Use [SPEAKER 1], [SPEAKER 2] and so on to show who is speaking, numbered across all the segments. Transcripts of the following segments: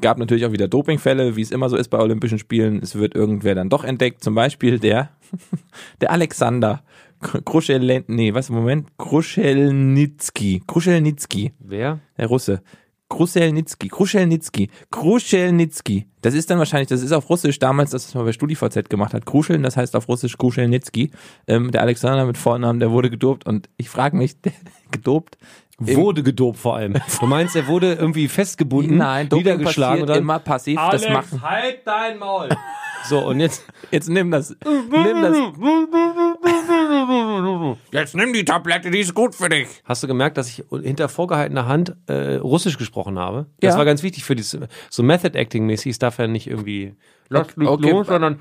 [SPEAKER 1] gab natürlich auch wieder Dopingfälle, wie es immer so ist bei Olympischen Spielen. Es wird irgendwer dann doch entdeckt, zum Beispiel der, der Alexander Kruschel, nee, was, Moment, Kruschelnitski, Kruschelnitski,
[SPEAKER 2] Wer?
[SPEAKER 1] der Russe. Kruschelnitski, Kruschelnitski, Kruschelnitski. Das ist dann wahrscheinlich, das ist auf Russisch damals, das was man bei StudiVZ gemacht hat. Kruscheln, das heißt auf Russisch Kruschelnitski. Ähm, der Alexander mit Vornamen, der wurde gedopt und ich frage mich, der, gedopt? Im-
[SPEAKER 2] Wurde gedopt vor allem. Du meinst, er wurde irgendwie festgebunden,
[SPEAKER 1] Nein, Doping
[SPEAKER 2] niedergeschlagen
[SPEAKER 1] passiert
[SPEAKER 2] und dann,
[SPEAKER 1] immer passiv, das macht
[SPEAKER 2] halt dein Maul. So, und jetzt,
[SPEAKER 1] Jetzt nimm das. nimm das.
[SPEAKER 3] Jetzt nimm die Tablette, die ist gut für dich.
[SPEAKER 2] hast du gemerkt, dass ich hinter vorgehaltener Hand äh, Russisch gesprochen habe? Das
[SPEAKER 1] Ja.
[SPEAKER 2] war ganz wichtig für dieses, so Method Acting mäßig, es darf ja nicht irgendwie, lass mich
[SPEAKER 1] Okay.
[SPEAKER 2] los, sondern,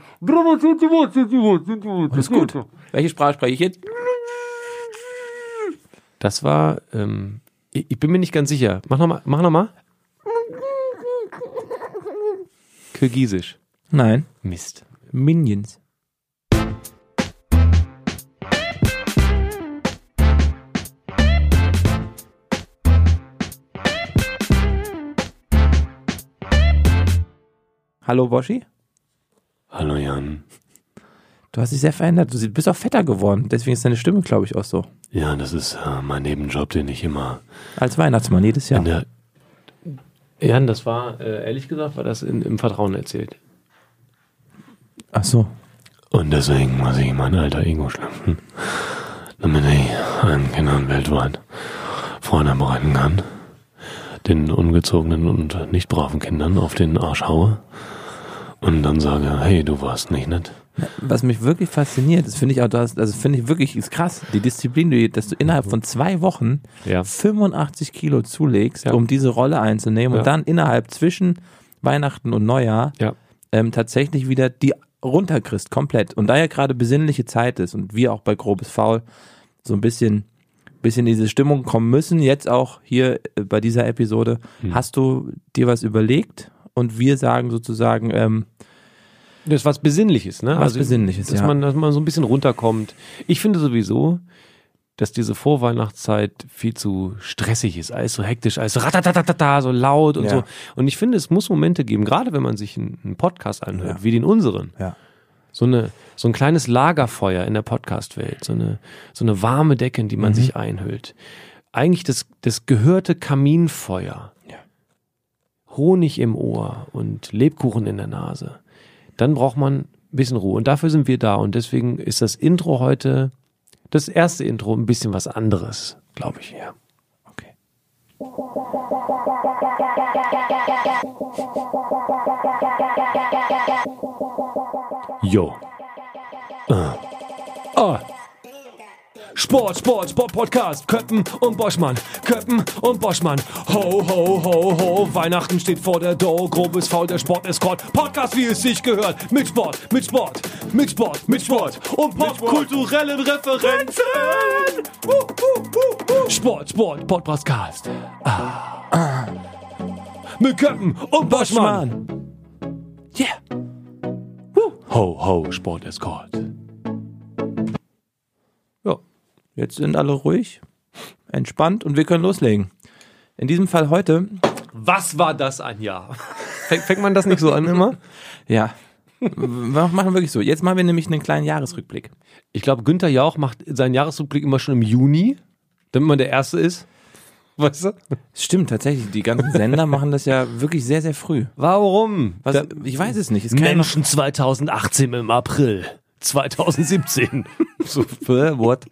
[SPEAKER 1] Ist gut.
[SPEAKER 3] Hm.
[SPEAKER 1] Welche Sprache spreche ich jetzt?
[SPEAKER 2] das war, ähm, ich, ich bin mir nicht ganz sicher. Mach nochmal, mach nochmal. Kirgisisch.
[SPEAKER 1] Nein.
[SPEAKER 2] Mist.
[SPEAKER 1] Minions. Hallo Boschi,
[SPEAKER 2] Hallo Jan.
[SPEAKER 1] du hast dich sehr verändert. Du sie- bist auch fetter geworden. Deswegen ist deine Stimme, glaube ich, auch so.
[SPEAKER 2] Ja, das ist äh, mein Nebenjob, den ich immer
[SPEAKER 1] Als Weihnachtsmann jedes Jahr.
[SPEAKER 2] Ja. Jan, das war, äh, ehrlich gesagt, war das in, im Vertrauen erzählt.
[SPEAKER 1] Ach so.
[SPEAKER 2] Und deswegen muss ich mein alter Ego schlüpfen, damit ich allen Kindern weltweit Freude bereiten kann, den ungezogenen und nicht braven Kindern auf den Arsch haue und dann sage, hey, du warst nicht nett.
[SPEAKER 1] Was mich wirklich fasziniert, das finde ich auch, du hast- also finde ich wirklich ist krass, die Disziplin, die- dass du
[SPEAKER 2] Mhm.
[SPEAKER 1] innerhalb von zwei Wochen
[SPEAKER 2] Ja.
[SPEAKER 1] 85 Kilo zulegst,
[SPEAKER 2] Ja.
[SPEAKER 1] um diese Rolle einzunehmen
[SPEAKER 2] Ja.
[SPEAKER 1] und dann innerhalb zwischen Weihnachten und Neujahr
[SPEAKER 2] Ja.
[SPEAKER 1] ähm, tatsächlich wieder die runterkriegst, komplett. Und da ja gerade besinnliche Zeit ist und wir auch bei Grobes Faul so ein bisschen, bisschen in diese Stimmung kommen müssen, jetzt auch hier äh, bei dieser Episode,
[SPEAKER 2] Hm.
[SPEAKER 1] hast du dir was überlegt? Und wir sagen sozusagen, ähm,
[SPEAKER 2] Das ist was Besinnliches, ne?
[SPEAKER 1] was Besinnliches,
[SPEAKER 2] dass,
[SPEAKER 1] ja.
[SPEAKER 2] man, dass man so ein bisschen runterkommt. Ich finde sowieso, dass diese Vorweihnachtszeit viel zu stressig ist, alles so hektisch, alles so ratatatata, so laut und
[SPEAKER 1] Ja.
[SPEAKER 2] so. Und ich finde, es muss Momente geben, gerade wenn man sich einen einen Podcast anhört,
[SPEAKER 1] Ja.
[SPEAKER 2] wie den unseren.
[SPEAKER 1] Ja.
[SPEAKER 2] So, eine, so ein kleines Lagerfeuer in der Podcast-Welt, so eine, so eine warme Decke, in die
[SPEAKER 1] Mhm.
[SPEAKER 2] man sich einhüllt. Eigentlich das, das gehörte Kaminfeuer. Honig im Ohr und Lebkuchen in der Nase dann braucht man ein bisschen Ruhe. Und dafür sind wir da. Und deswegen ist das Intro heute, das erste Intro, ein bisschen was anderes, glaube ich. Ja.
[SPEAKER 1] okay.
[SPEAKER 2] Jo. Ah. Sport, Sport, Sport, Podcast. Köppen und Boschmann. Köppen und Boschmann. Ho, ho, ho, ho. Weihnachten steht vor der Do. Grobes Faul, der Sport Escort. Podcast, wie es sich gehört. Mit Sport, mit Sport, mit Sport, mit Sport. Und popkulturellen Referenzen. Uh, uh, uh, uh. Sport, Sport, Pod- Podcast. Ah. Mit Köppen und Boschmann.
[SPEAKER 1] Mann. Yeah.
[SPEAKER 2] Ho, ho, Sport Escort. Ja.
[SPEAKER 1] Jetzt sind alle ruhig, entspannt und wir können loslegen. In diesem Fall heute,
[SPEAKER 2] Was war das ein Jahr? Fängt, fängt man das nicht so an immer?
[SPEAKER 1] ja, wir machen wirklich so. Jetzt machen wir nämlich einen kleinen Jahresrückblick.
[SPEAKER 2] Ich glaube, Günther Jauch macht seinen Jahresrückblick immer schon im Juni, damit man der Erste ist. Weißt du?
[SPEAKER 1] Es Stimmt, tatsächlich. Die ganzen Sender machen das ja wirklich sehr, sehr früh.
[SPEAKER 2] Warum?
[SPEAKER 1] Was,
[SPEAKER 2] Da-
[SPEAKER 1] ich weiß es nicht. Es kann ja noch,
[SPEAKER 2] Menschen 2018 im April 2017. so, hä, what?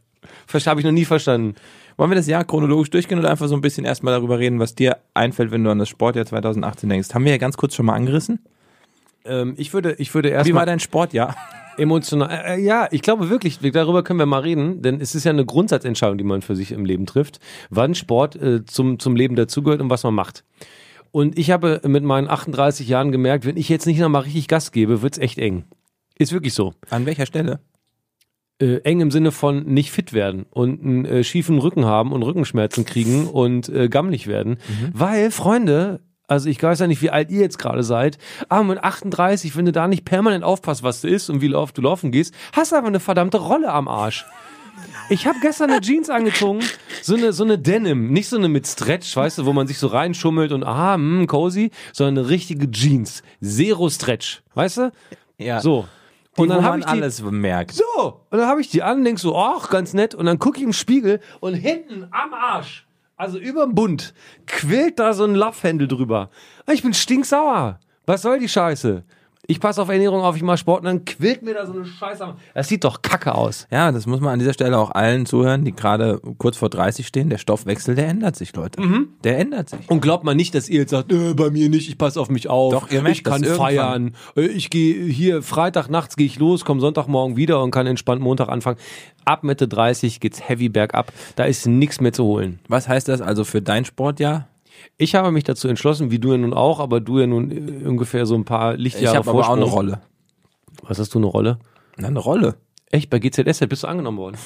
[SPEAKER 2] Habe ich noch nie verstanden.
[SPEAKER 1] wollen wir das Jahr chronologisch durchgehen oder einfach so ein bisschen erstmal darüber reden, was dir einfällt, wenn du an das Sportjahr 2018 denkst? Haben wir ja ganz kurz schon mal angerissen.
[SPEAKER 2] Ähm, ich würde, ich würde erst
[SPEAKER 1] Wie
[SPEAKER 2] mal-
[SPEAKER 1] war dein Sportjahr?
[SPEAKER 2] Emotional. Äh, äh, ja, ich glaube wirklich, darüber können wir mal reden, denn es ist ja eine Grundsatzentscheidung, die man für sich im Leben trifft, wann Sport äh, zum, zum Leben dazugehört und was man macht. Und ich habe mit meinen 38 Jahren gemerkt, wenn ich jetzt nicht nochmal richtig Gas gebe, wird's echt eng. Ist wirklich so.
[SPEAKER 1] An welcher Stelle?
[SPEAKER 2] Äh, eng im Sinne von nicht fit werden und einen äh, schiefen Rücken haben und Rückenschmerzen kriegen und äh, gammelig werden. Weil, Freunde, also ich weiß ja nicht, wie alt ihr jetzt gerade seid, aber mit 38, wenn du da nicht permanent aufpasst, was du isst und wie oft du laufen gehst, hast du aber eine verdammte Rolle am Arsch. Ich habe gestern eine Jeans angezogen, so eine, so eine Denim, nicht so eine mit Stretch, weißt du, wo man sich so reinschummelt und aha, mh, cozy, sondern eine richtige Jeans. Zero Stretch, weißt du?
[SPEAKER 1] Ja. So.
[SPEAKER 2] So. Und dann
[SPEAKER 1] wo
[SPEAKER 2] habe
[SPEAKER 1] man
[SPEAKER 2] ich die,
[SPEAKER 1] alles merkt.
[SPEAKER 2] so, und dann habe ich die an, denk so, ach, ganz nett. Und dann gucke ich im Spiegel und hinten am Arsch, also überm Bund, quillt da so ein Lappfändel drüber. Ah, Ich bin stinksauer. Was soll die Scheiße? Ich passe auf Ernährung auf, ich mache Sport und dann quillt mir da so eine Scheiße am. Das sieht doch kacke aus.
[SPEAKER 1] Ja, das muss man an dieser Stelle auch allen zuhören, die gerade kurz vor 30 stehen. Der Stoffwechsel, der ändert sich, Leute.
[SPEAKER 2] Mhm.
[SPEAKER 1] Der ändert sich.
[SPEAKER 2] Und glaubt man nicht, dass ihr jetzt sagt, äh, bei mir nicht, ich passe auf mich auf,
[SPEAKER 1] Doch, ihr merkt
[SPEAKER 2] ich kann
[SPEAKER 1] das
[SPEAKER 2] feiern, äh, ich gehe hier Freitag nachts gehe ich los, komme Sonntagmorgen wieder und kann entspannt Montag anfangen. Ab Mitte 30 geht's heavy bergab, da ist nichts mehr zu holen.
[SPEAKER 1] Was heißt das also für dein Sportjahr?
[SPEAKER 2] Ich habe mich dazu entschlossen, wie du ja nun auch, aber du ja nun äh, ungefähr so ein paar
[SPEAKER 1] Ich
[SPEAKER 2] Lichtjahre
[SPEAKER 1] habe aber auch
[SPEAKER 2] Vorsprung.
[SPEAKER 1] eine Rolle.
[SPEAKER 2] Was hast du eine Rolle?
[SPEAKER 1] Na, eine Rolle.
[SPEAKER 2] Echt, bei GZSZ bist du angenommen worden.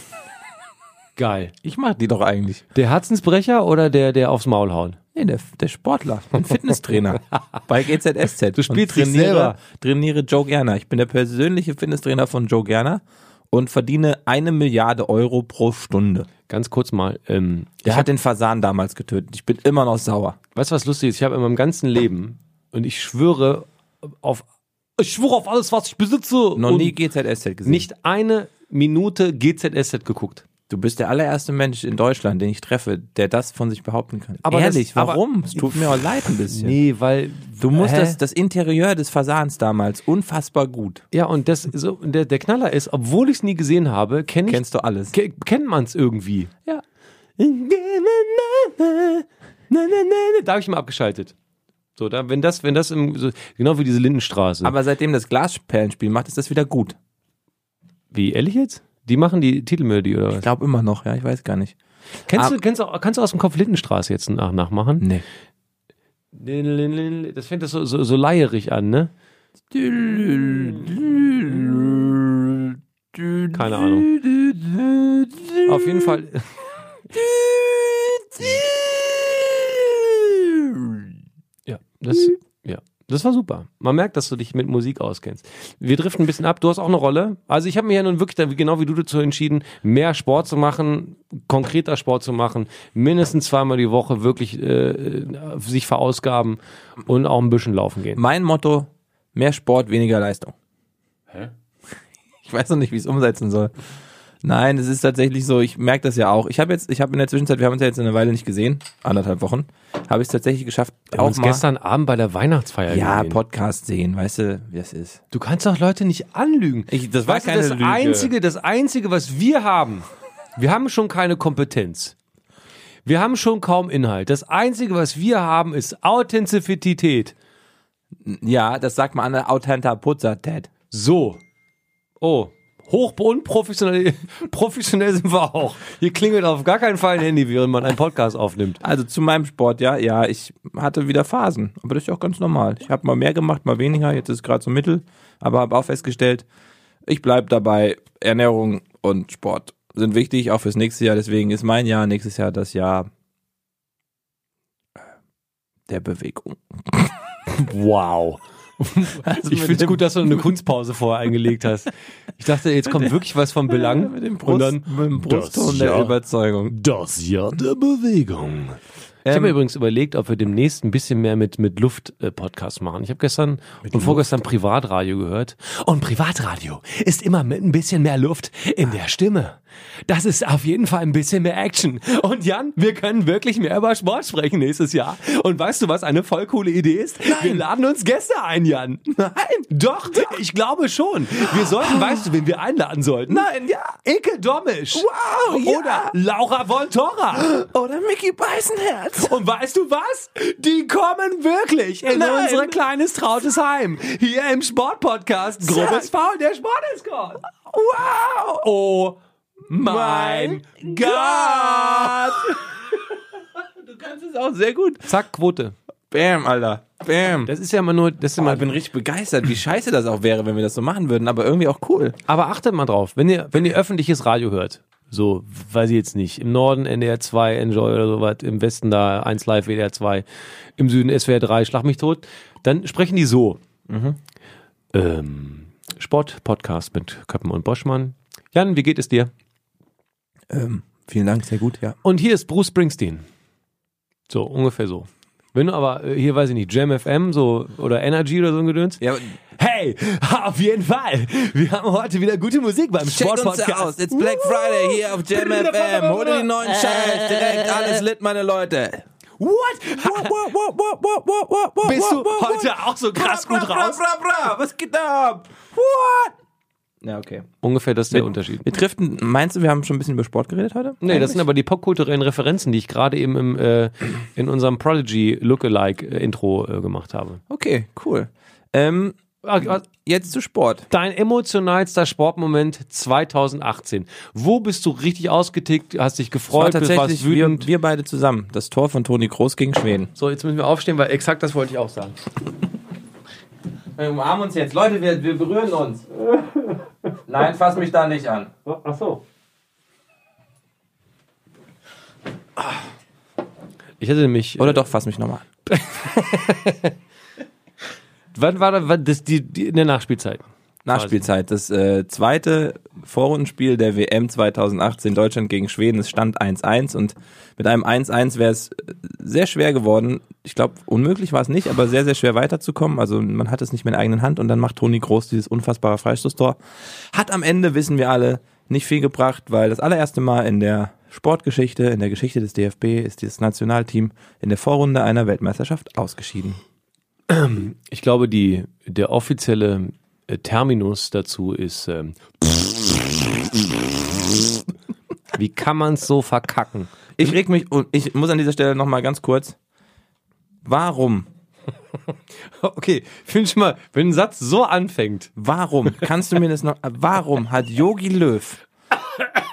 [SPEAKER 2] Geil.
[SPEAKER 1] Ich mag die doch eigentlich.
[SPEAKER 2] Der Herzensbrecher oder der, der aufs Maul haut?
[SPEAKER 1] Nee, der, der Sportler, ein Fitnesstrainer bei GZSZ.
[SPEAKER 2] Du spielst dich
[SPEAKER 1] und trainiere,
[SPEAKER 2] selber.
[SPEAKER 1] trainiere Joe Gerner. Ich bin der persönliche Fitnesstrainer von Joe Gerner und verdiene eine Milliarde Euro pro Stunde.
[SPEAKER 2] Ganz kurz mal. Ähm,
[SPEAKER 1] Der hat den Fasan damals getötet. Ich bin immer noch sauer.
[SPEAKER 2] weißt du, was lustig ist? Ich habe in meinem ganzen Leben und ich schwöre auf, ich schwöre auf alles, was ich besitze.
[SPEAKER 1] Noch
[SPEAKER 2] und
[SPEAKER 1] nie GZSZ gesehen.
[SPEAKER 2] nicht eine Minute GZSZ geguckt.
[SPEAKER 1] Du bist der allererste Mensch in Deutschland, den ich treffe, der das von sich behaupten kann.
[SPEAKER 2] Aber
[SPEAKER 1] Ehrlich,
[SPEAKER 2] das- aber-
[SPEAKER 1] warum? es tut mir auch leid ein bisschen.
[SPEAKER 2] Nee, weil
[SPEAKER 1] Du musst
[SPEAKER 2] Hä?
[SPEAKER 1] das, das Interieur des Fasans damals unfassbar gut.
[SPEAKER 2] Ja, und das so, der, der Knaller ist, obwohl ich es nie gesehen habe, kenne ich
[SPEAKER 1] Kennst du alles?
[SPEAKER 2] Ke kennt man es irgendwie.
[SPEAKER 1] Ja.
[SPEAKER 2] Da habe ich mal abgeschaltet. So, da, wenn das, wenn das im, so, genau wie diese Lindenstraße.
[SPEAKER 1] Aber seitdem das Glasperlenspiel macht, ist das wieder gut.
[SPEAKER 2] wie, ehrlich jetzt? Die machen die Titelmelodie oder
[SPEAKER 1] Ich
[SPEAKER 2] was? Ah.
[SPEAKER 1] glaube immer noch, ja, ich weiß gar nicht.
[SPEAKER 2] Kennst
[SPEAKER 1] ab-
[SPEAKER 2] du, kennst, du- kannst du aus dem Kopf Lindenstraße jetzt nach, nachmachen?
[SPEAKER 1] Nee.
[SPEAKER 2] Das fängt das so, so, so leierig an, ne?
[SPEAKER 1] Keine
[SPEAKER 2] Ahnung. Auf jeden Fall. Ja, das, ja, das war super. Man merkt, dass du dich mit Musik auskennst. Wir driften ein bisschen ab. Du hast auch eine Rolle. Also ich habe mir ja nun wirklich, dann, genau wie du dazu entschieden, mehr Sport zu machen, konkreter Sport zu machen, mindestens zweimal die Woche wirklich äh, sich verausgaben und auch ein bisschen laufen gehen.
[SPEAKER 1] Mein Motto: mehr Sport, weniger Leistung.
[SPEAKER 3] Hä?
[SPEAKER 1] Ich weiß noch nicht, wie ich es umsetzen soll. Nein, es ist tatsächlich so, ich merke das ja auch. Ich habe jetzt, ich habe in der Zwischenzeit, wir haben uns ja jetzt eine Weile nicht gesehen, anderthalb Wochen, habe ich es tatsächlich geschafft,
[SPEAKER 2] Wir haben
[SPEAKER 1] auch
[SPEAKER 2] uns
[SPEAKER 1] mal
[SPEAKER 2] gestern Abend bei der Weihnachtsfeier
[SPEAKER 1] ja,
[SPEAKER 2] gesehen.
[SPEAKER 1] Podcast sehen, weißt du, wie es ist.
[SPEAKER 2] Du kannst doch Leute nicht anlügen.
[SPEAKER 1] Ich- das war
[SPEAKER 2] weißt
[SPEAKER 1] keine
[SPEAKER 2] du, das
[SPEAKER 1] Lüge.
[SPEAKER 2] Einzige, das Einzige, was wir haben, wir haben schon keine Kompetenz. Wir haben schon kaum Inhalt. Das Einzige, was wir haben, ist Authentizität.
[SPEAKER 1] Ja, das sagt man an der Authenta Putzer, Ted.
[SPEAKER 2] So. Oh. Hoch unprofessionell professionell sind wir auch. Hier klingelt auf gar keinen Fall ein Handy, während man einen Podcast aufnimmt.
[SPEAKER 1] Also zu meinem Sport, ja, ja, ich hatte wieder Phasen, aber das ist ja auch ganz normal. Ich habe mal mehr gemacht, mal weniger, jetzt ist gerade so Mittel, aber habe auch festgestellt, ich bleib dabei, Ernährung und Sport sind wichtig, auch fürs nächste Jahr, deswegen ist mein Jahr nächstes Jahr das Jahr äh, der Bewegung.
[SPEAKER 2] Wow. Ich
[SPEAKER 1] mit
[SPEAKER 2] finde es
[SPEAKER 1] dem-
[SPEAKER 2] gut, dass du eine Kunstpause vorher eingelegt hast. Ich dachte, jetzt kommt wirklich was vom Belang.
[SPEAKER 1] Mit dem,
[SPEAKER 2] und
[SPEAKER 1] Brust,
[SPEAKER 2] dann
[SPEAKER 1] mit dem Brustton
[SPEAKER 2] das
[SPEAKER 1] der
[SPEAKER 2] Jahr
[SPEAKER 1] Überzeugung.
[SPEAKER 2] Das Jahr der Bewegung. Ich habe
[SPEAKER 1] Ähm,
[SPEAKER 2] mir übrigens überlegt, ob wir demnächst ein bisschen mehr mit, mit Luft-Podcasts machen. Ich habe gestern und vorgestern Privatradio gehört. Und Privatradio ist immer mit ein bisschen mehr Luft in der Stimme. Das ist auf jeden Fall ein bisschen mehr Action. Und Jan, wir können wirklich mehr über Sport sprechen nächstes Jahr. Und weißt du, was eine voll coole Idee ist? Wir laden uns Gäste ein, Jan. Nein, doch, ich glaube schon. Wir sollten, weißt du, wen wir einladen sollten?
[SPEAKER 1] Nein, ja.
[SPEAKER 2] Eke Domisch.
[SPEAKER 1] Wow, ja.
[SPEAKER 2] Oder Laura von Torra.
[SPEAKER 1] Oder Mickey Beißenherz.
[SPEAKER 2] Und weißt du was? Die kommen wirklich in
[SPEAKER 1] Nein.
[SPEAKER 2] unser kleines trautes Heim. Hier im Sportpodcast. Grobes Faul, der Sportescort. Wow. Oh mein, Gott.
[SPEAKER 1] Du kannst es auch sehr gut.
[SPEAKER 2] Zack, Quote.
[SPEAKER 1] Bam, Alter. Bam.
[SPEAKER 2] Das ist ja immer nur, das ist
[SPEAKER 1] Boah,
[SPEAKER 2] immer,
[SPEAKER 1] ich bin richtig begeistert, wie scheiße das auch wäre, wenn wir das so machen würden, aber irgendwie auch cool.
[SPEAKER 2] aber achtet mal drauf, wenn ihr, wenn ihr öffentliches Radio hört. So, weiß ich jetzt nicht. Im Norden NDR 2, Enjoy oder sowas, im Westen da 1 Live, WDR 2, im Süden SWR 3, Schlag mich tot. Dann sprechen die so. ähm, Sport-Podcast mit Köppen und Boschmann. Jan, wie geht es dir?
[SPEAKER 1] Ähm, vielen Dank, sehr gut, ja.
[SPEAKER 2] Und hier ist Bruce Springsteen. So, ungefähr so. Wenn du aber äh, hier, weiß ich nicht, Jam FM so, oder Energy oder so ein Gedöns.
[SPEAKER 1] Ja,
[SPEAKER 2] Hey, auf jeden Fall. Wir haben heute wieder gute Musik beim
[SPEAKER 1] check uns aus.
[SPEAKER 2] Sportpodcast.
[SPEAKER 1] It's Black Friday hier auf Jam FM. Hol dir die neuen Scheiß direkt. Alles lit, meine Leute.
[SPEAKER 2] What?
[SPEAKER 1] Bist
[SPEAKER 2] Bist du heute auch so krass gut raus?
[SPEAKER 1] Was geht ab? What? Ja, okay.
[SPEAKER 2] Ungefähr das ist der Unterschied.
[SPEAKER 1] Wir driften, meinst du, wir haben schon ein bisschen über Sport geredet heute?
[SPEAKER 2] Nee, das sind aber die popkulturellen Referenzen, die ich gerade eben im, äh, in unserem Prodigy Lookalike äh, Intro äh, gemacht habe.
[SPEAKER 1] Okay, cool. Ähm,
[SPEAKER 2] Ah,
[SPEAKER 1] jetzt zu Sport.
[SPEAKER 2] Dein emotionalster Sportmoment 2018. Wo bist du richtig ausgetickt, hast dich
[SPEAKER 1] War
[SPEAKER 2] gefreut, bist- warst
[SPEAKER 1] tatsächlich
[SPEAKER 2] wütend?
[SPEAKER 1] wir, wir beide zusammen. Das Tor von Toni Groß gegen Schweden.
[SPEAKER 2] so, jetzt müssen wir aufstehen, weil exakt das wollte ich auch sagen.
[SPEAKER 1] Wir umarmen uns jetzt. Leute, wir, wir berühren uns. Nein, fass mich da nicht an.
[SPEAKER 2] Ach so. Ich hätte nämlich.
[SPEAKER 1] Oder doch, fass mich nochmal an.
[SPEAKER 2] Wann war das, wann- das die, die, in der Nachspielzeit?
[SPEAKER 1] Nachspielzeit. Das äh, zweite Vorrundenspiel der WM 2018 Deutschland gegen Schweden. Es stand 1-1 und mit einem 1-1 wäre es äh, sehr schwer geworden. Ich glaube, unmöglich war es nicht, aber sehr, sehr schwer weiterzukommen. Also man hat es nicht mehr in der eigenen Hand und dann macht Toni Groß dieses unfassbare Freistoßtor. Hat am Ende, wissen wir alle, nicht viel gebracht, weil das allererste Mal in der Sportgeschichte, in der Geschichte des DFB ist dieses Nationalteam in der Vorrunde einer Weltmeisterschaft ausgeschieden.
[SPEAKER 2] Ich glaube, die, der offizielle äh, Terminus dazu ist. Ähm, wie kann man es so verkacken?
[SPEAKER 1] Ich reg mich und ich muss an dieser Stelle nochmal ganz kurz. Warum
[SPEAKER 2] Okay, finde ich mal, wenn ein Satz so anfängt.
[SPEAKER 1] Warum, kannst du mir das noch, warum hat Yogi Löw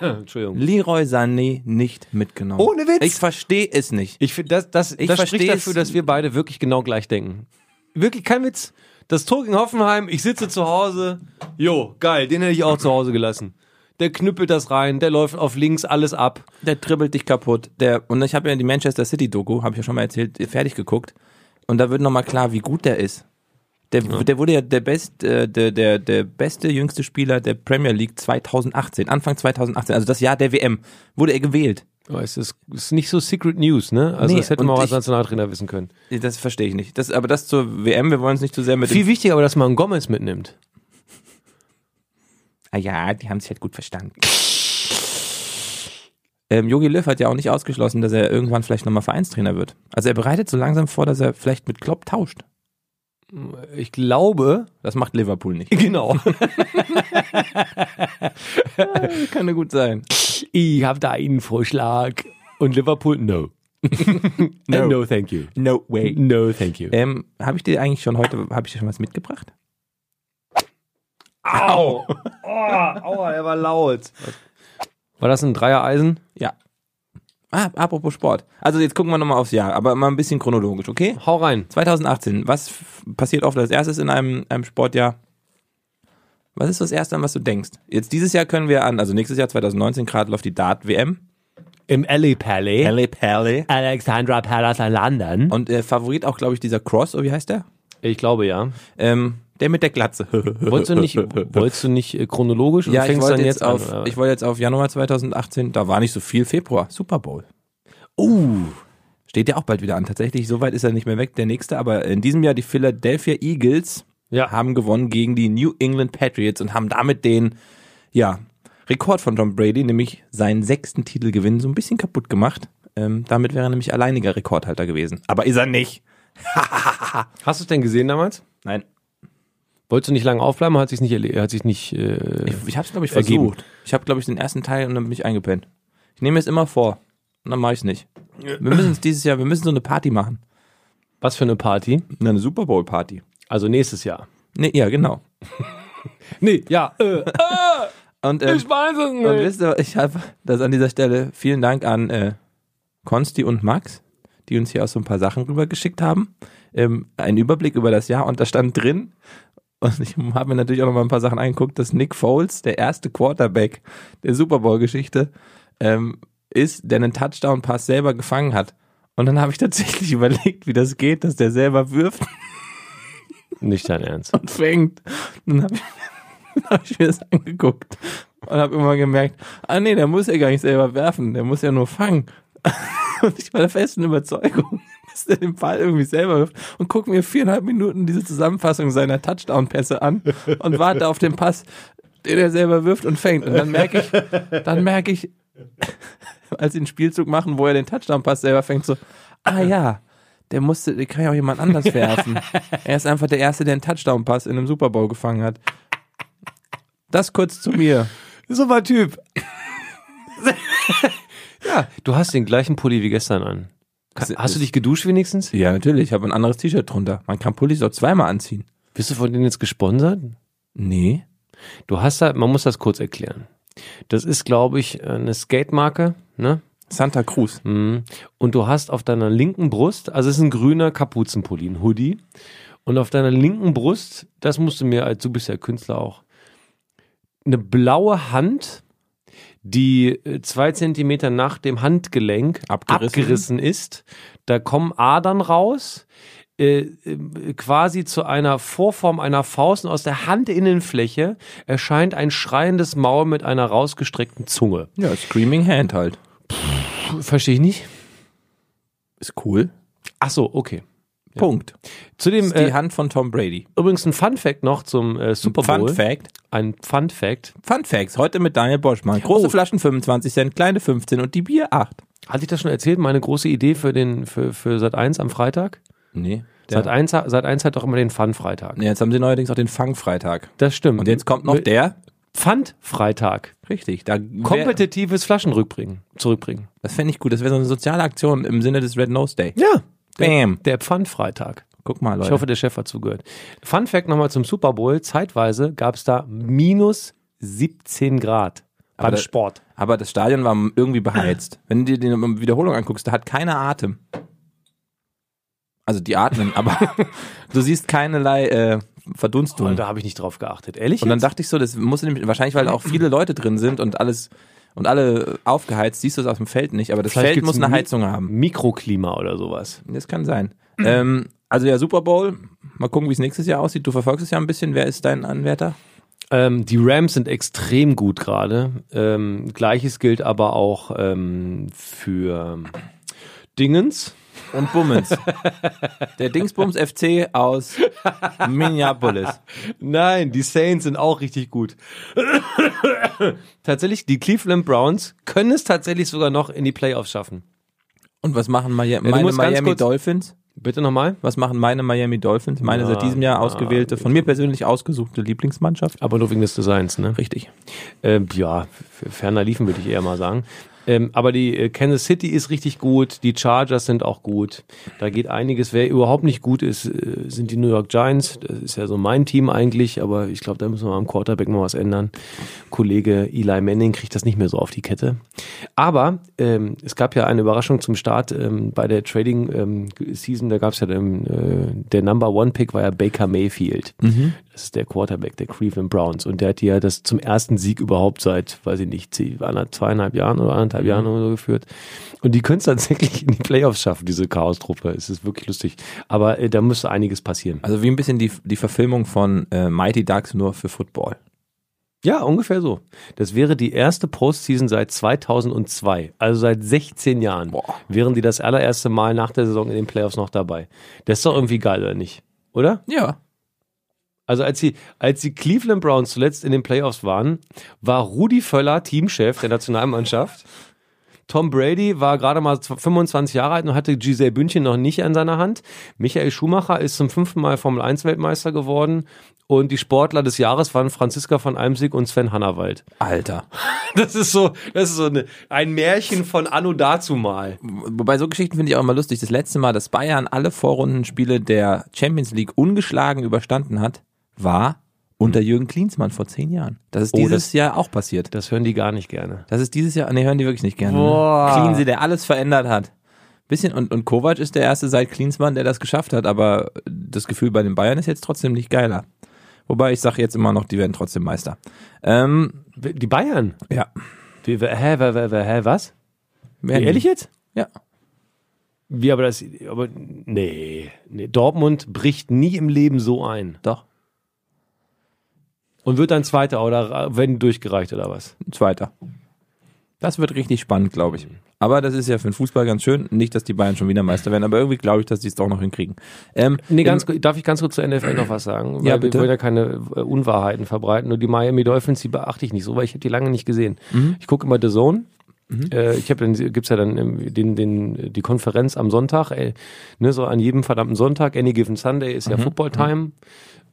[SPEAKER 2] Entschuldigung.
[SPEAKER 1] Leroy Sané nicht mitgenommen?
[SPEAKER 2] Ohne Witz.
[SPEAKER 1] Ich verstehe es nicht.
[SPEAKER 2] Ich finde, das, das, das spricht
[SPEAKER 1] versteh's.
[SPEAKER 2] dafür, dass wir beide wirklich genau gleich denken. Wirklich kein Witz. Das Tor gegen Hoffenheim, ich sitze zu Hause. Jo, geil, den hätte ich auch zu Hause gelassen. Der knüppelt das rein, der läuft auf links alles ab.
[SPEAKER 1] Der dribbelt dich kaputt. Der, und ich habe ja die Manchester City Doku, habe ich ja schon mal erzählt, fertig geguckt. Und da wird nochmal klar, wie gut der ist. Der, der wurde ja der, best, äh, der, der, der beste, jüngste Spieler der Premier League 2018, Anfang 2018, also das Jahr der WM, wurde er gewählt.
[SPEAKER 2] Oh, es ist, ist nicht so Secret News, ne? Also
[SPEAKER 1] Nee,
[SPEAKER 2] das hätte
[SPEAKER 1] und
[SPEAKER 2] man auch als
[SPEAKER 1] ich-
[SPEAKER 2] Nationaltrainer wissen können.
[SPEAKER 1] Das verstehe ich nicht. Das, aber das zur WM, wir wollen uns nicht zu sehr mit
[SPEAKER 2] Viel
[SPEAKER 1] dem...
[SPEAKER 2] wichtiger aber, dass man Gomez mitnimmt.
[SPEAKER 1] Ah ja, die haben sich halt gut verstanden. Ähm, Jogi Löw hat ja auch nicht ausgeschlossen, dass er irgendwann vielleicht nochmal Vereinstrainer wird. Also er bereitet so langsam vor, dass er vielleicht mit Klopp tauscht.
[SPEAKER 2] Ich glaube.
[SPEAKER 1] Das macht Liverpool nicht.
[SPEAKER 2] Genau.
[SPEAKER 1] Kann ja gut sein.
[SPEAKER 2] ich habe da einen Vorschlag. Und Liverpool, no. no. no, thank you.
[SPEAKER 1] No way.
[SPEAKER 2] No, thank you.
[SPEAKER 1] Ähm, habe ich dir eigentlich schon heute, habe ich dir schon was mitgebracht?
[SPEAKER 2] Au! Oh, aua, der war laut. War das ein Dreier-Eisen?
[SPEAKER 1] Ja. Ah, apropos Sport. Also jetzt gucken wir nochmal aufs Jahr, aber mal ein bisschen chronologisch, okay?
[SPEAKER 2] Hau rein.
[SPEAKER 1] 2018, was f- passiert oft als erstes in einem, einem Sportjahr? Was ist das Erste, an was du denkst? Jetzt dieses Jahr können wir an, also nächstes Jahr 2019 gerade läuft die Dart-WM.
[SPEAKER 2] Im Alley Pally.
[SPEAKER 1] Halle Perle.
[SPEAKER 2] Alexandra Palace in London.
[SPEAKER 1] Und äh, Favorit auch, glaube ich, dieser Cross, oder wie heißt der?
[SPEAKER 2] Ich glaube ja.
[SPEAKER 1] Ähm, der mit der Glatze.
[SPEAKER 2] Wolltest du nicht, wolltest du nicht äh, chronologisch und
[SPEAKER 1] ja, ich
[SPEAKER 2] fängst
[SPEAKER 1] wollte
[SPEAKER 2] dann
[SPEAKER 1] jetzt,
[SPEAKER 2] jetzt an,
[SPEAKER 1] auf,
[SPEAKER 2] oder?
[SPEAKER 1] ich wollte jetzt auf Januar 2018, da war nicht so viel, Februar, Super Bowl.
[SPEAKER 2] Uh.
[SPEAKER 1] Steht ja auch bald wieder an. Tatsächlich, so weit ist er nicht mehr weg, der nächste. Aber in diesem Jahr die Philadelphia Eagles
[SPEAKER 2] Ja.
[SPEAKER 1] haben gewonnen gegen die New England Patriots und haben damit den, ja, Rekord von Tom Brady, nämlich seinen sechsten Titelgewinn, so ein bisschen kaputt gemacht. Ähm, damit wäre er nämlich alleiniger Rekordhalter gewesen. Aber ist er nicht.
[SPEAKER 2] Hast du es denn gesehen damals?
[SPEAKER 1] Nein.
[SPEAKER 2] Wolltest du nicht lange aufbleiben, hat sich nicht, erle- hat sich nicht äh,
[SPEAKER 1] Ich habe es, glaube ich,
[SPEAKER 2] Ergeben.
[SPEAKER 1] versucht. Ich habe, glaube ich, den ersten Teil und dann bin ich eingepennt. Ich nehme es immer vor und dann mache ich es nicht. Wir müssen es dieses Jahr, wir müssen so eine Party machen.
[SPEAKER 2] was für eine Party?
[SPEAKER 1] Eine Super Bowl Party.
[SPEAKER 2] Also nächstes Jahr.
[SPEAKER 1] Nee, ja, genau.
[SPEAKER 2] Nee, ja, äh,
[SPEAKER 1] Und, ähm,
[SPEAKER 2] ich weiß es
[SPEAKER 1] und
[SPEAKER 2] nicht.
[SPEAKER 1] wisst ihr, ich habe das an dieser Stelle. Vielen Dank an äh, Konsti und Max, die uns hier auch so ein paar Sachen rübergeschickt haben. Ähm, einen Überblick über das Jahr und da stand drin. Und ich habe mir natürlich auch noch mal ein paar Sachen angeguckt, dass Nick Foles, der erste Quarterback der Super Bowl-Geschichte, ähm, ist, der einen Touchdown-Pass selber gefangen hat. Und dann habe ich tatsächlich überlegt, wie das geht, dass der selber wirft
[SPEAKER 2] Nicht dein Ernst.
[SPEAKER 1] und fängt. Dann habe ich, dann hab ich mir das angeguckt. und habe immer gemerkt, ah nee, der muss ja gar nicht selber werfen, der muss ja nur fangen. und ich war der festen Überzeugung, dass der den Ball irgendwie selber wirft und guck mir viereinhalb Minuten diese Zusammenfassung seiner Touchdown-Pässe an und warte auf den Pass, den er selber wirft und fängt. Und dann merke ich, dann merke ich, als sie einen Spielzug machen, wo er den Touchdown-Pass selber fängt, so, ah ja, der musste, der kann ja auch jemand anders werfen. er ist einfach der Erste, der einen Touchdown-Pass in einem Super Bowl gefangen hat. Das kurz zu mir.
[SPEAKER 2] Super Typ. ja, du hast den gleichen Pulli wie gestern an. Ka- Hast du dich geduscht wenigstens?
[SPEAKER 1] Ja, natürlich. Ich habe ein anderes T-Shirt drunter. Man kann Pullis auch zweimal anziehen.
[SPEAKER 2] Bist du von denen jetzt gesponsert?
[SPEAKER 1] Nee.
[SPEAKER 2] Du hast da, man muss das kurz erklären. Das ist, glaube ich, eine Skate-Marke, ne?
[SPEAKER 1] Santa Cruz.
[SPEAKER 2] Mhm. Und du hast auf deiner linken Brust, also es ist ein grüner Kapuzenpulli, ein Hoodie. Und auf deiner linken Brust, das musst du mir, als du bist ja Künstler auch, eine blaue Hand, die äh, zwei Zentimeter nach dem Handgelenk
[SPEAKER 1] Abgerissen.
[SPEAKER 2] abgerissen ist. Da kommen Adern raus, äh, äh, quasi zu einer Vorform einer Faust. Und aus der Handinnenfläche erscheint ein schreiendes Maul mit einer rausgestreckten Zunge.
[SPEAKER 1] Ja, Screaming Hand halt.
[SPEAKER 2] Verstehe ich nicht.
[SPEAKER 1] Ist cool.
[SPEAKER 2] Ach so, okay.
[SPEAKER 1] Punkt.
[SPEAKER 2] Zudem
[SPEAKER 1] Ist die
[SPEAKER 2] äh,
[SPEAKER 1] Hand von Tom Brady.
[SPEAKER 2] übrigens ein Fun Fact noch zum äh, Super Bowl.
[SPEAKER 1] Fun Fact.
[SPEAKER 2] Ein Fun Fact.
[SPEAKER 1] Fun Facts. Heute mit Daniel Boschmann. Große
[SPEAKER 2] Oh.
[SPEAKER 1] Flaschen 25 Cent, kleine 15 und die Bier 8.
[SPEAKER 2] Hatte ich das schon erzählt? Meine große Idee für den für für Sat 1 am Freitag.
[SPEAKER 1] Nee.
[SPEAKER 2] Sat 1 Sat 1 hat doch immer den Fun Freitag.
[SPEAKER 1] Nee, jetzt haben sie neuerdings auch den Fangfreitag.
[SPEAKER 2] Das stimmt.
[SPEAKER 1] Und jetzt kommt noch der.
[SPEAKER 2] Pfand Freitag.
[SPEAKER 1] Richtig. Da wär,
[SPEAKER 2] Kompetitives Flaschenrückbringen, zurückbringen.
[SPEAKER 1] das fände ich gut. Das wäre so eine soziale Aktion im Sinne des Red Nose Day.
[SPEAKER 2] Ja.
[SPEAKER 1] Bam.
[SPEAKER 2] Der Pfandfreitag.
[SPEAKER 1] Guck mal, Leute.
[SPEAKER 2] Ich hoffe, der Chef hat zugehört. Fun Fact nochmal zum Super Bowl. Zeitweise gab es da minus 17 Grad beim
[SPEAKER 1] da-
[SPEAKER 2] Sport.
[SPEAKER 1] Aber das Stadion war irgendwie beheizt. Wenn du dir die Wiederholung anguckst, da hat keiner Atem. Also die atmen, aber du siehst keinerlei äh, Verdunstung.
[SPEAKER 2] Und da habe ich nicht drauf geachtet. Ehrlich?
[SPEAKER 1] und dann
[SPEAKER 2] jetzt?
[SPEAKER 1] dachte ich so, das muss nämlich, wahrscheinlich, weil auch viele Leute drin sind und alles und alle aufgeheizt, siehst du es aus dem Feld nicht, aber das
[SPEAKER 2] Vielleicht
[SPEAKER 1] Feld
[SPEAKER 2] gibt's
[SPEAKER 1] muss eine
[SPEAKER 2] Mi-
[SPEAKER 1] Heizung haben.
[SPEAKER 2] Mikroklima oder sowas.
[SPEAKER 1] Das kann sein. ähm, also der Super Bowl, mal gucken, wie es nächstes Jahr aussieht. Du verfolgst es ja ein bisschen. Wer ist dein Anwärter?
[SPEAKER 2] Ähm, die Rams sind extrem gut gerade. Ähm, Gleiches gilt aber auch ähm, für Dingens.
[SPEAKER 1] Und Bummens. der Dingsbums FC aus Minneapolis.
[SPEAKER 2] Nein, die Saints sind auch richtig gut. tatsächlich, die Cleveland Browns können es tatsächlich sogar noch in die Playoffs schaffen.
[SPEAKER 1] Und was machen Mi meine
[SPEAKER 2] musst ganz
[SPEAKER 1] Miami
[SPEAKER 2] kurz-
[SPEAKER 1] Dolphins?
[SPEAKER 2] Bitte nochmal.
[SPEAKER 1] Was machen meine Miami Dolphins? Meine
[SPEAKER 2] Na,
[SPEAKER 1] seit diesem Jahr
[SPEAKER 2] na,
[SPEAKER 1] ausgewählte, von mir persönlich ausgesuchte Lieblingsmannschaft?
[SPEAKER 2] Aber nur wegen des Designs, ne?
[SPEAKER 1] Richtig.
[SPEAKER 2] Ähm, ja, f- ferner liefen würde ich eher mal sagen. Ähm, aber die äh, Kansas City ist richtig gut, die Chargers sind auch gut. Da geht einiges. Wer überhaupt nicht gut ist, äh, sind die New York Giants. Das ist ja so mein Team eigentlich, aber ich glaube, da müssen wir am Quarterback mal was ändern. Kollege Eli Manning kriegt das nicht mehr so auf die Kette. Aber ähm, es gab ja eine Überraschung zum Start ähm, bei der Trading ähm, Season. Da gab es ja den, äh, der Number One Pick war ja Baker Mayfield. Das ist der Quarterback der Cleveland Browns. Und der hat die ja das zum ersten Sieg überhaupt seit, weiß ich nicht, zehn- anderth- zweieinhalb Jahren oder anderthalb Jahren oder so geführt. Und die können es tatsächlich in die Playoffs schaffen, diese Chaos-Truppe. Es ist wirklich lustig. Aber äh, da müsste einiges passieren.
[SPEAKER 1] Also wie ein bisschen die, die Verfilmung von äh, Mighty Ducks nur für Football.
[SPEAKER 2] Ja, ungefähr so. Das wäre die erste Postseason seit 2002, also seit 16 Jahren.
[SPEAKER 1] Boah.
[SPEAKER 2] Wären die das allererste Mal nach der Saison in den Playoffs noch dabei. Das ist doch irgendwie geil, oder nicht? Oder?
[SPEAKER 1] Ja.
[SPEAKER 2] Also als die, als die Cleveland Browns zuletzt in den Playoffs waren, war Rudi Völler Teamchef der Nationalmannschaft. Tom Brady war gerade mal 25 Jahre alt und hatte Giselle Bündchen noch nicht an seiner Hand. Michael Schumacher ist zum fünften Mal Formel 1 Weltmeister geworden. Und die Sportler des Jahres waren Franziska von Almsig und Sven Hannawald.
[SPEAKER 1] Alter.
[SPEAKER 2] Das ist so, das ist so eine, ein Märchen von Anno dazu mal.
[SPEAKER 1] Wobei so Geschichten finde ich auch immer lustig. Das letzte Mal, dass Bayern alle Vorrundenspiele der Champions League ungeschlagen überstanden hat, war unter Jürgen Klinsmann vor zehn Jahren. Das ist
[SPEAKER 2] Oh,
[SPEAKER 1] dieses
[SPEAKER 2] das-
[SPEAKER 1] Jahr auch passiert.
[SPEAKER 2] Das hören die gar nicht gerne.
[SPEAKER 1] Das ist dieses Jahr, nee, hören die wirklich nicht gerne.
[SPEAKER 2] Boah.
[SPEAKER 1] Ne? Cleanse, der alles verändert hat. Bisschen, und, und Kovac ist der erste seit Klinsmann, der das geschafft hat, aber das Gefühl bei den Bayern ist jetzt trotzdem nicht geiler. Wobei ich sage jetzt immer noch, die werden trotzdem Meister. Ähm,
[SPEAKER 2] Die Bayern?
[SPEAKER 1] ja.
[SPEAKER 2] Wie, wer- hä, hä, hä, hä, was?
[SPEAKER 1] Werden
[SPEAKER 2] Ehrlich
[SPEAKER 1] die.
[SPEAKER 2] jetzt?
[SPEAKER 1] Ja.
[SPEAKER 2] Hm. Wie, aber das, aber, nee, nee. Dortmund bricht nie im Leben so ein.
[SPEAKER 1] Doch.
[SPEAKER 2] Und wird dann Zweiter oder wenn durchgereicht oder was?
[SPEAKER 1] Ein Zweiter. Das wird richtig spannend, glaube ich. Aber das ist ja für den Fußball ganz schön. Nicht, dass die Bayern schon wieder Meister werden, aber irgendwie glaube ich, dass die es doch noch hinkriegen. Ähm,
[SPEAKER 2] Nee,
[SPEAKER 1] im-
[SPEAKER 2] ganz, kurz- darf ich ganz kurz zur NFL noch was sagen? Weil
[SPEAKER 1] Ja, bitte.
[SPEAKER 2] Wir wollen ja keine äh, Unwahrheiten verbreiten. Nur die Miami Dolphins, die beachte ich nicht so, weil ich habe die lange nicht gesehen.
[SPEAKER 1] Mhm.
[SPEAKER 2] Ich gucke immer The Zone. Äh, ich habe dann gibt's ja dann ähm, den, den, die Konferenz am Sonntag, äh, ne, so an jedem verdammten Sonntag, any given Sunday ist ja
[SPEAKER 1] Mhm.
[SPEAKER 2] Football Time.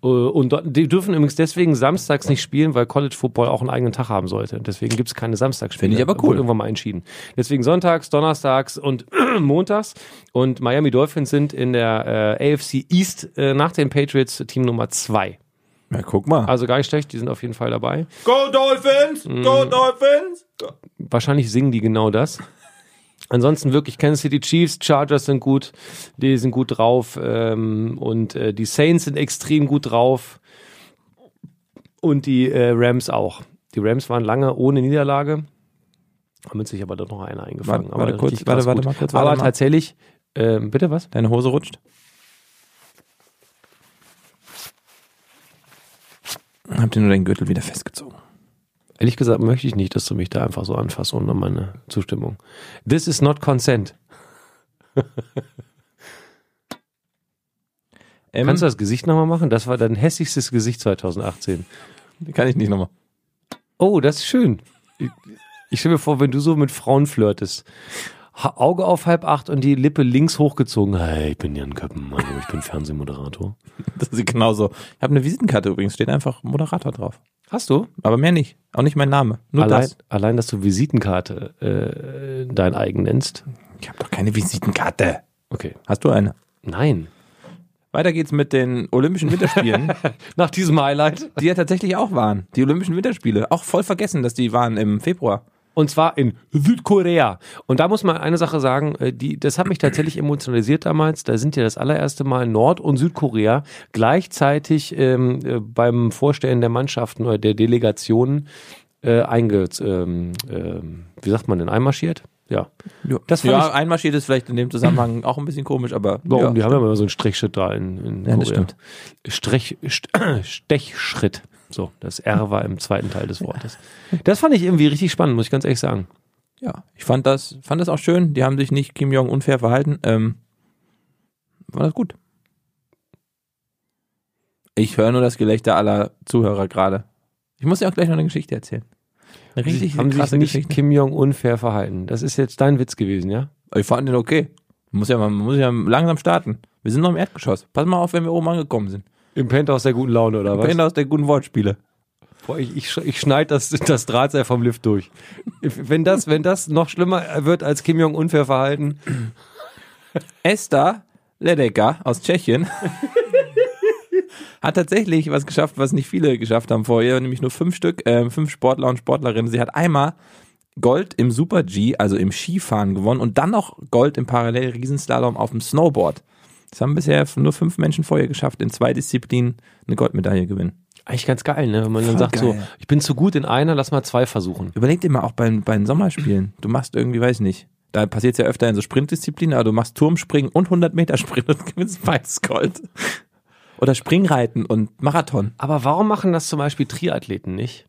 [SPEAKER 2] Äh, Und dort, die dürfen übrigens deswegen samstags nicht spielen, weil College Football auch einen eigenen Tag haben sollte. Deswegen gibt's keine Samstagsspiele.
[SPEAKER 1] Finde ich aber
[SPEAKER 2] Wurde
[SPEAKER 1] cool.
[SPEAKER 2] Irgendwann mal entschieden. Deswegen sonntags, donnerstags und montags. Und Miami Dolphins sind in der äh, AFC East äh, nach den Patriots Team Nummer zwei.
[SPEAKER 1] Na, guck mal.
[SPEAKER 2] Also gar nicht schlecht, die sind auf jeden Fall dabei.
[SPEAKER 1] Go Dolphins!
[SPEAKER 2] Mhm.
[SPEAKER 1] Go Dolphins!
[SPEAKER 2] Wahrscheinlich singen die genau das. Ansonsten wirklich Kansas City Chiefs, Chargers sind gut, die sind gut drauf ähm, und äh, die Saints sind extrem gut drauf und die äh, Rams auch. Die Rams waren lange ohne Niederlage, haben uns sich aber doch noch eine eingefangen.
[SPEAKER 1] Warte- warte
[SPEAKER 2] aber
[SPEAKER 1] kurz,
[SPEAKER 2] richtig
[SPEAKER 1] warte-
[SPEAKER 2] krass
[SPEAKER 1] warte
[SPEAKER 2] gut.
[SPEAKER 1] mal kurz, warte
[SPEAKER 2] Aber
[SPEAKER 1] mal.
[SPEAKER 2] tatsächlich, ähm, bitte was?
[SPEAKER 1] Deine Hose rutscht. Hab dir nur deinen Gürtel wieder festgezogen.
[SPEAKER 2] Ehrlich gesagt möchte ich nicht, dass du mich da einfach so anfasst ohne meine Zustimmung. This is not consent.
[SPEAKER 1] Ähm,
[SPEAKER 2] Kannst du das Gesicht nochmal machen? Das war dein hässlichstes Gesicht 2018.
[SPEAKER 1] kann ich nicht nochmal.
[SPEAKER 2] Oh, das ist schön. Ich- Ich stelle mir vor, wenn du so mit Frauen flirtest. Ha Auge auf halb acht und die Lippe links hochgezogen. Hey, ich bin Jan Köppen, hallo, ich bin Fernsehmoderator.
[SPEAKER 1] Das ist genauso. Ich habe eine Visitenkarte übrigens, steht einfach Moderator drauf.
[SPEAKER 2] Hast du?
[SPEAKER 1] Aber mehr nicht. Auch nicht mein Name. Nur
[SPEAKER 2] Allein,
[SPEAKER 1] das.
[SPEAKER 2] allein, dass du Visitenkarte äh, dein eigen nennst.
[SPEAKER 1] Ich habe doch keine Visitenkarte.
[SPEAKER 2] Okay.
[SPEAKER 1] Hast du eine?
[SPEAKER 2] Nein.
[SPEAKER 1] Weiter geht's mit den Olympischen Winterspielen,
[SPEAKER 2] Nach diesem Highlight.
[SPEAKER 1] die ja tatsächlich auch waren. Die Olympischen Winterspiele. Auch voll vergessen, dass die waren im Februar.
[SPEAKER 2] Und zwar in Südkorea. Und da muss man eine Sache sagen, äh, die, das hat mich tatsächlich emotionalisiert damals. Da sind ja das allererste Mal Nord- und Südkorea gleichzeitig ähm, äh, beim Vorstellen der Mannschaften oder der Delegationen äh, einge, ähm, ähm, wie sagt man denn, einmarschiert? Ja.
[SPEAKER 1] Ja,
[SPEAKER 2] Das fand
[SPEAKER 1] ja
[SPEAKER 2] ich-
[SPEAKER 1] einmarschiert ist vielleicht in dem Zusammenhang auch ein bisschen komisch, aber
[SPEAKER 2] Warum? die
[SPEAKER 1] ja,
[SPEAKER 2] haben ja immer so einen Strichschritt da in, in
[SPEAKER 1] Ja, das
[SPEAKER 2] Korea.
[SPEAKER 1] stimmt.
[SPEAKER 2] Strich, St- Stechschritt. So, das R war im zweiten Teil des Wortes. Das fand ich irgendwie richtig spannend, muss ich ganz ehrlich sagen.
[SPEAKER 1] ja, ich fand das, fand das auch schön. Die haben sich nicht Kim Jong unfair verhalten. Ähm, war das gut. Ich höre nur das Gelächter aller Zuhörer gerade. Ich muss ja auch gleich noch eine Geschichte erzählen. Eine richtig
[SPEAKER 2] haben sich
[SPEAKER 1] krasse
[SPEAKER 2] nicht
[SPEAKER 1] Geschichte.
[SPEAKER 2] Kim Jong unfair verhalten. Das ist jetzt dein Witz gewesen, ja?
[SPEAKER 1] Ich fand den okay. Muss ja, man muss ja langsam starten. Wir sind noch im Erdgeschoss. Pass mal auf, wenn wir oben angekommen sind.
[SPEAKER 2] Im Penthouse der guten Laune oder was?
[SPEAKER 1] Vorhin aus der guten Wortspiele.
[SPEAKER 2] Boah, ich, ich, sch- ich schneide das, das Drahtseil vom Lift durch. Wenn das, wenn das noch schlimmer wird als Kim Jong unfair verhalten.
[SPEAKER 1] Esther Ledecker aus Tschechien hat tatsächlich was geschafft, was nicht viele geschafft haben vor ihr, nämlich nur fünf Stück, äh, fünf Sportler und Sportlerinnen. Sie hat einmal Gold im Super G, also im Skifahren gewonnen und dann noch Gold im Parallel-Riesenslalom auf dem Snowboard. Das haben bisher nur fünf Menschen vor ihr geschafft, in zwei Disziplinen eine Goldmedaille gewinnen.
[SPEAKER 2] Eigentlich ganz geil, ne? Wenn man dann
[SPEAKER 1] Voll
[SPEAKER 2] sagt so,
[SPEAKER 1] geil.
[SPEAKER 2] ich bin zu gut in einer, lass mal zwei versuchen.
[SPEAKER 1] Überleg dir mal auch bei, bei den Sommerspielen. Du machst irgendwie, weiß nicht, da passiert es ja öfter in so Sprintdisziplinen, aber du machst Turmspringen und 100 Meter Sprint und gewinnst beides Gold. Oder Springreiten und Marathon.
[SPEAKER 2] Aber warum machen das zum Beispiel Triathleten nicht?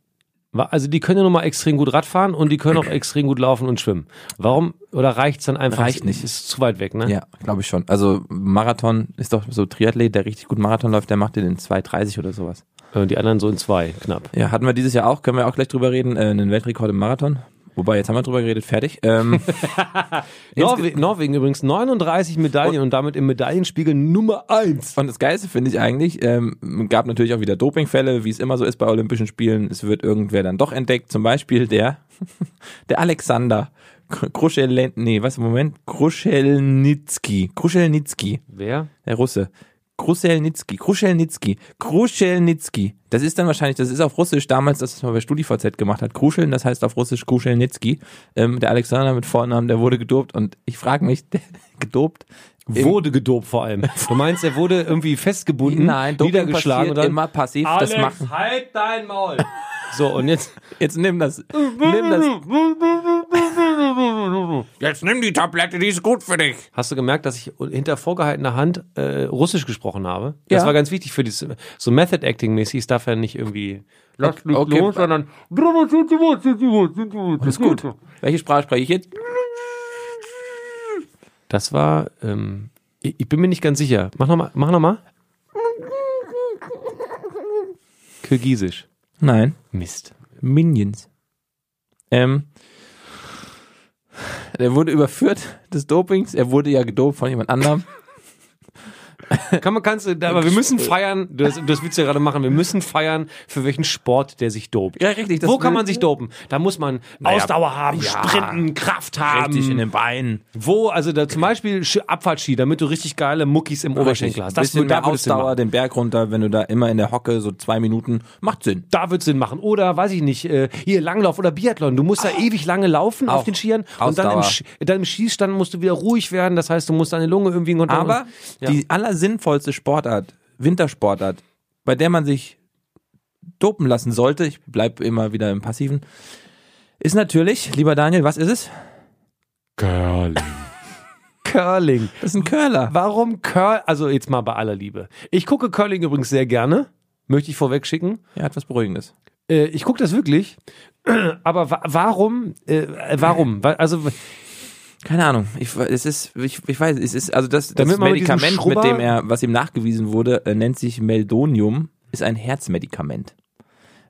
[SPEAKER 2] Wa- Also die können ja nun mal extrem gut Radfahren und die können auch extrem gut laufen und schwimmen. Warum? Oder reicht's dann einfach?
[SPEAKER 1] Reicht nicht.
[SPEAKER 2] Ist zu weit weg, ne?
[SPEAKER 1] Ja, glaube ich schon. Also Marathon ist doch so Triathlet, der richtig gut Marathon läuft, der macht den in 2,30 oder sowas.
[SPEAKER 2] Und Äh, die anderen so in zwei, knapp.
[SPEAKER 1] Ja, hatten wir dieses Jahr auch, können wir auch gleich drüber reden, äh, einen Weltrekord im Marathon. Wobei, jetzt haben wir drüber geredet, fertig. Ähm,
[SPEAKER 2] Norwe Norwegen übrigens 39 Medaillen und, damit im Medaillenspiegel Nummer 1.
[SPEAKER 1] Und das Geilste finde ich eigentlich, ähm, gab natürlich auch wieder Dopingfälle, wie es immer so ist bei Olympischen Spielen. Es wird irgendwer dann doch entdeckt, zum Beispiel der, der Alexander Kr- Kruschel, nee, was, Moment, Kruschelnitski, Kruschelnitski,
[SPEAKER 2] Wer?
[SPEAKER 1] der Russe. Kruschelnitski, Kruschelnitski, Kruschelnitski. Das ist dann wahrscheinlich, das ist auf Russisch damals, das was man bei StudiVZ gemacht hat. Kruscheln, das heißt auf Russisch Kruschelnitski. Ähm, der Alexander mit Vornamen, der wurde gedopt und ich frage mich, der, gedopt. Im-
[SPEAKER 2] Wurde gedopt vor allem. Du meinst, er wurde irgendwie festgebunden,
[SPEAKER 1] Nein, Doping
[SPEAKER 2] niedergeschlagen und
[SPEAKER 1] passiert
[SPEAKER 2] dann
[SPEAKER 1] immer passiv. das machen
[SPEAKER 2] halt dein Maul. So, und jetzt
[SPEAKER 1] Jetzt nimm das. Nimm das.
[SPEAKER 2] haben.
[SPEAKER 3] Jetzt nimm die Tablette, die ist gut für dich.
[SPEAKER 2] Hast du gemerkt, dass ich hinter vorgehaltener Hand äh, Russisch gesprochen habe? Das
[SPEAKER 1] Ja.
[SPEAKER 2] war ganz wichtig für dieses, so Method Acting mäßig, es darf ja nicht irgendwie lass mich
[SPEAKER 1] okay.
[SPEAKER 2] los, sondern
[SPEAKER 1] Ist gut. Welche Sprache spreche ich jetzt?
[SPEAKER 2] das war, ähm, ich, ich bin mir nicht ganz sicher. Mach nochmal, mach nochmal. Kirgisisch.
[SPEAKER 1] Nein.
[SPEAKER 2] Mist.
[SPEAKER 1] Minions. Ähm, er wurde überführt des Dopings. Er wurde ja gedopt von jemand anderem.
[SPEAKER 2] Kann man, kannst du, aber wir
[SPEAKER 1] Äh,
[SPEAKER 2] müssen feiern, das, das willst du ja gerade machen, wir müssen feiern, für welchen Sport der sich dopt.
[SPEAKER 1] Ja, richtig, das
[SPEAKER 2] Wo kann
[SPEAKER 1] will-
[SPEAKER 2] man sich dopen? Da muss man Ausdauer haben, Sprinten, Kraft haben.
[SPEAKER 1] den Beinen.
[SPEAKER 2] Wo, also da zum Beispiel Sch- Abfahrtski, damit du richtig geile Muckis im Oberschenkel hast. Das
[SPEAKER 1] bisschen
[SPEAKER 2] wird, da
[SPEAKER 1] mehr
[SPEAKER 2] würde es Sinn
[SPEAKER 1] Ausdauer
[SPEAKER 2] machen.
[SPEAKER 1] den Berg runter, wenn du da immer in der Hocke so zwei Minuten. Macht Sinn.
[SPEAKER 2] Da wird Sinn machen. Oder, weiß ich nicht, äh, hier Langlauf oder Biathlon. Du musst da ewig lange laufen auf
[SPEAKER 1] Auch.
[SPEAKER 2] den Skiern und dann im,
[SPEAKER 1] Ausdauer.
[SPEAKER 2] Sch- dann im Schießstand musst du wieder ruhig werden. Das heißt, du musst deine Lunge irgendwie in Kontrolle
[SPEAKER 1] Aber
[SPEAKER 2] ja.
[SPEAKER 1] die allersinnvollste Sportart, Wintersportart, bei der man sich dopen lassen sollte, ich bleib immer wieder im Passiven, ist natürlich, lieber Daniel, was ist es?
[SPEAKER 2] Curling.
[SPEAKER 1] Das ist ein Curler.
[SPEAKER 2] Warum Curl? Also jetzt mal bei aller Liebe. Ich gucke Curling übrigens sehr gerne. Möchte ich vorweg schicken.
[SPEAKER 1] Er hat was Beruhigendes.
[SPEAKER 2] Äh, ich gucke das wirklich. Aber wa warum? Äh, warum? Wa- Also
[SPEAKER 1] Keine Ahnung. Ich, es ist, ich, ich weiß, es ist, also das, das
[SPEAKER 2] Damit man mit diesem
[SPEAKER 1] Medikament, mit,
[SPEAKER 2] Schrubber-
[SPEAKER 1] dem er, was ihm nachgewiesen wurde, äh, nennt sich Meldonium, ist ein Herzmedikament.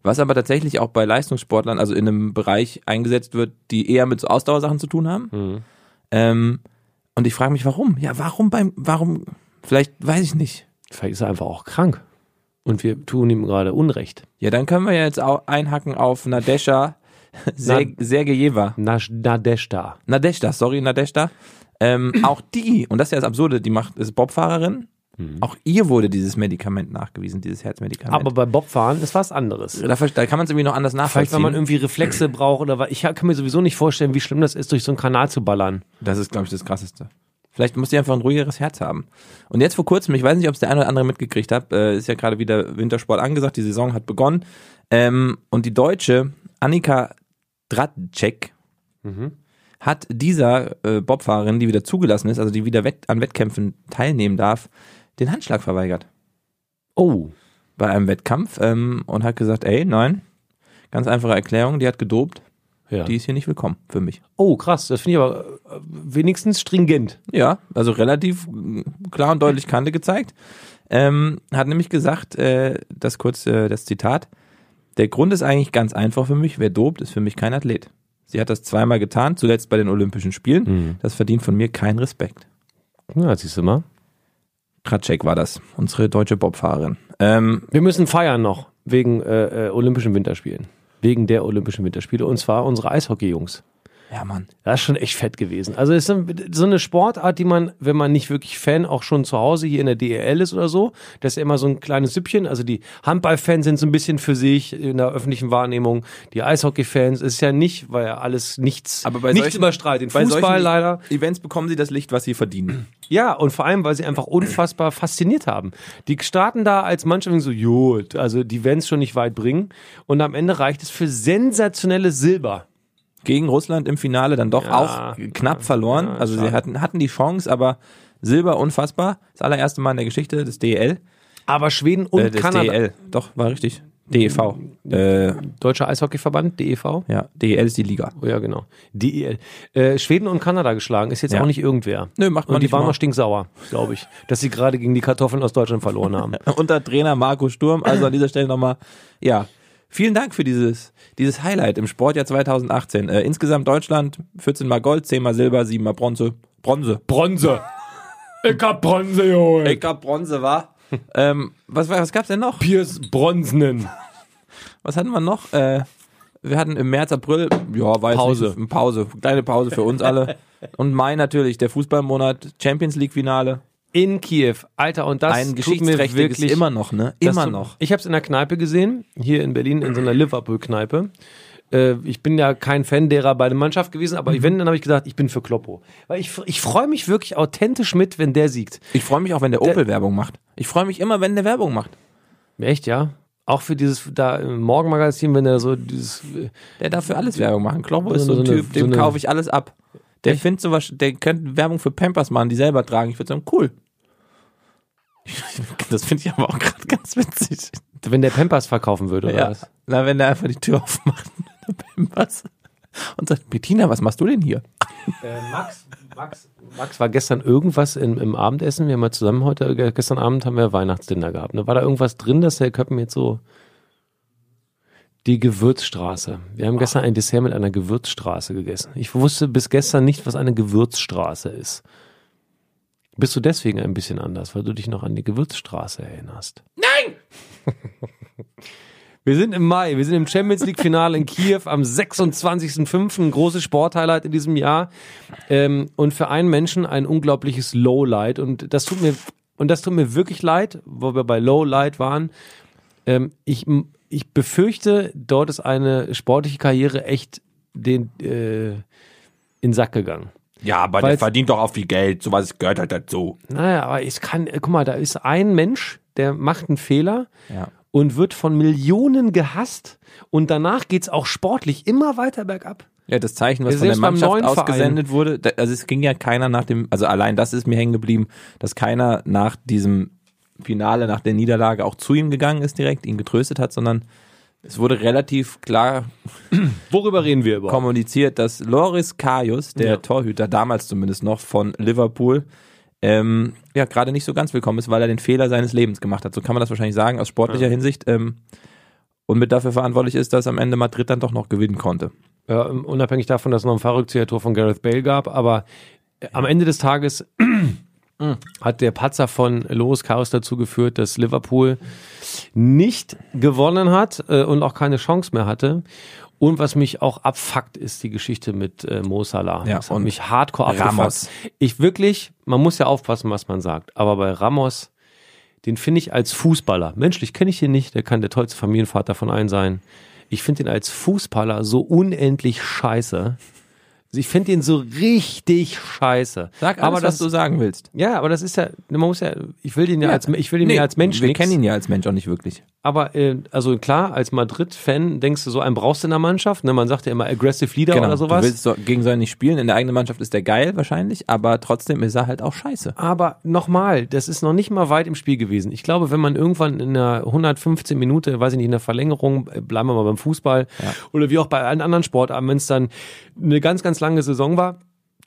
[SPEAKER 1] Was aber tatsächlich auch bei Leistungssportlern, also in einem Bereich eingesetzt wird, die eher mit so Ausdauersachen zu tun haben.
[SPEAKER 2] Mhm.
[SPEAKER 1] Ähm, und ich frage mich, warum? Ja, warum beim, warum, vielleicht, weiß ich nicht.
[SPEAKER 2] vielleicht ist er einfach auch krank. Und wir tun ihm gerade Unrecht.
[SPEAKER 1] Ja, dann können wir ja jetzt auch einhacken auf Nadesha Ser- Sergejeva.
[SPEAKER 2] Nash- Nadeshda.
[SPEAKER 1] Nadeshda, sorry, Nadeshda. Ähm, auch die, und das ist ja das Absurde, die macht, ist Bobfahrerin. Auch ihr wurde dieses Medikament nachgewiesen, dieses Herzmedikament.
[SPEAKER 2] Mhm. Aber bei Bobfahren ist was anderes.
[SPEAKER 1] da, ver- da kann man es irgendwie noch anders
[SPEAKER 2] Vielleicht, weil
[SPEAKER 1] nachvollziehen.
[SPEAKER 2] man irgendwie Reflexe braucht oder was. Ich kann mir sowieso nicht vorstellen, wie schlimm das ist, durch so einen Kanal zu ballern.
[SPEAKER 1] das ist, glaube ich, das Krasseste. Vielleicht muss sie einfach ein ruhigeres Herz haben. Und jetzt vor kurzem, ich weiß nicht, ob es der eine oder andere mitgekriegt hat, äh, ist ja gerade wieder Wintersport angesagt, die Saison hat begonnen. Ähm, und die Deutsche Annika Dratczek hat dieser äh, Bobfahrerin, die wieder zugelassen ist, also die wieder wett an Wettkämpfen teilnehmen darf, den Handschlag verweigert.
[SPEAKER 2] Oh.
[SPEAKER 1] bei einem Wettkampf ähm, und hat gesagt, ey, nein, ganz einfache Erklärung, die hat gedopt,
[SPEAKER 2] Ja.
[SPEAKER 1] die ist hier nicht willkommen für mich.
[SPEAKER 2] Oh, krass. Das finde ich aber äh, wenigstens stringent.
[SPEAKER 1] Ja, also relativ mh, klar und deutlich Kante gezeigt. Ähm, hat nämlich gesagt, äh, das kurz äh, das Zitat, der Grund ist eigentlich ganz einfach für mich, wer dopt, ist für mich kein Athlet. Sie hat das zweimal getan, zuletzt bei den Olympischen Spielen.
[SPEAKER 2] Mhm.
[SPEAKER 1] Das verdient von mir keinen Respekt.
[SPEAKER 2] Ja, siehst du mal.
[SPEAKER 1] Kratschek war das, unsere deutsche Bobfahrerin. Ähm,
[SPEAKER 2] Wir müssen feiern noch wegen äh, äh, Olympischen Winterspielen. Wegen der Olympischen Winterspiele und zwar unsere Eishockey-Jungs.
[SPEAKER 1] ja, Mann.
[SPEAKER 2] Das ist schon echt fett gewesen. Also es ist so eine Sportart, die man, wenn man nicht wirklich Fan auch schon zu Hause hier in der DEL ist oder so, das ist ja immer so ein kleines Süppchen. Also die Handball-Fans sind so ein bisschen für sich in der öffentlichen Wahrnehmung. Die Eishockey-Fans ist ja nicht, weil ja alles nichts,
[SPEAKER 1] Aber bei
[SPEAKER 2] nichts
[SPEAKER 1] solchen-
[SPEAKER 2] überstrahlt. Den
[SPEAKER 1] bei
[SPEAKER 2] Fußball
[SPEAKER 1] solchen
[SPEAKER 2] leider.
[SPEAKER 1] Events bekommen sie das Licht, was sie verdienen.
[SPEAKER 2] Ja, und vor allem, weil sie einfach unfassbar fasziniert haben. Die starten da als Mannschaft und so, jo, also die werden es schon nicht weit bringen. Und am Ende reicht es für sensationelles Silber.
[SPEAKER 1] gegen Russland im Finale dann doch
[SPEAKER 2] Ja.
[SPEAKER 1] auch knapp verloren. also sie
[SPEAKER 2] schade.
[SPEAKER 1] hatten, hatten die Chance, aber Silber unfassbar. Das allererste Mal in der Geschichte des DEL.
[SPEAKER 2] Aber Schweden und
[SPEAKER 1] Äh, des
[SPEAKER 2] Kanada.
[SPEAKER 1] DEL. Doch, war richtig. DEV. Äh,
[SPEAKER 2] Deutscher Eishockeyverband, DEV.
[SPEAKER 1] ja, DEL ist die Liga.
[SPEAKER 2] Oh ja, genau. DEL. Äh, Schweden und Kanada geschlagen ist jetzt
[SPEAKER 1] Ja.
[SPEAKER 2] auch nicht irgendwer.
[SPEAKER 1] Nö, macht man
[SPEAKER 2] und die
[SPEAKER 1] nicht
[SPEAKER 2] waren
[SPEAKER 1] mal.
[SPEAKER 2] noch stinksauer, glaube ich, dass sie gerade gegen die Kartoffeln aus Deutschland verloren haben.
[SPEAKER 1] Unter Trainer Marco Sturm. Also an dieser Stelle nochmal, ja. Vielen Dank für dieses, dieses Highlight im Sportjahr 2018. Äh, insgesamt Deutschland 14 mal Gold, 10 mal Silber, 7 mal Bronze. Bronze.
[SPEAKER 2] Bronze. Ich hab Bronze geholt.
[SPEAKER 1] Ich hab Bronze, war. ähm, was, war- was gab's denn noch?
[SPEAKER 2] Piers Bronsnen.
[SPEAKER 1] Was hatten wir noch? Äh, wir hatten im März, April, ja, weiß
[SPEAKER 2] Pause.
[SPEAKER 1] nicht, Pause, kleine Pause für uns alle. Und Mai natürlich, der Fußballmonat, Champions League Finale,
[SPEAKER 2] In Kiew. Alter, und das
[SPEAKER 1] ein
[SPEAKER 2] tut mir
[SPEAKER 1] geschichtsträchtiges
[SPEAKER 2] wirklich
[SPEAKER 1] immer noch, ne?
[SPEAKER 2] Das
[SPEAKER 1] Immer
[SPEAKER 2] tut-
[SPEAKER 1] noch.
[SPEAKER 2] Ich habe es in der Kneipe gesehen, hier in Berlin, in so einer Liverpool-Kneipe. Äh, Ich bin ja kein Fan derer beiden Mannschaft gewesen,
[SPEAKER 1] Mhm.
[SPEAKER 2] aber wenn, dann habe ich gesagt, ich bin für Kloppo. Weil ich, ich freue mich wirklich authentisch mit, wenn der siegt.
[SPEAKER 1] Ich freue mich auch, wenn der Opel Werbung macht. Ich freue mich immer, wenn der Werbung macht.
[SPEAKER 2] Echt, ja? Auch für dieses da im Morgenmagazin, wenn er so dieses.
[SPEAKER 1] Der darf für alles Werbung machen. Kloppo ist
[SPEAKER 2] So
[SPEAKER 1] so ein
[SPEAKER 2] eine-
[SPEAKER 1] Typ, dem
[SPEAKER 2] so eine-
[SPEAKER 1] kaufe ich alles ab. Der findet sowas, der könnte Werbung für Pampers machen, die selber tragen. Ich würde sagen, cool. Das finde ich aber auch gerade ganz witzig.
[SPEAKER 2] Wenn der Pampers verkaufen würde, oder
[SPEAKER 1] ja.
[SPEAKER 2] was?
[SPEAKER 1] Na, wenn der einfach die Tür aufmacht mit der Pampers und sagt, Bettina, was machst du denn hier?
[SPEAKER 2] Äh, Max, Max, Max war gestern irgendwas im, im Abendessen. Wir haben mal zusammen heute, äh, gestern Abend haben wir Weihnachtsdinner gehabt. Ne? War da irgendwas drin, dass Herr Köppen jetzt so. Die Gewürzstraße. Wir haben gestern ein Dessert mit einer Gewürzstraße gegessen. Ich wusste bis gestern nicht, was eine Gewürzstraße ist. Bist du deswegen ein bisschen anders, weil du dich noch an die Gewürzstraße erinnerst?
[SPEAKER 3] Nein!
[SPEAKER 2] Wir sind im Mai, wir sind im Champions League Finale in Kiew am 26.05. Ein großes Sporthighlight in diesem Jahr. Ähm, und für einen Menschen ein unglaubliches Lowlight. Und das tut mir, und das tut mir wirklich leid, wo wir bei Lowlight waren. Ähm, ich, ich befürchte, dort ist eine sportliche Karriere echt den, äh, in den Sack gegangen.
[SPEAKER 3] Ja, aber
[SPEAKER 2] Weil's-
[SPEAKER 3] der verdient doch auch viel Geld. Sowas gehört halt dazu.
[SPEAKER 2] Naja, aber es kann, guck mal, da ist ein Mensch, der macht einen Fehler.
[SPEAKER 1] Ja.
[SPEAKER 2] und wird von Millionen gehasst und danach geht's auch sportlich immer weiter bergab.
[SPEAKER 1] Ja, das Zeichen, was
[SPEAKER 2] Ja,
[SPEAKER 1] von der
[SPEAKER 2] selbst beim
[SPEAKER 1] Mannschaft
[SPEAKER 2] neuen Verein.
[SPEAKER 1] ausgesendet wurde, da, also es ging ja keiner nach dem, also allein das ist mir hängen geblieben, dass keiner nach diesem Finale, nach der Niederlage auch zu ihm gegangen ist direkt, ihn getröstet hat, sondern es wurde relativ klar
[SPEAKER 2] Worüber reden wir überhaupt?
[SPEAKER 1] kommuniziert, dass Loris Karius, der
[SPEAKER 2] Ja.
[SPEAKER 1] Torhüter damals zumindest noch von Liverpool, ähm, ja gerade nicht so ganz willkommen ist, weil er den Fehler seines Lebens gemacht hat. So kann man das wahrscheinlich sagen aus sportlicher Hinsicht ähm, und mit dafür verantwortlich ist, dass am Ende Madrid dann doch noch gewinnen konnte.
[SPEAKER 2] Ja, ähm, unabhängig davon, dass es noch ein Fahrrückzieher-Tor von Gareth Bale gab, aber äh, am Ende des Tages hat der Patzer von Loris Chaos dazu geführt, dass Liverpool nicht gewonnen hat äh, und auch keine Chance mehr hatte. Und was mich auch abfuckt, ist die Geschichte mit äh, Mo Salah.
[SPEAKER 1] Ja,
[SPEAKER 2] das hat
[SPEAKER 1] und
[SPEAKER 2] mich hardcore abgefuckt.
[SPEAKER 1] Ramos.
[SPEAKER 2] Ich wirklich, man muss ja aufpassen, was man sagt, aber bei Ramos, den finde ich als Fußballer, menschlich kenne ich ihn nicht, der kann der tollste Familienvater von allen sein. Ich finde ihn als Fußballer so unendlich scheiße. Also Ich finde ihn so richtig scheiße.
[SPEAKER 1] Sag alles,
[SPEAKER 2] aber das,
[SPEAKER 1] was du sagen willst.
[SPEAKER 2] ja, aber das ist ja, man muss ja, ich will ihn ja, als, ich will ihn ja als Mensch
[SPEAKER 1] Wir
[SPEAKER 2] nix.
[SPEAKER 1] kennen ihn ja als Mensch auch nicht wirklich.
[SPEAKER 2] Aber äh, also klar, als Madrid-Fan denkst du so, einen brauchst du in der Mannschaft. Ne? Man sagt ja immer Aggressive Leader oder sowas.
[SPEAKER 1] Genau, Du willst so, gegen so einen nicht spielen. In der eigenen Mannschaft ist der geil wahrscheinlich, aber trotzdem ist er halt auch scheiße.
[SPEAKER 2] Aber nochmal, das ist noch nicht mal weit im Spiel gewesen. Ich glaube, wenn man irgendwann in der 115 Minute, weiß ich nicht, in der Verlängerung, äh, bleiben wir mal beim Fußball oder wie auch bei allen anderen Sportarten, wenn es dann eine ganz, ganz lange Saison war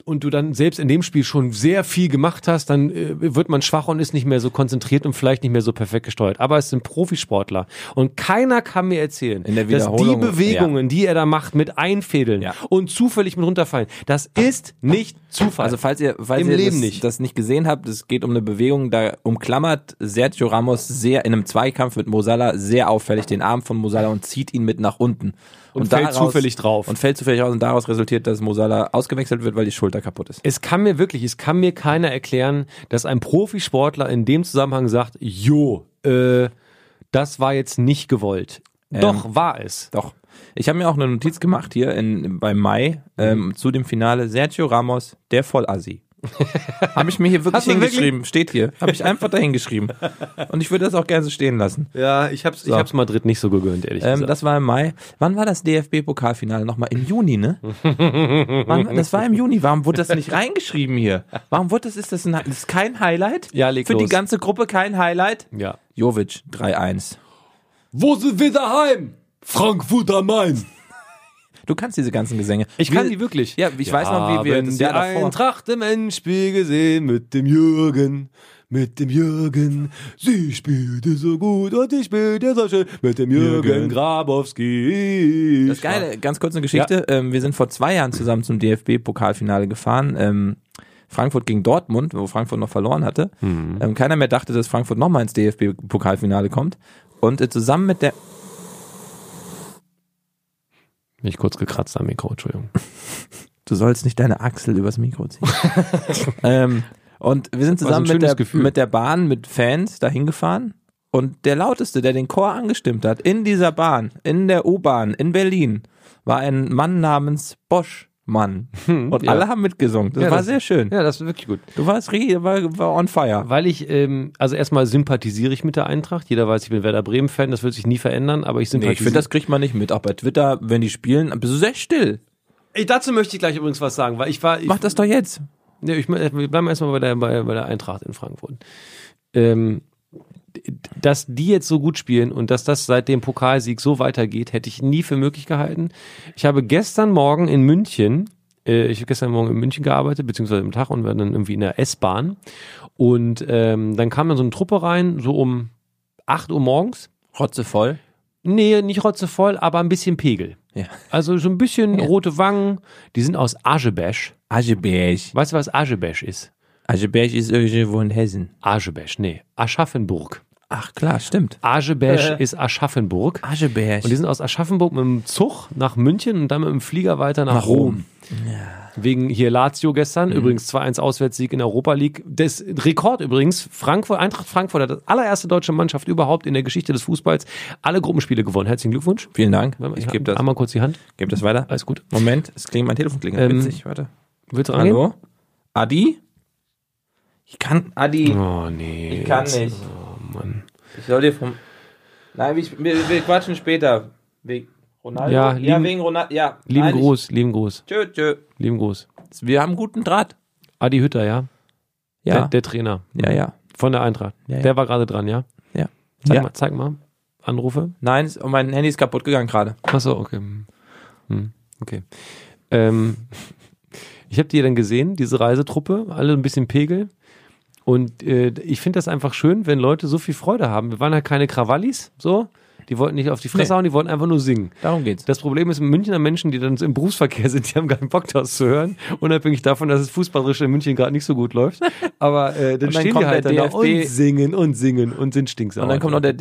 [SPEAKER 2] und du dann selbst in dem Spiel schon sehr viel gemacht hast, dann äh, wird man schwach und ist nicht mehr so konzentriert und vielleicht nicht mehr so perfekt gesteuert. Aber es sind Profisportler und keiner kann mir erzählen,
[SPEAKER 1] In der
[SPEAKER 2] dass die
[SPEAKER 1] Wiederholung,
[SPEAKER 2] Bewegungen, die er da macht, mit einfädeln
[SPEAKER 1] Ja.
[SPEAKER 2] und zufällig mit runterfallen, das ist nicht Zufall.
[SPEAKER 1] Also falls ihr, falls
[SPEAKER 2] Im
[SPEAKER 1] ihr
[SPEAKER 2] Leben
[SPEAKER 1] das,
[SPEAKER 2] nicht.
[SPEAKER 1] das nicht gesehen habt, es geht um eine Bewegung, da umklammert Sergio Ramos sehr in einem Zweikampf mit Mosala sehr auffällig den Arm von Mosala und zieht ihn mit nach unten. Und,
[SPEAKER 2] fällt zufällig drauf.
[SPEAKER 1] Und fällt zufällig raus und daraus resultiert, dass Mosala ausgewechselt wird, weil die Schulter kaputt ist.
[SPEAKER 2] Es kann mir wirklich, es kann mir keiner erklären, dass ein Profisportler in dem Zusammenhang sagt, jo, äh, das war jetzt nicht gewollt. Doch, war es.
[SPEAKER 1] Doch. Ich habe mir auch eine Notiz gemacht hier in, bei Mai
[SPEAKER 2] Mhm.
[SPEAKER 1] ähm, zu dem Finale. Sergio Ramos, der Vollassi. habe ich mir hier wirklich
[SPEAKER 2] Hast du wirklich?
[SPEAKER 1] hingeschrieben. Steht hier. Habe ich einfach dahin geschrieben. Und ich würde das auch gerne so stehen lassen.
[SPEAKER 2] Ja, ich hab's, ich hab's Madrid nicht so gegönnt, ehrlich
[SPEAKER 1] Ähm,
[SPEAKER 2] gesagt.
[SPEAKER 1] das war im Mai. Wann war das DFB-Pokalfinale? Nochmal im Juni, ne? Wann, das war im Juni. Warum wurde das nicht reingeschrieben hier? Warum wurde das, ist das, ein, das ist kein Highlight?
[SPEAKER 2] Ja, leg
[SPEAKER 1] Für die
[SPEAKER 2] los.
[SPEAKER 1] ganze Gruppe kein Highlight?
[SPEAKER 2] ja.
[SPEAKER 1] Jovic, 3-1.
[SPEAKER 2] Wo sind wir daheim? Frankfurt am Main.
[SPEAKER 1] Du kannst diese ganzen Gesänge.
[SPEAKER 2] Ich
[SPEAKER 1] Wir-
[SPEAKER 2] kann die wirklich.
[SPEAKER 1] Ja, ich weiß noch, wie wir
[SPEAKER 2] haben
[SPEAKER 1] das
[SPEAKER 2] die
[SPEAKER 1] Jahr davor-
[SPEAKER 2] Eintracht im Endspiel gesehen mit dem Jürgen. Mit dem Jürgen, sie spielte so gut und ich spielte so schön mit dem Jürgen,
[SPEAKER 1] Jürgen.
[SPEAKER 2] Grabowski.
[SPEAKER 1] Das Geile, ganz kurz eine Geschichte. Ähm, wir sind vor zwei Jahren zusammen zum DFB-Pokalfinale gefahren. Ähm, Frankfurt gegen Dortmund, wo Frankfurt noch verloren hatte.
[SPEAKER 2] Mhm.
[SPEAKER 1] Ähm, keiner mehr dachte, dass Frankfurt nochmal ins DFB-Pokalfinale kommt. Und äh, zusammen mit der
[SPEAKER 2] Mich kurz gekratzt am Mikro, Entschuldigung.
[SPEAKER 1] Du sollst nicht deine Achsel übers Mikro ziehen. ähm, und wir sind
[SPEAKER 2] ein
[SPEAKER 1] zusammen mit
[SPEAKER 2] schönes
[SPEAKER 1] der,
[SPEAKER 2] Gefühl.
[SPEAKER 1] mit der Bahn, mit Fans dahin gefahren. Und der lauteste, der den Chor angestimmt hat, in dieser Bahn, in der U-Bahn, in Berlin, war ein Mann namens Boschmann. und
[SPEAKER 2] Hm, ja.
[SPEAKER 1] alle haben mitgesungen. Das
[SPEAKER 2] Ja,
[SPEAKER 1] war
[SPEAKER 2] das-
[SPEAKER 1] sehr schön.
[SPEAKER 2] Ja, das ist wirklich gut.
[SPEAKER 1] Du warst richtig, war, war on fire.
[SPEAKER 2] Weil ich, ähm, also erstmal sympathisiere ich mit der Eintracht. Jeder weiß, ich bin Werder Bremen-Fan, das wird sich nie verändern, aber ich
[SPEAKER 1] Nee,
[SPEAKER 2] sympathisiere.
[SPEAKER 1] ich finde, das kriegt man nicht mit. Auch bei Twitter, wenn die spielen, bist du sehr still.
[SPEAKER 2] Ey, dazu möchte ich gleich übrigens was sagen, weil ich war. Ich,
[SPEAKER 1] Mach das doch jetzt.
[SPEAKER 2] Nee, ich, mein, wir bleiben erstmal bei der, bei, bei der Eintracht in Frankfurt. Ähm, d- dass die jetzt so gut spielen und dass das seit dem Pokalsieg so weitergeht, hätte ich nie für möglich gehalten. Ich habe gestern Morgen in München, äh, ich habe gestern Morgen in München gearbeitet, beziehungsweise am Tag und war dann irgendwie in der S-Bahn. Und ähm, dann kam dann so eine Truppe rein, so um 8 Uhr morgens.
[SPEAKER 1] Rotze voll.
[SPEAKER 2] Nee, nicht rotzevoll, aber ein bisschen Pegel.
[SPEAKER 1] Ja.
[SPEAKER 2] Also so ein bisschen
[SPEAKER 1] Ja.
[SPEAKER 2] rote Wangen. Die sind aus Aschebesch.
[SPEAKER 1] Ascheberg.
[SPEAKER 2] Weißt du, was Aschebesch ist?
[SPEAKER 1] Ascheberg ist irgendwo in Hessen.
[SPEAKER 2] Aschebesch, nee, Aschaffenburg.
[SPEAKER 1] Ach klar, stimmt.
[SPEAKER 2] Aschebesch
[SPEAKER 1] Äh.
[SPEAKER 2] ist Aschaffenburg.
[SPEAKER 1] Ascheberg.
[SPEAKER 2] Und die sind aus Aschaffenburg mit dem Zug nach München und dann mit dem Flieger weiter nach, Rom. Wegen hier Lazio
[SPEAKER 1] Mhm.
[SPEAKER 2] gestern, übrigens 2-1 Auswärtssieg in der Europa League. Das Rekord übrigens, Frankfurt, Eintracht Frankfurt hat das allererste deutsche Mannschaft überhaupt in der Geschichte des Fußballs alle Gruppenspiele gewonnen. Herzlichen Glückwunsch.
[SPEAKER 1] Vielen Dank. Ich
[SPEAKER 2] hab-
[SPEAKER 1] gebe das,
[SPEAKER 2] Einmal kurz die Hand.
[SPEAKER 1] geb das weiter.
[SPEAKER 2] Alles gut.
[SPEAKER 1] Moment, es klingt mein Telefon klingelt.
[SPEAKER 2] Ähm,
[SPEAKER 1] Witzig, warte.
[SPEAKER 2] Willst du rangehen?
[SPEAKER 1] Hallo? Adi? Ich kann. Adi,
[SPEAKER 2] Oh nee.
[SPEAKER 1] ich kann
[SPEAKER 2] Jetzt-
[SPEAKER 1] nicht.
[SPEAKER 2] Oh Mann.
[SPEAKER 1] Ich soll dir vom. Nein, ich, wir, wir quatschen später. Wegen Ronaldo?
[SPEAKER 2] Ja, lieben-
[SPEAKER 1] wegen Ronaldo. Ja,
[SPEAKER 2] Lieben
[SPEAKER 1] Nein, ich-
[SPEAKER 2] Gruß, lieben Gruß,
[SPEAKER 1] Tschö, tschö.
[SPEAKER 2] lieben Gruß.
[SPEAKER 1] Wir haben guten Draht.
[SPEAKER 2] Adi Hütter, ja? Der,
[SPEAKER 1] Ja,
[SPEAKER 2] der Trainer
[SPEAKER 1] ja, ja.
[SPEAKER 2] von der Eintracht.
[SPEAKER 1] Ja, ja.
[SPEAKER 2] Der war gerade dran, ja?
[SPEAKER 1] Ja.
[SPEAKER 2] Zeig,
[SPEAKER 1] Ja.
[SPEAKER 2] Mal, zeig mal. Anrufe.
[SPEAKER 1] Nein, es- und mein Handy ist kaputt gegangen gerade.
[SPEAKER 2] Achso, okay. Hm, okay. Ähm, ich habe die dann gesehen, diese Reisetruppe, alle ein bisschen Pegel. Und äh, ich finde das einfach schön, wenn Leute so viel Freude haben. Wir waren halt keine Krawallis, so. Die wollten nicht auf die Fresse
[SPEAKER 1] Nee.
[SPEAKER 2] hauen, die wollten einfach nur singen.
[SPEAKER 1] Darum geht's.
[SPEAKER 2] Das Problem ist, Münchner Menschen, die dann im Berufsverkehr sind, die haben keinen Bock, das zu hören. Unabhängig davon, dass es fußballerisch in München gerade nicht so gut läuft. Aber äh, dann,
[SPEAKER 1] Und dann
[SPEAKER 2] stehen die
[SPEAKER 1] kommt
[SPEAKER 2] halt
[SPEAKER 1] der
[SPEAKER 2] dann da
[SPEAKER 1] DFB
[SPEAKER 2] und singen und singen und sind stinksauer.
[SPEAKER 1] Und dann kommt noch der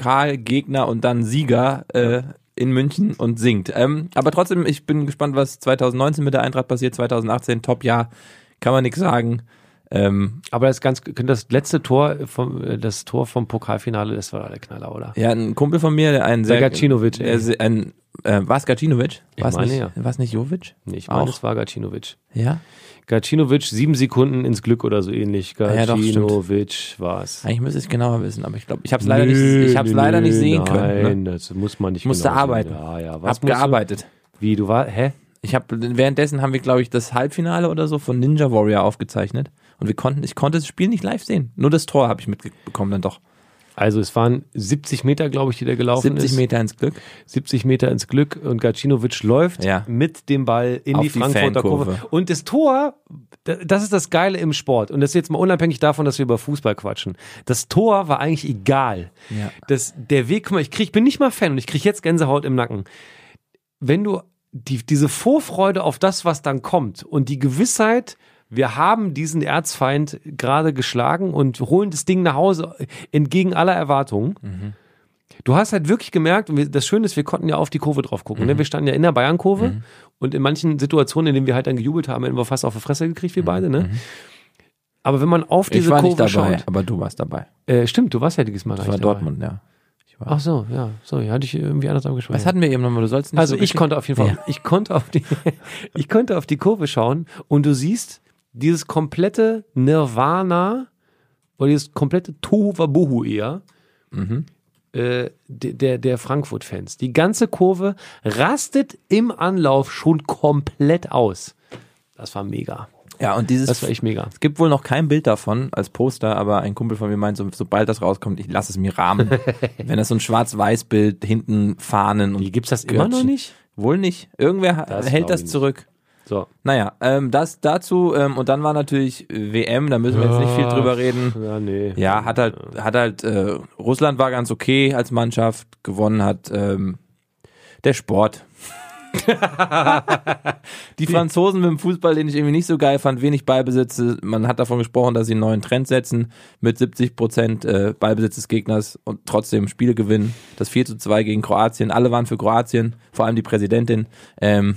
[SPEAKER 1] DFB-Pokalgegner und dann Sieger äh, in München und singt. Ähm, aber trotzdem, ich bin gespannt, was 2019 mit der Eintracht passiert. 2018, Top-Jahr, kann man nichts sagen. Ähm,
[SPEAKER 2] Aber das, ganz, das letzte Tor, vom, äh, das Tor vom Pokalfinale, das war der Knaller, oder?
[SPEAKER 1] ja, ein Kumpel von mir, ein sehr...
[SPEAKER 2] Gacinovic, ey.
[SPEAKER 1] der se- ein, äh, war's Gacinovic?
[SPEAKER 2] Ich
[SPEAKER 1] War's
[SPEAKER 2] meine,
[SPEAKER 1] nicht,
[SPEAKER 2] ja.
[SPEAKER 1] war's nicht Jovic?
[SPEAKER 2] Nee, ich meine,
[SPEAKER 1] Auch.
[SPEAKER 2] es war Gacinovic.
[SPEAKER 1] Ja,
[SPEAKER 2] Gacinovic, sieben Sekunden ins Glück oder so ähnlich.
[SPEAKER 1] ja, doch, stimmt.
[SPEAKER 2] Gacinovic war es.
[SPEAKER 1] eigentlich müsste ich es genauer wissen, aber ich glaube, ich habe es leider, nicht, ich hab's leider nicht sehen können. Ne?
[SPEAKER 2] Nein, das muss man nicht genau
[SPEAKER 1] Musste
[SPEAKER 2] sehen.
[SPEAKER 1] arbeiten.
[SPEAKER 2] Ja, ja. Was
[SPEAKER 1] Hab
[SPEAKER 2] musst du?
[SPEAKER 1] gearbeitet.
[SPEAKER 2] Wie, du war, hä?
[SPEAKER 1] Ich habe währenddessen haben wir, glaube ich, das Halbfinale oder so von Ninja Warrior aufgezeichnet und wir konnten, ich konnte das Spiel nicht live sehen. Nur das Tor habe ich mitbekommen dann doch.
[SPEAKER 2] Also es waren 70 Meter, glaube ich, die der gelaufen
[SPEAKER 1] 70
[SPEAKER 2] ist.
[SPEAKER 1] Meter ins Glück.
[SPEAKER 2] 70 Meter ins Glück und Gacinovic läuft
[SPEAKER 1] Ja.
[SPEAKER 2] mit dem Ball in
[SPEAKER 1] Auf
[SPEAKER 2] die
[SPEAKER 1] die
[SPEAKER 2] Frankfurter
[SPEAKER 1] Fankurve.
[SPEAKER 2] Kurve. Und das Tor, da- das ist das Geile im Sport. Und das ist jetzt mal unabhängig davon, dass wir über Fußball quatschen. Das Tor war eigentlich egal.
[SPEAKER 1] Ja.
[SPEAKER 2] Das, der Weg, guck mal, ich, krieg, ich bin nicht mal Fan und ich kriege jetzt Gänsehaut im Nacken. Wenn du die, diese Vorfreude auf das, was dann kommt und die Gewissheit, wir haben diesen Erzfeind gerade geschlagen und holen das Ding nach Hause entgegen aller Erwartungen.
[SPEAKER 1] Mhm.
[SPEAKER 2] Du hast halt wirklich gemerkt, und wir- das Schöne ist, wir konnten ja auf die Kurve drauf gucken.
[SPEAKER 1] Mhm.
[SPEAKER 2] Ne? Wir standen ja in der Bayern-Kurve und in manchen Situationen, in denen wir halt dann gejubelt haben, hätten wir fast auf die Fresse gekriegt, wir beide. Ne? Aber wenn man auf diese
[SPEAKER 1] Mhm. ich war
[SPEAKER 2] Kurve
[SPEAKER 1] nicht dabei,
[SPEAKER 2] schaut,
[SPEAKER 1] aber du warst dabei.
[SPEAKER 2] äh, stimmt, du warst ja dieses Mal
[SPEAKER 1] Das
[SPEAKER 2] gar
[SPEAKER 1] war
[SPEAKER 2] nicht dabei.
[SPEAKER 1] Dortmund, ja. Ich war.
[SPEAKER 2] Ach so, ja, sorry, hatte ich irgendwie anders abgesprochen.
[SPEAKER 1] Was hatten wir eben nochmal? Du sollst nicht
[SPEAKER 2] Also
[SPEAKER 1] so
[SPEAKER 2] ich
[SPEAKER 1] richtig-
[SPEAKER 2] konnte auf jeden Fall,
[SPEAKER 1] Ja.
[SPEAKER 2] ich konnte auf die, ich konnte auf die Kurve schauen und du siehst dieses komplette Nirvana oder dieses komplette Tohuwabohu eher äh, de- der, der Frankfurt-Fans. Die ganze Kurve rastet im Anlauf schon komplett aus. Das war mega.
[SPEAKER 1] Ja, und dieses
[SPEAKER 2] Das war echt mega.
[SPEAKER 1] es gibt wohl noch kein Bild davon als Poster, aber ein Kumpel von mir meint, so, sobald das rauskommt, ich lasse es mir rahmen. Wenn das so ein Schwarz-Weiß-Bild hinten Fahnen und
[SPEAKER 2] Wie gibt's das immer noch
[SPEAKER 1] Götzchen-
[SPEAKER 2] nicht?
[SPEAKER 1] Wohl nicht. Irgendwer
[SPEAKER 2] Das
[SPEAKER 1] hält
[SPEAKER 2] glaub
[SPEAKER 1] das
[SPEAKER 2] ich nicht.
[SPEAKER 1] zurück.
[SPEAKER 2] So.
[SPEAKER 1] Naja, ähm, das dazu ähm, und dann war natürlich WM, da müssen wir jetzt nicht viel drüber reden.
[SPEAKER 2] Ja, nee.
[SPEAKER 1] Ja, hat halt, hat halt, äh, Russland war ganz okay als Mannschaft, gewonnen hat ähm, der Sport. die Franzosen mit dem Fußball, den ich irgendwie nicht so geil fand, wenig Ballbesitze. Man hat davon gesprochen, dass sie einen neuen Trend setzen mit 70 Prozent äh, Ballbesitz des Gegners und trotzdem Spiele gewinnen. Das 4 zu 2 gegen Kroatien. Alle waren für Kroatien, vor allem die Präsidentin. Ähm,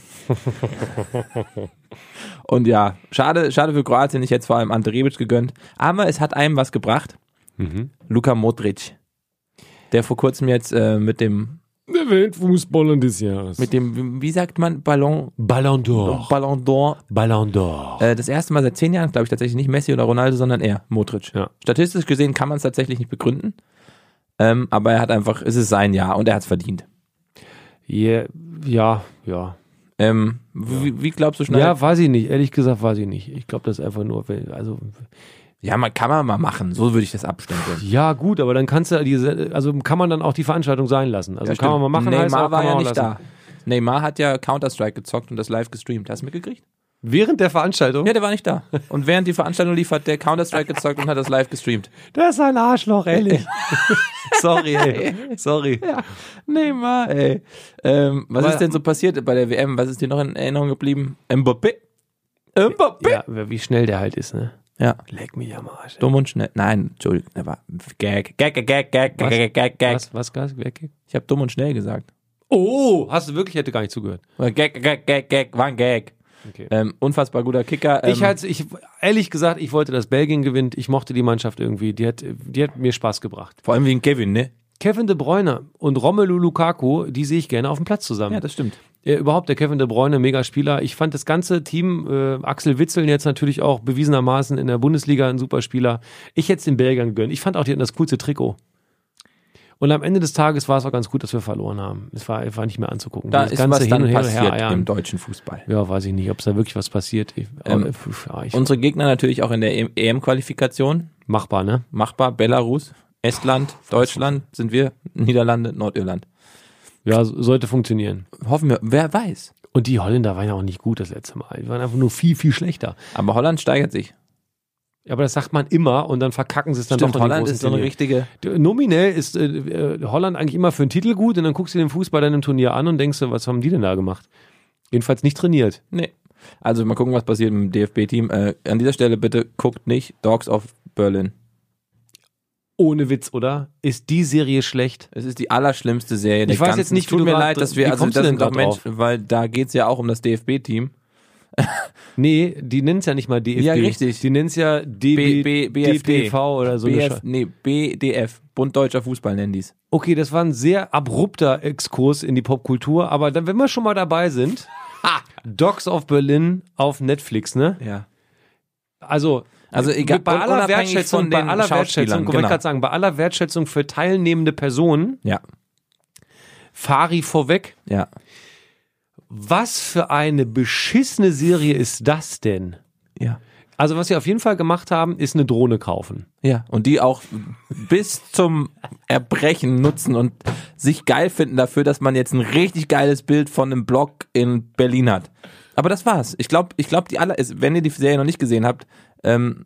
[SPEAKER 1] und ja, schade, schade für Kroatien. Ich hätte es vor allem Ante Rebic gegönnt. Aber es hat einem was gebracht.
[SPEAKER 2] Mhm.
[SPEAKER 1] Luka Modric, der vor kurzem jetzt äh, mit dem,
[SPEAKER 2] Der Weltfußballer des Jahres.
[SPEAKER 1] mit
[SPEAKER 2] Mit
[SPEAKER 1] dem, wie sagt man, Ballon,
[SPEAKER 2] Ballon d'Or.
[SPEAKER 1] Ballon d'Or,
[SPEAKER 2] Ballon d'Or.
[SPEAKER 1] äh, das erste Mal seit zehn Jahren, glaube ich, tatsächlich nicht Messi oder Ronaldo, sondern er, Modric.
[SPEAKER 2] Ja.
[SPEAKER 1] Statistisch gesehen kann man es tatsächlich nicht begründen, ähm, aber er hat einfach, es ist sein Jahr und er hat es verdient.
[SPEAKER 2] Ja, ja, ja.
[SPEAKER 1] Ähm, wie, wie glaubst du schnell?
[SPEAKER 2] Ja, weiß ich nicht. Ehrlich gesagt, weiß ich nicht. Ich glaube, das ist einfach nur, weil- also
[SPEAKER 1] ja man kann man mal machen. So würde ich das abstempeln.
[SPEAKER 2] ja gut, aber dann kannst du diese, also kann man dann auch die Veranstaltung sein lassen. Also
[SPEAKER 1] Ja,
[SPEAKER 2] kann man mal
[SPEAKER 1] stimmt.
[SPEAKER 2] machen. heißt
[SPEAKER 1] Neymar
[SPEAKER 2] auch,
[SPEAKER 1] war
[SPEAKER 2] kann man
[SPEAKER 1] ja
[SPEAKER 2] auch
[SPEAKER 1] nicht
[SPEAKER 2] lassen.
[SPEAKER 1] da. Neymar hat ja Counter-Strike gezockt und das live gestreamt. Hast du mitgekriegt?
[SPEAKER 2] Während der Veranstaltung.
[SPEAKER 1] Ja, der war nicht da. Und während die Veranstaltung lief, hat der Counter-Strike gezockt und hat das live gestreamt.
[SPEAKER 2] Das ist ein Arschloch, ehrlich. Sorry, ey. Sorry.
[SPEAKER 1] Neymar, ey. Ähm, was
[SPEAKER 2] Aber-
[SPEAKER 1] ist denn so passiert bei der WM? Was ist dir noch in Erinnerung geblieben? Mbappé.
[SPEAKER 2] Oh,
[SPEAKER 1] Mbappé.
[SPEAKER 2] Ja, wie schnell der halt ist, ne?
[SPEAKER 1] Ja.
[SPEAKER 2] Leck mich am Arsch. ey.
[SPEAKER 1] Dumm und schnell. Nein, Entschuldigung. Der war Gag, Gag, Gag, Gag, Gag,
[SPEAKER 2] Was?
[SPEAKER 1] Gag, Gag, Gag.
[SPEAKER 2] Was, was, was, weg?
[SPEAKER 1] Ich habe dumm und schnell gesagt.
[SPEAKER 2] Oh, hast du wirklich, hätte gar nicht zugehört.
[SPEAKER 1] Gag, Gag, Gag, Gag, war ein Gag.
[SPEAKER 2] Okay.
[SPEAKER 1] Ähm, unfassbar guter Kicker. Ähm,
[SPEAKER 2] Ich halt, ich, ehrlich gesagt, ich wollte, dass Belgien gewinnt. Ich mochte die Mannschaft irgendwie. Die hat, die hat mir Spaß gebracht.
[SPEAKER 1] vor allem wegen Kevin, ne?
[SPEAKER 2] Kevin de Bruyne und Romelu Lukaku, die sehe ich gerne auf dem Platz zusammen.
[SPEAKER 1] Ja, das stimmt.
[SPEAKER 2] Äh, überhaupt der Kevin de Bruyne, mega Spieler. Ich fand das ganze Team, äh, Axel Witzel jetzt natürlich auch bewiesenermaßen in der Bundesliga ein super Spieler. Ich hätte es den Belgiern gegönnt. Ich fand auch, die hatten das coolste Trikot. Und am Ende des Tages war es auch ganz gut, dass wir verloren haben. Es war, war nicht mehr anzugucken.
[SPEAKER 1] Da
[SPEAKER 2] Das
[SPEAKER 1] ist was dann
[SPEAKER 2] her-
[SPEAKER 1] passiert
[SPEAKER 2] her-
[SPEAKER 1] im deutschen Fußball.
[SPEAKER 2] ja, weiß ich nicht, ob es da wirklich was passiert. Ich,
[SPEAKER 1] Ähm,
[SPEAKER 2] aber, pf, ja, ich,
[SPEAKER 1] Unsere Gegner natürlich auch in der E EM EM-Qualifikation.
[SPEAKER 2] machbar, ne?
[SPEAKER 1] Machbar. Belarus, Estland, Deutschland sind wir, Niederlande, Nordirland.
[SPEAKER 2] Ja, so- sollte funktionieren.
[SPEAKER 1] Hoffen wir, wer weiß.
[SPEAKER 2] Und die Holländer waren ja auch nicht gut das letzte Mal. Die waren einfach nur viel, viel schlechter.
[SPEAKER 1] Aber Holland steigert sich.
[SPEAKER 2] Aber das sagt man immer und dann verkacken sie es dann
[SPEAKER 1] Stimmt,
[SPEAKER 2] doch noch die
[SPEAKER 1] Holland
[SPEAKER 2] großen
[SPEAKER 1] ist so eine
[SPEAKER 2] Turniere.
[SPEAKER 1] richtige.
[SPEAKER 2] D- Nominell ist äh, äh, Holland eigentlich immer für einen Titel gut und dann guckst du den Fußball dann im Turnier an und denkst du, was haben die denn da gemacht? Jedenfalls nicht trainiert.
[SPEAKER 1] Nee. Also mal gucken, was passiert im DFB-Team. Äh, an dieser Stelle bitte guckt nicht Dogs of Berlin.
[SPEAKER 2] Ohne Witz, oder? Ist die Serie schlecht?
[SPEAKER 1] Es ist die allerschlimmste Serie der
[SPEAKER 2] Ich weiß
[SPEAKER 1] ganzen.
[SPEAKER 2] jetzt nicht, wie
[SPEAKER 1] tut
[SPEAKER 2] du
[SPEAKER 1] mir
[SPEAKER 2] grad-
[SPEAKER 1] leid, dass wir
[SPEAKER 2] wie
[SPEAKER 1] also
[SPEAKER 2] kommst du
[SPEAKER 1] das
[SPEAKER 2] denn
[SPEAKER 1] sind doch
[SPEAKER 2] grad
[SPEAKER 1] Menschen, weil da geht's ja auch um das DFB-Team.
[SPEAKER 2] Nee, die nennt's ja nicht mal DFB.
[SPEAKER 1] Ja, richtig.
[SPEAKER 2] Die nennt's ja DB,
[SPEAKER 1] B- BFD.
[SPEAKER 2] DPV oder so. eine
[SPEAKER 1] BF,
[SPEAKER 2] Schei-
[SPEAKER 1] nee, BDF, Bund Deutscher Fußball nennen die's.
[SPEAKER 2] Okay, das war ein sehr abrupter Exkurs in die Popkultur, aber dann, wenn wir schon mal dabei sind, Dogs of Berlin auf Netflix, ne?
[SPEAKER 1] Ja.
[SPEAKER 2] Also,
[SPEAKER 1] Also egal,
[SPEAKER 2] bei aller
[SPEAKER 1] unabhängig
[SPEAKER 2] Wertschätzung,
[SPEAKER 1] von
[SPEAKER 2] bei
[SPEAKER 1] den
[SPEAKER 2] aller
[SPEAKER 1] Schauspielern,
[SPEAKER 2] Wertschätzung, wollte ich
[SPEAKER 1] genau.
[SPEAKER 2] gerade sagen, bei aller Wertschätzung für teilnehmende Personen,
[SPEAKER 1] Ja,
[SPEAKER 2] Fari vorweg,
[SPEAKER 1] ja.
[SPEAKER 2] was für eine beschissene Serie ist das denn?
[SPEAKER 1] Ja.
[SPEAKER 2] Also, was sie auf jeden Fall gemacht haben, ist eine Drohne kaufen.
[SPEAKER 1] Ja, und die auch bis zum Erbrechen nutzen und sich geil finden dafür, dass man jetzt ein richtig geiles Bild von einem Blog in Berlin hat. Aber das war's. Ich glaube, ich glaube, die aller, es- wenn ihr die Serie noch nicht gesehen habt, ähm,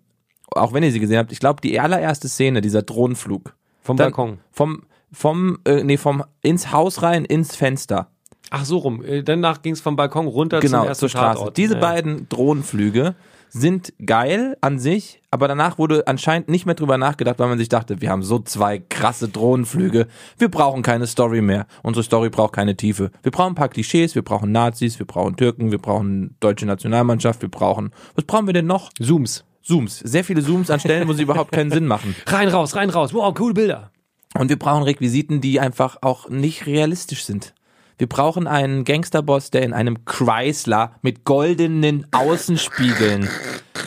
[SPEAKER 1] auch wenn ihr sie gesehen habt, ich glaube, die allererste Szene, dieser Drohnenflug.
[SPEAKER 2] Vom
[SPEAKER 1] Dann-
[SPEAKER 2] Balkon.
[SPEAKER 1] Vom, vom, äh, nee, vom ins Haus rein, ins Fenster.
[SPEAKER 2] Ach so rum. Äh, Danach ging's vom Balkon runter zum
[SPEAKER 1] Genau,
[SPEAKER 2] ersten
[SPEAKER 1] zur Straße.
[SPEAKER 2] Tatort.
[SPEAKER 1] Diese
[SPEAKER 2] Ja.
[SPEAKER 1] beiden Drohnenflüge sind geil an sich, aber danach wurde anscheinend nicht mehr drüber nachgedacht, weil man sich dachte, wir haben so zwei krasse Drohnenflüge, wir brauchen keine Story mehr. Unsere Story braucht keine Tiefe. Wir brauchen ein paar Klischees, wir brauchen Nazis, wir brauchen Türken, wir brauchen deutsche Nationalmannschaft, wir brauchen, was brauchen wir denn noch?
[SPEAKER 2] Zooms.
[SPEAKER 1] Zooms. Sehr viele Zooms an Stellen, wo sie überhaupt keinen Sinn machen.
[SPEAKER 2] Rein, raus, rein, raus. Wow, coole Bilder.
[SPEAKER 1] Und wir brauchen Requisiten, die einfach auch nicht realistisch sind. Wir brauchen einen Gangsterboss, der in einem Chrysler mit goldenen Außenspiegeln.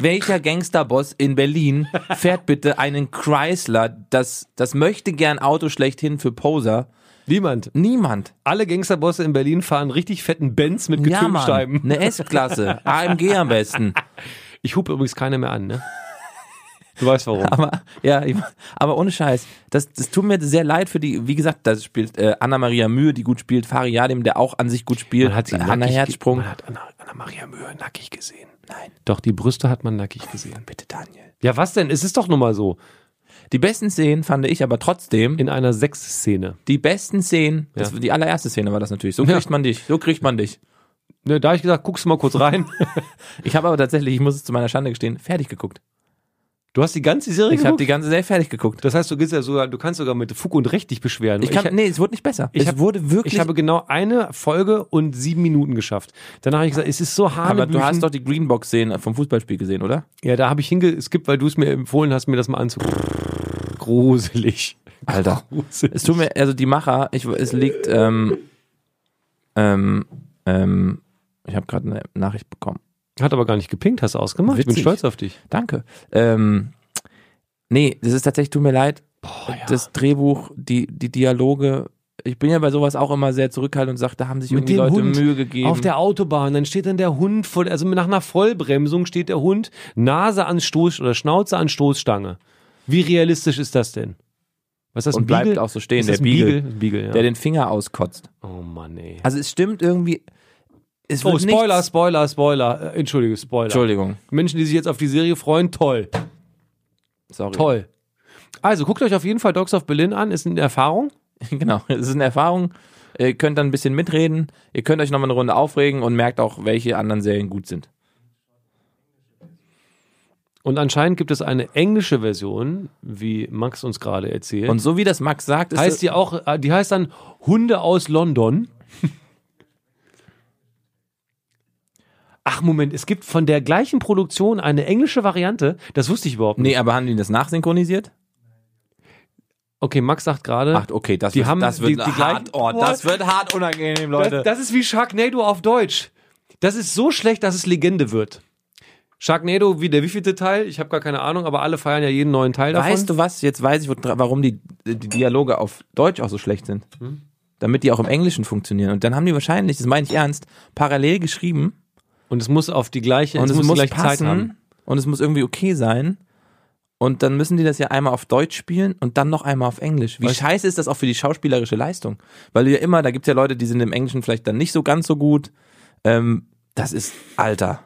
[SPEAKER 1] Welcher Gangsterboss in Berlin fährt bitte einen Chrysler? Das, das möchte gern Auto schlechthin für Poser.
[SPEAKER 2] Niemand.
[SPEAKER 1] Niemand.
[SPEAKER 2] Alle Gangsterbosse in Berlin fahren richtig fetten Benz mit
[SPEAKER 1] Ja, Mann.
[SPEAKER 2] Getürmscheiben.
[SPEAKER 1] Eine S-Klasse. AMG am besten.
[SPEAKER 2] Ich hupe übrigens keine mehr an, ne? Du weißt warum.
[SPEAKER 1] Aber, ja, ich- aber ohne Scheiß. Das, das tut mir sehr leid für die, wie gesagt, das spielt äh, Anna-Maria Mühe, die gut spielt, Fari Yadim, der auch an sich gut spielt. Anna
[SPEAKER 2] nackig ge-
[SPEAKER 1] Herzsprung.
[SPEAKER 2] Man hat Anna, Anna Maria Mühe nackig gesehen. Nein. Doch die Brüste hat man nackig gesehen.
[SPEAKER 1] Bitte, Daniel.
[SPEAKER 2] Ja, was denn? Es ist doch nun mal so.
[SPEAKER 1] Die besten Szenen fand ich aber trotzdem,
[SPEAKER 2] In einer Sexszene.
[SPEAKER 1] die besten Szenen, das,
[SPEAKER 2] Ja.
[SPEAKER 1] die allererste Szene war das natürlich. So kriegt man dich, so kriegt man dich.
[SPEAKER 2] Ne, da hab ich gesagt, guckst du mal kurz rein.
[SPEAKER 1] Ich habe aber tatsächlich, ich muss es zu meiner Schande gestehen, fertig geguckt.
[SPEAKER 2] Du hast die ganze Serie
[SPEAKER 1] Ich habe
[SPEAKER 2] geguckt?
[SPEAKER 1] die ganze Serie fertig geguckt.
[SPEAKER 2] Das heißt, du gehst ja sogar, du kannst sogar mit Fug und Recht dich beschweren.
[SPEAKER 1] Ich kann, nee, es wurde nicht besser.
[SPEAKER 2] ich
[SPEAKER 1] es
[SPEAKER 2] hab-
[SPEAKER 1] wurde wirklich.
[SPEAKER 2] Ich habe genau eine Folge und sieben Minuten geschafft. Danach habe ich gesagt, es ist so hart.
[SPEAKER 1] aber du hast doch die Greenbox-Szenen vom Fußballspiel gesehen, oder?
[SPEAKER 2] Ja, da habe ich hingeskippt, weil du es mir empfohlen hast, mir das mal anzugucken. Gruselig.
[SPEAKER 1] Alter.
[SPEAKER 2] Gruselig.
[SPEAKER 1] Es tut mir, also die Macher, ich, es liegt, ähm, ähm, ähm, ich habe gerade eine Nachricht bekommen.
[SPEAKER 2] Hat aber gar nicht gepinkt, hast du ausgemacht. Ich bin
[SPEAKER 1] Witzig.
[SPEAKER 2] stolz auf dich.
[SPEAKER 1] Danke. Ähm, nee, das ist tatsächlich, tut mir leid,
[SPEAKER 2] Boah, Ah ja.
[SPEAKER 1] das Drehbuch, die, die Dialoge, ich bin ja bei sowas auch immer sehr zurückhaltend und sage, da haben sich
[SPEAKER 2] Mit
[SPEAKER 1] irgendwie
[SPEAKER 2] dem
[SPEAKER 1] Leute
[SPEAKER 2] Hund
[SPEAKER 1] Mühe gegeben.
[SPEAKER 2] auf der Autobahn, dann steht dann der Hund vor, also nach einer Vollbremsung steht der Hund Nase an Stoß oder Schnauze an Stoßstange. Wie realistisch ist das denn? Was ist das
[SPEAKER 1] und
[SPEAKER 2] ein Beagle?
[SPEAKER 1] bleibt auch so stehen,
[SPEAKER 2] ist
[SPEAKER 1] der
[SPEAKER 2] das ein
[SPEAKER 1] Beagle,
[SPEAKER 2] Beagle? Ein Beagle ja.
[SPEAKER 1] der den Finger auskotzt.
[SPEAKER 2] oh Mann, ey.
[SPEAKER 1] Also es stimmt irgendwie. Es
[SPEAKER 2] Oh,
[SPEAKER 1] wird
[SPEAKER 2] Spoiler,
[SPEAKER 1] nichts-
[SPEAKER 2] Spoiler, Spoiler. Äh, Entschuldige, Spoiler.
[SPEAKER 1] Entschuldigung,
[SPEAKER 2] Menschen, die sich jetzt auf die Serie freuen, toll,
[SPEAKER 1] sorry.
[SPEAKER 2] toll. Also guckt euch auf jeden Fall Dogs of Berlin an, ist eine Erfahrung.
[SPEAKER 1] Genau, es ist eine Erfahrung. Ihr könnt dann ein bisschen mitreden. Ihr könnt euch nochmal eine Runde aufregen und merkt auch, welche anderen Serien gut sind.
[SPEAKER 2] Und anscheinend gibt es eine englische Version, wie Max uns gerade erzählt.
[SPEAKER 1] Und so wie das Max sagt, ist
[SPEAKER 2] heißt die auch, äh, die heißt dann Hunde aus London. Ach Moment, es gibt von der gleichen Produktion eine englische Variante. Das wusste ich überhaupt nicht.
[SPEAKER 1] Nee, aber haben die das nachsynchronisiert?
[SPEAKER 2] Okay, Max sagt gerade,
[SPEAKER 1] Ach, okay, das
[SPEAKER 2] Die
[SPEAKER 1] wird,
[SPEAKER 2] haben
[SPEAKER 1] das wird
[SPEAKER 2] die- die
[SPEAKER 1] hart,
[SPEAKER 2] gleichen-
[SPEAKER 1] oh, das wird hart unangenehm, Leute.
[SPEAKER 2] Das, das ist wie Sharknado auf Deutsch. Das ist so schlecht, dass es Legende wird. Sharknado, wie der wievielte Teil? Ich habe gar keine Ahnung, aber alle feiern ja jeden neuen Teil davon.
[SPEAKER 1] weißt du was? Jetzt weiß ich, wo- warum die, die Dialoge auf Deutsch auch so schlecht sind.
[SPEAKER 2] Hm?
[SPEAKER 1] Damit die auch im Englischen funktionieren. Und dann haben die wahrscheinlich, das meine ich ernst, parallel geschrieben
[SPEAKER 2] Und es muss auf die gleiche,
[SPEAKER 1] und es
[SPEAKER 2] muss
[SPEAKER 1] muss,
[SPEAKER 2] die gleiche
[SPEAKER 1] passen
[SPEAKER 2] Zeit haben.
[SPEAKER 1] und es muss irgendwie okay sein. Und dann müssen die das ja einmal auf Deutsch spielen und dann noch einmal auf Englisch. Wie scheiße ist das auch für die schauspielerische Leistung? Weil du ja immer, da gibt's ja Leute, die sind im Englischen vielleicht dann nicht so ganz so gut. Ähm, das ist, Alter.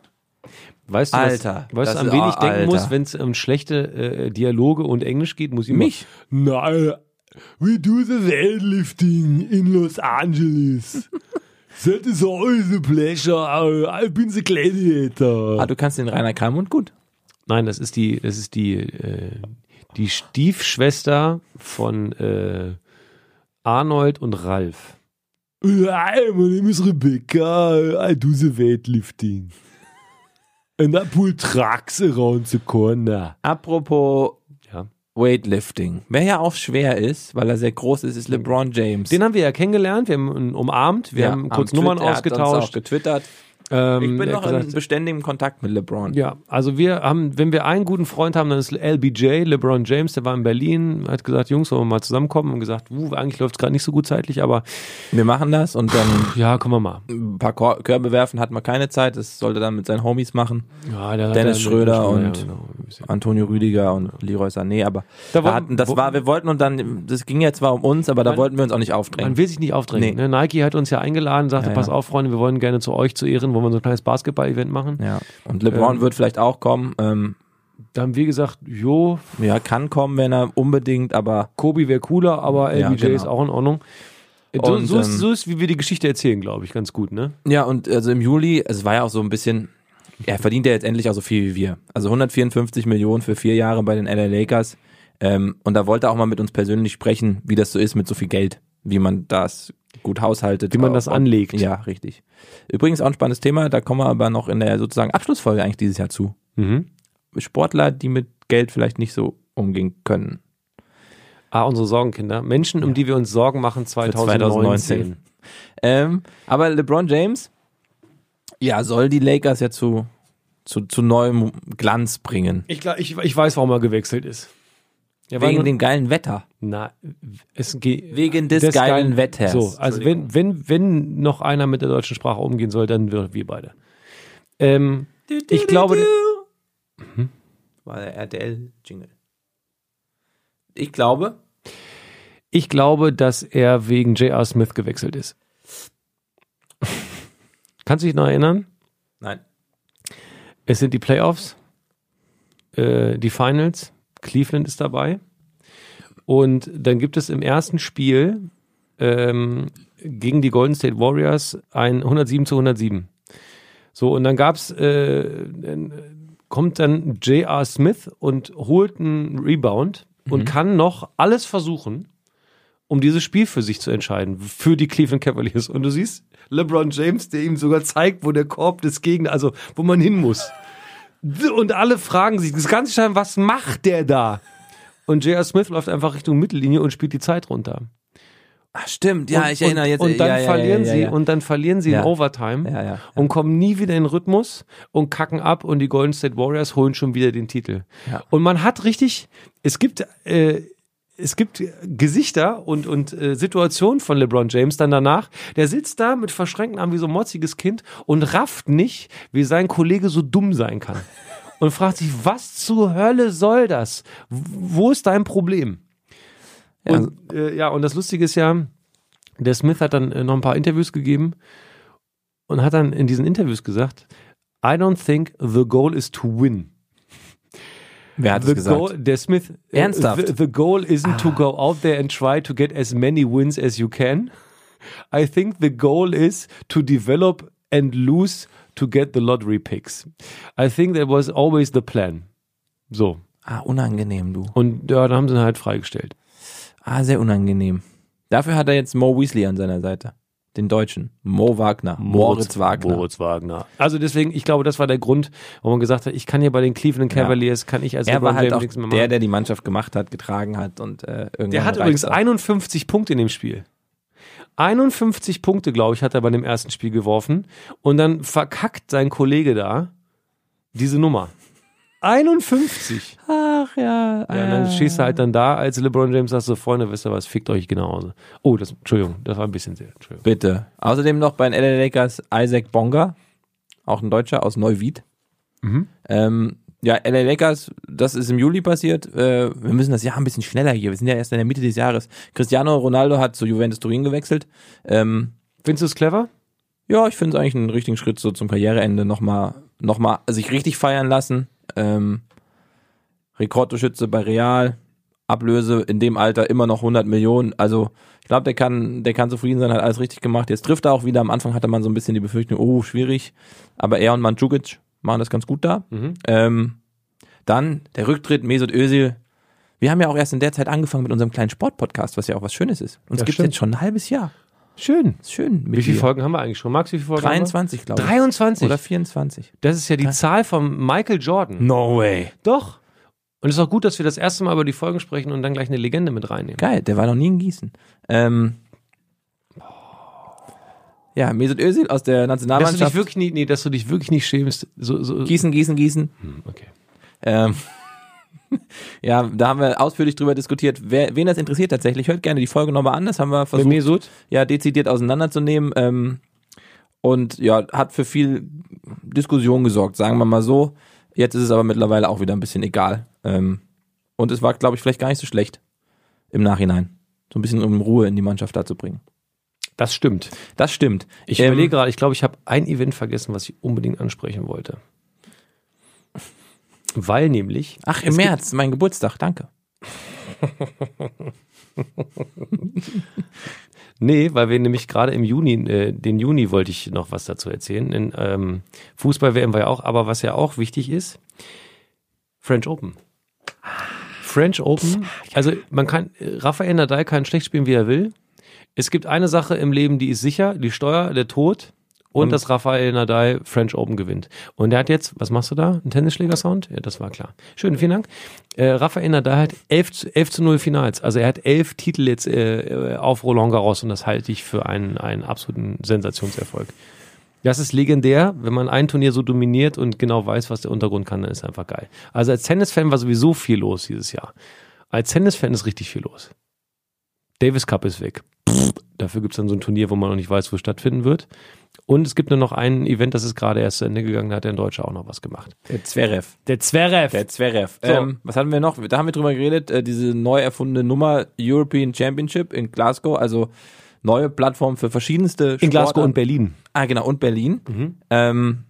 [SPEAKER 2] Weißt du,
[SPEAKER 1] Alter,
[SPEAKER 2] was,
[SPEAKER 1] das
[SPEAKER 2] weißt du, an
[SPEAKER 1] ist-
[SPEAKER 2] wen
[SPEAKER 1] ah,
[SPEAKER 2] ich denken muss,
[SPEAKER 1] Alter.
[SPEAKER 2] wenn es um schlechte äh, Dialoge und Englisch geht, muss ich
[SPEAKER 1] Mich?
[SPEAKER 2] Immer, Nein, we do the weightlifting in Los Angeles. That is always a pleasure. I've been the gladiator.
[SPEAKER 1] Ah, du kannst den Rainer Kalmund gut.
[SPEAKER 2] Nein, das ist die, das ist die, äh, die Stiefschwester von äh, Arnold und Ralf. Hi, my name is Rebecca. I do the weightlifting. And I pull trucks around the corner.
[SPEAKER 1] Apropos
[SPEAKER 2] Ja.
[SPEAKER 1] Weightlifting. Wer ja auch schwer ist, weil er sehr groß ist, ist LeBron James.
[SPEAKER 2] Den haben wir ja kennengelernt, wir haben ihn umarmt, wir
[SPEAKER 1] Ja,
[SPEAKER 2] haben
[SPEAKER 1] am
[SPEAKER 2] kurz Nummern
[SPEAKER 1] Twitter, er hat uns Auch
[SPEAKER 2] ausgetauscht.
[SPEAKER 1] getwittert.
[SPEAKER 2] Ähm,
[SPEAKER 1] Ich bin
[SPEAKER 2] er hat
[SPEAKER 1] noch in beständigem Kontakt mit LeBron.
[SPEAKER 2] Ja, also wir haben, wenn wir einen guten Freund haben, dann ist LBJ, LeBron James, der war in Berlin, hat gesagt, Jungs, wollen wir mal zusammenkommen und gesagt, uh, eigentlich läuft es gerade nicht so gut zeitlich, aber
[SPEAKER 1] Wir machen das und dann
[SPEAKER 2] ja, kommen wir mal.
[SPEAKER 1] ein paar Kor- Körbe werfen hat man keine Zeit. Das sollte dann mit seinen Homies machen.
[SPEAKER 2] Ja, der hat
[SPEAKER 1] Dennis
[SPEAKER 2] dann-
[SPEAKER 1] Schröder und-
[SPEAKER 2] Ja, genau.
[SPEAKER 1] Antonio Rüdiger und Leroy Sané. Aber
[SPEAKER 2] Da
[SPEAKER 1] wir
[SPEAKER 2] wollen-
[SPEAKER 1] hatten, das
[SPEAKER 2] wo-
[SPEAKER 1] war, wir wollten und dann, das ging ja zwar um uns, aber da
[SPEAKER 2] Man-
[SPEAKER 1] wollten wir uns auch nicht
[SPEAKER 2] Man
[SPEAKER 1] aufdrängen.
[SPEAKER 2] will sich nicht aufdrängen.
[SPEAKER 1] Nee.
[SPEAKER 2] Ne? Nike hat uns ja eingeladen, sagte,
[SPEAKER 1] Ja, ja.
[SPEAKER 2] pass auf, Freunde, wir wollen gerne zu euch zu Ehren, wollen wir so ein kleines Basketball-Event machen.
[SPEAKER 1] Ja. Und LeBron
[SPEAKER 2] Ähm,
[SPEAKER 1] wird vielleicht auch kommen. Ähm,
[SPEAKER 2] Da haben wir gesagt, jo,
[SPEAKER 1] ja, kann kommen, wenn er unbedingt, aber
[SPEAKER 2] Kobe wäre cooler, aber LBJ
[SPEAKER 1] Ja, genau.
[SPEAKER 2] ist auch in Ordnung. Äh, So,
[SPEAKER 1] Und,
[SPEAKER 2] so, ist,
[SPEAKER 1] ähm,
[SPEAKER 2] so ist, wie wir die Geschichte erzählen, glaube ich, ganz gut, ne?
[SPEAKER 1] Ja, und also im Juli, es war ja auch so ein bisschen, er verdient ja jetzt endlich auch so viel wie wir. Also 154 Millionen für vier Jahre bei den LA Lakers. Ähm, und da wollte er auch mal mit uns persönlich sprechen, wie das so ist mit so viel Geld, wie man das gut haushaltet.
[SPEAKER 2] Wie man das
[SPEAKER 1] Ob- ob-
[SPEAKER 2] anlegt.
[SPEAKER 1] Ja, richtig. Übrigens auch ein spannendes Thema, da kommen wir aber noch in der sozusagen Abschlussfolge eigentlich dieses Jahr zu.
[SPEAKER 2] Mhm.
[SPEAKER 1] Sportler, die mit Geld vielleicht nicht so umgehen können.
[SPEAKER 2] Ah, unsere Sorgenkinder. Menschen, um die wir uns Sorgen machen 2019.
[SPEAKER 1] 2019. Ähm, aber LeBron James, ja, soll die Lakers ja zu, zu, zu neuem Glanz bringen.
[SPEAKER 2] Ich, glaub, ich, ich weiß, warum er gewechselt ist. Er war
[SPEAKER 1] Wegen
[SPEAKER 2] nur-
[SPEAKER 1] dem geilen Wetter.
[SPEAKER 2] Na, es geht.
[SPEAKER 1] Wegen des geilen Wetters.
[SPEAKER 2] So, also wenn, wenn, wenn noch einer mit der deutschen Sprache umgehen soll, dann wir, wir beide. Ähm, ich glaube,
[SPEAKER 1] Mhm. War der RTL-Jingle. Ich glaube.
[SPEAKER 2] ich glaube, dass er wegen J.R. Smith gewechselt ist. Kannst du dich noch erinnern?
[SPEAKER 1] Nein.
[SPEAKER 2] Es sind die Playoffs, äh, die Finals. Cleveland ist dabei. Und dann gibt es im ersten Spiel ähm, gegen die Golden State Warriors ein 107 zu 107. So, und dann gab's, äh, dann, äh, kommt dann J.R. Smith und holt einen Rebound und kann noch alles versuchen, um dieses Spiel für sich zu entscheiden, für die Cleveland Cavaliers. Und du siehst LeBron James, der ihm sogar zeigt, wo der Korb des Gegners, also wo man hin muss. Und alle fragen sich, das ganze Schein, was macht der da? Und J.R. Smith läuft einfach Richtung Mittellinie und spielt die Zeit runter.
[SPEAKER 1] Ach, stimmt. Ja,
[SPEAKER 2] und,
[SPEAKER 1] ich erinnere
[SPEAKER 2] und,
[SPEAKER 1] jetzt.
[SPEAKER 2] Und dann
[SPEAKER 1] ja, ja,
[SPEAKER 2] verlieren
[SPEAKER 1] ja, ja,
[SPEAKER 2] sie,
[SPEAKER 1] ja.
[SPEAKER 2] und dann verlieren sie
[SPEAKER 1] Ja.
[SPEAKER 2] in Overtime
[SPEAKER 1] Ja, ja.
[SPEAKER 2] und kommen nie wieder in den Rhythmus und kacken ab und die Golden State Warriors holen schon wieder den Titel.
[SPEAKER 1] Ja.
[SPEAKER 2] Und man hat richtig, es gibt, äh, es gibt Gesichter und, und äh, Situationen von LeBron James dann danach. Der sitzt da mit verschränkten Armen wie so ein motziges Kind und rafft nicht, wie sein Kollege so dumm sein kann. Und fragt sich, was zur Hölle soll das? W- Wo ist dein Problem?
[SPEAKER 1] Ja,
[SPEAKER 2] Und, äh, ja, und das Lustige ist ja, der Smith hat dann äh, noch ein paar Interviews gegeben und hat dann in diesen Interviews gesagt, I don't think the goal is to win.
[SPEAKER 1] wer hat
[SPEAKER 2] The
[SPEAKER 1] es gesagt?
[SPEAKER 2] goal, der Smith, äh,
[SPEAKER 1] Ernsthaft? Ah.
[SPEAKER 2] The, the goal isn't to go out there and try to get as many wins as you can. I think the goal is to develop and lose to get the lottery picks. I think that was always the plan. So.
[SPEAKER 1] Ah, unangenehm, du.
[SPEAKER 2] Und ja, dann haben sie ihn halt freigestellt.
[SPEAKER 1] Ah, sehr unangenehm. Dafür hat er jetzt Mo Weasley an seiner Seite. Den Deutschen. Mo Wagner. Moritz, Wagner.
[SPEAKER 2] Moritz Wagner. Also deswegen, ich glaube, das war der Grund, warum man gesagt hat, ich kann hier bei den Cleveland Cavaliers, kann ich als
[SPEAKER 1] Er war
[SPEAKER 2] LeBron
[SPEAKER 1] halt
[SPEAKER 2] James
[SPEAKER 1] auch
[SPEAKER 2] nichts mehr
[SPEAKER 1] der,
[SPEAKER 2] machen.
[SPEAKER 1] der die Mannschaft gemacht hat, getragen hat und äh, irgendwann
[SPEAKER 2] der hat
[SPEAKER 1] reicht's
[SPEAKER 2] übrigens
[SPEAKER 1] auch.
[SPEAKER 2] 51 Punkte in dem Spiel. 51 Punkte, glaube ich, hat er bei dem ersten Spiel geworfen. Und dann verkackt sein Kollege da diese Nummer. 51.
[SPEAKER 1] Ach ja.
[SPEAKER 2] Ja, und dann
[SPEAKER 1] äh.
[SPEAKER 2] stehst du halt dann da, als LeBron James sagt so, Freunde, wisst ihr was, fickt euch genauso. Oh, das, Entschuldigung, das war ein bisschen sehr, Entschuldigung.
[SPEAKER 1] Bitte. Außerdem noch bei den LA Lakers Isaac Bonga, auch ein Deutscher aus Neuwied.
[SPEAKER 2] Mhm.
[SPEAKER 1] Ähm, ja, LA Lakers, das ist im Juli passiert. Äh, wir müssen das Jahr ein bisschen schneller hier. Wir sind ja erst in der Mitte des Jahres. Cristiano Ronaldo hat zu Juventus Turin gewechselt. Ähm,
[SPEAKER 2] Findest du es clever?
[SPEAKER 1] ja, ich finde es eigentlich einen richtigen Schritt so zum Karriereende nochmal, nochmal sich richtig feiern lassen. Ähm, Rekordtorschütze bei Real, Ablöse in dem Alter immer noch 100 Millionen. Also ich glaube, der kann, der kann zufrieden sein, hat alles richtig gemacht. Jetzt trifft er auch wieder. Am Anfang hatte man so ein bisschen die Befürchtung, oh, schwierig. Aber er und Mandzukic machen das ganz gut da.
[SPEAKER 2] Mhm.
[SPEAKER 1] Ähm, dann der Rücktritt, Mesut Özil. Wir haben ja auch erst in der Zeit angefangen mit unserem kleinen Sportpodcast, was ja auch was Schönes ist. Uns
[SPEAKER 2] Ja,
[SPEAKER 1] gibt's
[SPEAKER 2] stimmt.
[SPEAKER 1] jetzt schon ein halbes Jahr.
[SPEAKER 2] Schön.
[SPEAKER 1] Ist schön. Mit
[SPEAKER 2] Wie viele
[SPEAKER 1] dir.
[SPEAKER 2] Folgen haben wir eigentlich schon? Max, wie viele Folgen haben wir?
[SPEAKER 1] 23, glaube ich.
[SPEAKER 2] 23.
[SPEAKER 1] Oder Hm. 24.
[SPEAKER 2] Das ist ja die Zahl von Michael Jordan.
[SPEAKER 1] No way.
[SPEAKER 2] Doch. Und es ist auch gut, dass wir das erste Mal über die Folgen sprechen und dann gleich eine Legende mit reinnehmen.
[SPEAKER 1] Geil, der war noch nie in Gießen. Ähm, ja, Mesut Özil aus der
[SPEAKER 2] Dass du dich
[SPEAKER 1] Nationalmannschaft.
[SPEAKER 2] wirklich nicht, nee, dass du dich wirklich nicht schämst. So, so.
[SPEAKER 1] Gießen, Gießen, Gießen.
[SPEAKER 2] Hm, Okay.
[SPEAKER 1] Ähm, ja, da haben wir ausführlich drüber diskutiert. Wer, wen das interessiert tatsächlich, hört gerne die Folge nochmal an. Das haben wir
[SPEAKER 2] Bei
[SPEAKER 1] versucht,
[SPEAKER 2] Mesut?
[SPEAKER 1] ja, dezidiert auseinanderzunehmen. Ähm, und ja, hat für viel Diskussion gesorgt, sagen wir mal so. Jetzt ist es aber mittlerweile auch wieder ein bisschen egal. Ähm, und es war, glaube ich, vielleicht gar nicht so schlecht im Nachhinein. So ein bisschen um Ruhe in die Mannschaft dazu bringen.
[SPEAKER 2] Das stimmt.
[SPEAKER 1] Das stimmt.
[SPEAKER 2] Ich
[SPEAKER 1] Ähm,
[SPEAKER 2] überlege gerade, ich glaube, ich habe ein Event vergessen, was ich unbedingt ansprechen wollte. Weil nämlich.
[SPEAKER 1] Ach, im
[SPEAKER 2] es gibt-
[SPEAKER 1] März, mein Geburtstag, danke.
[SPEAKER 2] Nee, weil wir nämlich gerade im Juni, äh, den Juni wollte ich noch was dazu erzählen. In, ähm, Fußball-WM war ja auch, aber was ja auch wichtig ist, French Open. French Open, also man kann, äh, Rafael Nadal kann schlecht spielen, wie er will. Es gibt eine Sache im Leben, die ist sicher, die Steuer, der Tod und, dass Rafael Nadal French Open gewinnt. Und er hat jetzt, was machst du da? Ein Tennisschläger-Sound? Ja, das war klar. Schön, vielen Dank. Äh, Rafael Nadal hat 11 zu, 11 zu 0 Finals. Also er hat elf Titel jetzt äh, äh, auf Roland Garros und das halte ich für einen, einen absoluten Sensationserfolg. Das ist legendär, wenn man ein Turnier so dominiert und genau weiß, was der Untergrund kann, dann ist einfach geil. Also als Tennisfan war sowieso viel los dieses Jahr. Als Tennisfan ist richtig viel los. Davis Cup ist weg. Pff, Dafür gibt es dann so ein Turnier, wo man noch nicht weiß, wo es stattfinden wird. Und es gibt nur noch ein Event, das ist gerade erst zu Ende gegangen, da hat der Deutsche auch noch was gemacht.
[SPEAKER 1] Der Zverev.
[SPEAKER 2] Der Zverev.
[SPEAKER 1] Der Zverev. Ähm, was hatten wir noch? Da haben wir drüber geredet, äh, diese neu erfundene Nummer European Championship in Glasgow, also neue Plattform für verschiedenste
[SPEAKER 2] in Glasgow und
[SPEAKER 1] Berlin.
[SPEAKER 2] Berlin.
[SPEAKER 1] Ah, genau, und Berlin. Ähm,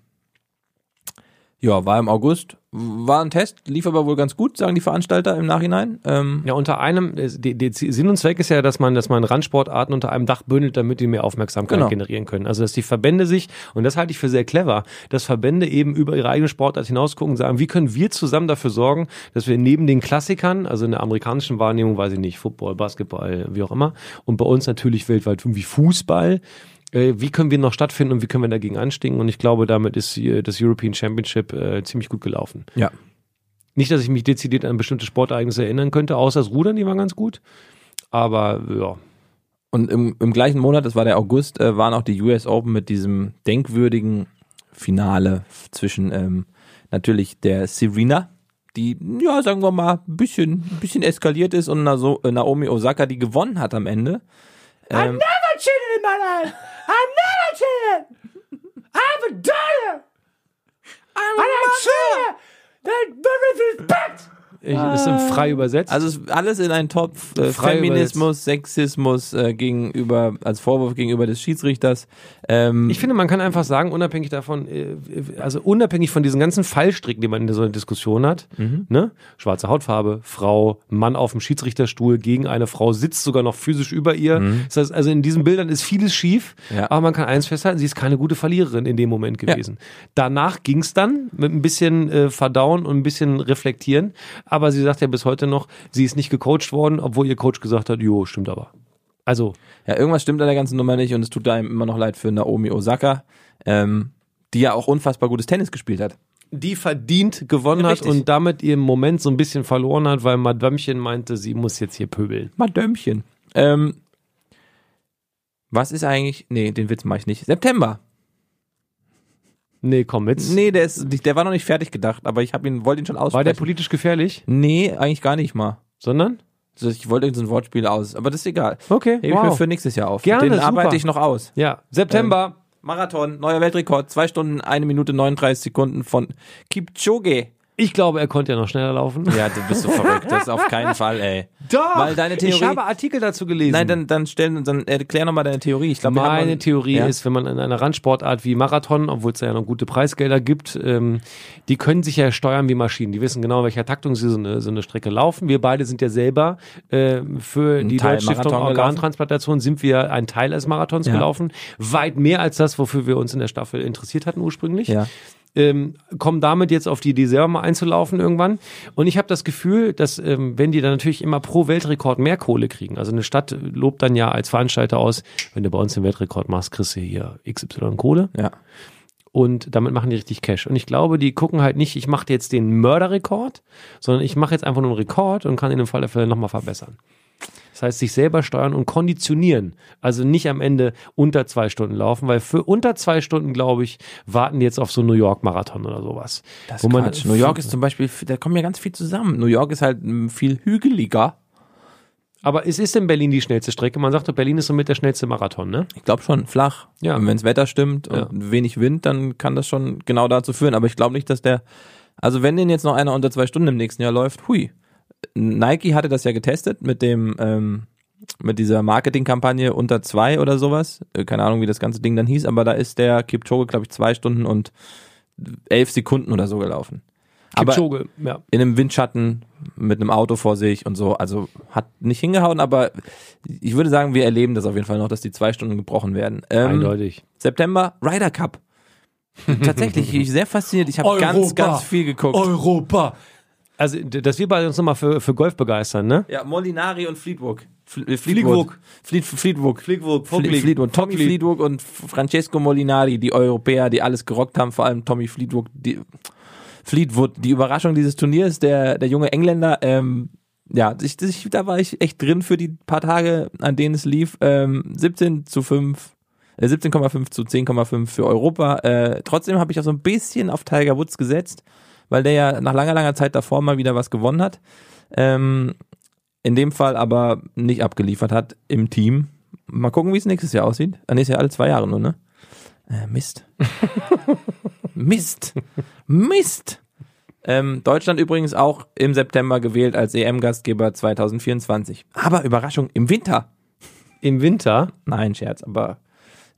[SPEAKER 1] ja, war im August, war ein Test, lief aber wohl ganz gut, sagen die Veranstalter im Nachhinein. Ähm,
[SPEAKER 2] Ja, unter einem, äh, die, die Sinn und Zweck ist ja, dass man, dass man Randsportarten unter einem Dach bündelt, damit die mehr Aufmerksamkeit
[SPEAKER 1] Genau.
[SPEAKER 2] generieren können. Also, dass die Verbände sich, und das halte ich für sehr clever, dass Verbände eben über ihre eigene Sportart hinausgucken und sagen, wie können wir zusammen dafür sorgen, dass wir neben den Klassikern, also in der amerikanischen Wahrnehmung, weiß ich nicht, Football, Basketball, wie auch immer, und bei uns natürlich weltweit irgendwie Fußball, äh, wie können wir noch stattfinden und wie können wir dagegen anstinken? Und ich glaube, damit ist äh, das European Championship äh, ziemlich gut gelaufen.
[SPEAKER 1] ja.
[SPEAKER 2] Nicht, dass ich mich dezidiert an bestimmte Sportereignisse erinnern könnte, außer das Rudern, die waren ganz gut. Aber ja,
[SPEAKER 1] Und im, im gleichen Monat, das war der August, äh, waren auch die US Open mit diesem denkwürdigen Finale zwischen ähm, natürlich der Serena die, ja, sagen wir mal, ein bisschen, ein bisschen eskaliert ist und Naso- äh, Naomi Osaka, die gewonnen hat am Ende. Ähm,
[SPEAKER 2] Ich, das ist im frei übersetzt.
[SPEAKER 1] also es- alles in einen Topf. Äh,
[SPEAKER 2] Frei
[SPEAKER 1] Feminismus, Sexismus äh, gegenüber, als Vorwurf gegenüber des Schiedsrichters. Ähm,
[SPEAKER 2] Ich finde, man kann einfach sagen, unabhängig davon, äh, also unabhängig von diesen ganzen Fallstricken, die man in so einer Diskussion hat, ne? schwarze Hautfarbe, Frau, Mann auf dem Schiedsrichterstuhl gegen eine Frau, sitzt sogar noch physisch über ihr. Das heißt, also in diesen Bildern ist vieles schief,
[SPEAKER 1] Ja.
[SPEAKER 2] aber man kann eins festhalten, sie ist keine gute Verliererin in dem Moment gewesen. Danach ging es dann mit ein bisschen äh, Verdauen und ein bisschen Reflektieren, aber sie sagt ja bis heute noch, sie ist nicht gecoacht worden, obwohl ihr Coach gesagt hat, jo, stimmt aber. Also,
[SPEAKER 1] Ja, irgendwas stimmt an der ganzen Nummer nicht und es tut einem immer noch leid für Naomi Osaka, ähm, die ja auch unfassbar gutes Tennis gespielt hat.
[SPEAKER 2] die verdient gewonnen
[SPEAKER 1] Ja,
[SPEAKER 2] hat
[SPEAKER 1] richtig.
[SPEAKER 2] und damit ihren Moment so ein bisschen verloren hat, weil Madamchen meinte, sie muss jetzt hier pöbeln.
[SPEAKER 1] Madömchen. Ähm, was ist eigentlich. Nee, den Witz mache ich nicht. September.
[SPEAKER 2] Nee, komm jetzt.
[SPEAKER 1] Nee, der, ist, nicht- der war noch nicht fertig gedacht, aber ich hab ihn, wollte ihn schon aussprechen.
[SPEAKER 2] War der politisch gefährlich?
[SPEAKER 1] nee, eigentlich gar nicht mal.
[SPEAKER 2] Sondern?
[SPEAKER 1] Also Ich wollte irgendein Wortspiel aus, aber das ist egal.
[SPEAKER 2] Okay,
[SPEAKER 1] Hebe ich mir
[SPEAKER 2] wow.
[SPEAKER 1] für nächstes Jahr auf.
[SPEAKER 2] Gerne,
[SPEAKER 1] den
[SPEAKER 2] super.
[SPEAKER 1] arbeite ich noch aus.
[SPEAKER 2] Ja, September.
[SPEAKER 1] Marathon, neuer Weltrekord, zwei Stunden, eine Minute 39 Sekunden von Kipchoge.
[SPEAKER 2] Ich glaube, er konnte ja noch schneller laufen.
[SPEAKER 1] Ja, du bist so verrückt, das ist auf keinen Fall, ey.
[SPEAKER 2] Doch!
[SPEAKER 1] Weil deine
[SPEAKER 2] ich
[SPEAKER 1] Theorie-
[SPEAKER 2] habe Artikel dazu gelesen.
[SPEAKER 1] Nein, dann, dann stellen, dann erklär nochmal deine Theorie. Ich glaube, wir haben
[SPEAKER 2] Meine
[SPEAKER 1] einen-
[SPEAKER 2] Theorie
[SPEAKER 1] ja?
[SPEAKER 2] ist, wenn man in einer Randsportart wie Marathon, obwohl es da ja noch gute Preisgelder gibt, ähm, die können sich ja steuern wie Maschinen. Die wissen genau, in welcher Taktung sie so eine, so eine Strecke laufen. Wir beide sind ja selber äh, für die
[SPEAKER 1] Teil
[SPEAKER 2] Deutschstiftung
[SPEAKER 1] Marathon gelaufen.
[SPEAKER 2] Organtransplantation sind wir ein Teil des Marathons
[SPEAKER 1] Ja.
[SPEAKER 2] gelaufen. Weit mehr als das, wofür wir uns in der Staffel interessiert hatten ursprünglich
[SPEAKER 1] Ja.
[SPEAKER 2] ähm, kommen damit jetzt auf die Idee, selber mal einzulaufen irgendwann. Und ich habe das Gefühl, dass ähm, wenn die dann natürlich immer pro Weltrekord mehr Kohle kriegen, also eine Stadt lobt dann ja als Veranstalter aus, wenn du bei uns den Weltrekord machst, kriegst du hier XY Kohle
[SPEAKER 1] Ja.
[SPEAKER 2] und damit machen die richtig Cash. Und ich glaube, die gucken halt nicht, ich mache jetzt den Mörderrekord, sondern ich mache jetzt einfach nur einen Rekord und kann ihn im Fall der Fälle nochmal verbessern. Das heißt, sich selber steuern und konditionieren. Also nicht am Ende unter zwei Stunden laufen, weil für unter zwei Stunden, glaube ich, warten die jetzt auf so einen New York-Marathon oder sowas.
[SPEAKER 1] Das ist Quatsch. New York ist zum Beispiel, da kommen ja ganz viel zusammen. New York ist halt mm, viel hügeliger.
[SPEAKER 2] Aber es ist in Berlin die schnellste Strecke. Man sagt doch, Berlin ist somit der schnellste Marathon, ne?
[SPEAKER 1] Ich glaube schon, flach.
[SPEAKER 2] Ja.
[SPEAKER 1] Und wenn das Wetter stimmt
[SPEAKER 2] Ja.
[SPEAKER 1] und wenig Wind, dann kann das schon genau dazu führen. Aber ich glaube nicht, dass der. Also wenn den jetzt noch einer unter zwei Stunden im nächsten Jahr läuft, hui. Nike hatte das ja getestet mit dem, ähm, mit dieser Marketingkampagne unter zwei oder sowas. Äh, Keine Ahnung, wie das ganze Ding dann hieß, aber da ist der Kipchoge, glaube ich, zwei Stunden und elf Sekunden oder so gelaufen. Aber
[SPEAKER 2] Kipchoge, ja.
[SPEAKER 1] in einem Windschatten mit einem Auto vor sich und so. Also hat nicht hingehauen, aber ich würde sagen, wir erleben das auf jeden Fall noch, dass die zwei Stunden gebrochen werden. Ähm,
[SPEAKER 2] Eindeutig.
[SPEAKER 1] September Ryder Cup. Tatsächlich, ich bin sehr fasziniert. Ich habe ganz, ganz viel geguckt.
[SPEAKER 2] Europa. Also, d- dass wir beide uns nochmal für, für Golf begeistern, ne?
[SPEAKER 1] Ja, Molinari und Fleetwood. Fl- äh,
[SPEAKER 2] Fleetwood.
[SPEAKER 1] Fleet, Fleetwood. Fleetwood.
[SPEAKER 2] Foglied.
[SPEAKER 1] Fleetwood. Tommy
[SPEAKER 2] Foglied.
[SPEAKER 1] Fleetwood und Francesco Molinari, die Europäer, die alles gerockt haben, vor allem Tommy Fleetwood. Die, Fleetwood, die Überraschung dieses Turniers, der, der junge Engländer, ähm, ja, ich, ich, da war ich echt drin für die paar Tage, an denen es lief. Ähm, 17 zu 5, äh, 17,5 zu 10,5 für Europa. Äh, trotzdem habe ich auch so ein bisschen auf Tiger Woods gesetzt, weil der ja nach langer, langer Zeit davor mal wieder was gewonnen hat. Ähm, in dem Fall aber nicht abgeliefert hat im Team. Mal gucken, wie es nächstes Jahr aussieht. Ah, nee, ist ja alle zwei Jahre nur, ne? Äh, Mist. Mist. Mist. Ähm, Deutschland übrigens auch im September gewählt als EM-Gastgeber 2024. Aber Überraschung, im Winter.
[SPEAKER 2] Im Winter
[SPEAKER 1] Nein, Scherz, aber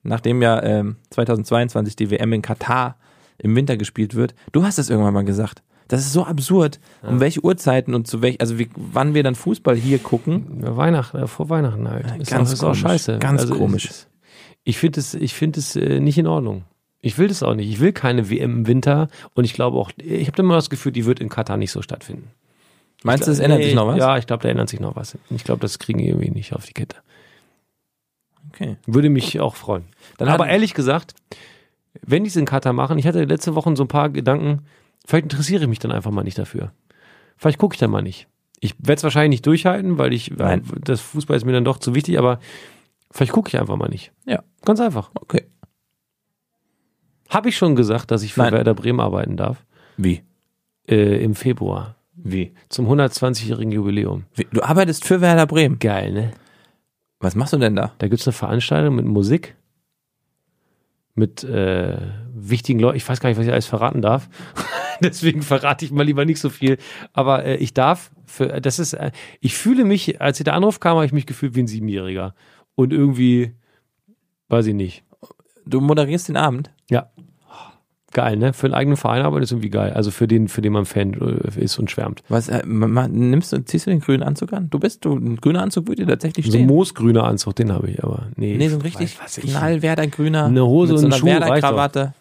[SPEAKER 1] nachdem ja ähm, 2022 die WM in Katar im Winter gespielt wird, du hast es irgendwann mal gesagt. Das ist so absurd, um welche Uhrzeiten und zu welch, also wie, wann wir dann Fußball hier gucken.
[SPEAKER 2] Ja, Weihnachten, äh, vor Weihnachten halt. ist
[SPEAKER 1] ganz
[SPEAKER 2] auch, ist
[SPEAKER 1] komisch,
[SPEAKER 2] auch scheiße. Also,
[SPEAKER 1] ganz komisch.
[SPEAKER 2] ist- Ich finde es, ich finde es äh, nicht in Ordnung. Ich will das auch nicht. Ich will keine WM im Winter und ich glaube auch, ich habe immer das Gefühl, die wird in Katar nicht so stattfinden.
[SPEAKER 1] Meinst du, es ändert
[SPEAKER 2] Nee,
[SPEAKER 1] sich noch was?
[SPEAKER 2] Ja, ich glaube, da ändert sich noch was. Ich glaube, das kriegen die irgendwie nicht auf die Kette.
[SPEAKER 1] Okay.
[SPEAKER 2] Würde mich auch freuen.
[SPEAKER 1] Dann
[SPEAKER 2] Aber
[SPEAKER 1] hatten-
[SPEAKER 2] ehrlich gesagt, wenn die es in Katar machen, ich hatte letzte Woche so ein paar Gedanken, vielleicht interessiere ich mich dann einfach mal nicht dafür. Vielleicht gucke ich dann mal nicht. Ich werde es wahrscheinlich nicht durchhalten, weil ich, weil
[SPEAKER 1] Nein.
[SPEAKER 2] das Fußball ist mir dann doch zu wichtig, aber vielleicht gucke ich einfach mal nicht.
[SPEAKER 1] Ja.
[SPEAKER 2] Ganz einfach.
[SPEAKER 1] Okay.
[SPEAKER 2] Habe ich schon gesagt, dass ich für
[SPEAKER 1] Nein.
[SPEAKER 2] Werder Bremen arbeiten darf?
[SPEAKER 1] Wie?
[SPEAKER 2] Äh, Im Februar.
[SPEAKER 1] Wie?
[SPEAKER 2] Zum 120-jährigen Jubiläum.
[SPEAKER 1] Wie? Du arbeitest für Werder Bremen.
[SPEAKER 2] Geil, ne?
[SPEAKER 1] Was machst du denn da?
[SPEAKER 2] Da gibt's eine Veranstaltung mit Musik, mit äh, wichtigen Leuten. Ich weiß gar nicht, was ich alles verraten darf. Deswegen verrate ich mal lieber nicht so viel. Aber äh, ich darf, für, das ist, äh, ich fühle mich, als der Anruf kam, habe ich mich gefühlt wie ein Siebenjähriger. Und irgendwie, weiß ich nicht.
[SPEAKER 1] Du moderierst den Abend.
[SPEAKER 2] Ja. Geil, ne? Für einen eigenen Verein arbeiten ist irgendwie geil. Also für den, für den man Fan äh, ist und schwärmt.
[SPEAKER 1] Was äh, ma- ma- nimmst du, ziehst du den grünen Anzug an? Du bist du, ein grüner Anzug würde dir tatsächlich
[SPEAKER 2] So ein
[SPEAKER 1] stehen.
[SPEAKER 2] moosgrüner Anzug, den habe ich aber. Nee,
[SPEAKER 1] nee, so ein richtig
[SPEAKER 2] weiß ich nicht.
[SPEAKER 1] knallwerder grüner.
[SPEAKER 2] Eine Hose
[SPEAKER 1] mit so
[SPEAKER 2] und
[SPEAKER 1] einer
[SPEAKER 2] ein Schuh reicht doch.
[SPEAKER 1] Werder-Krawatte.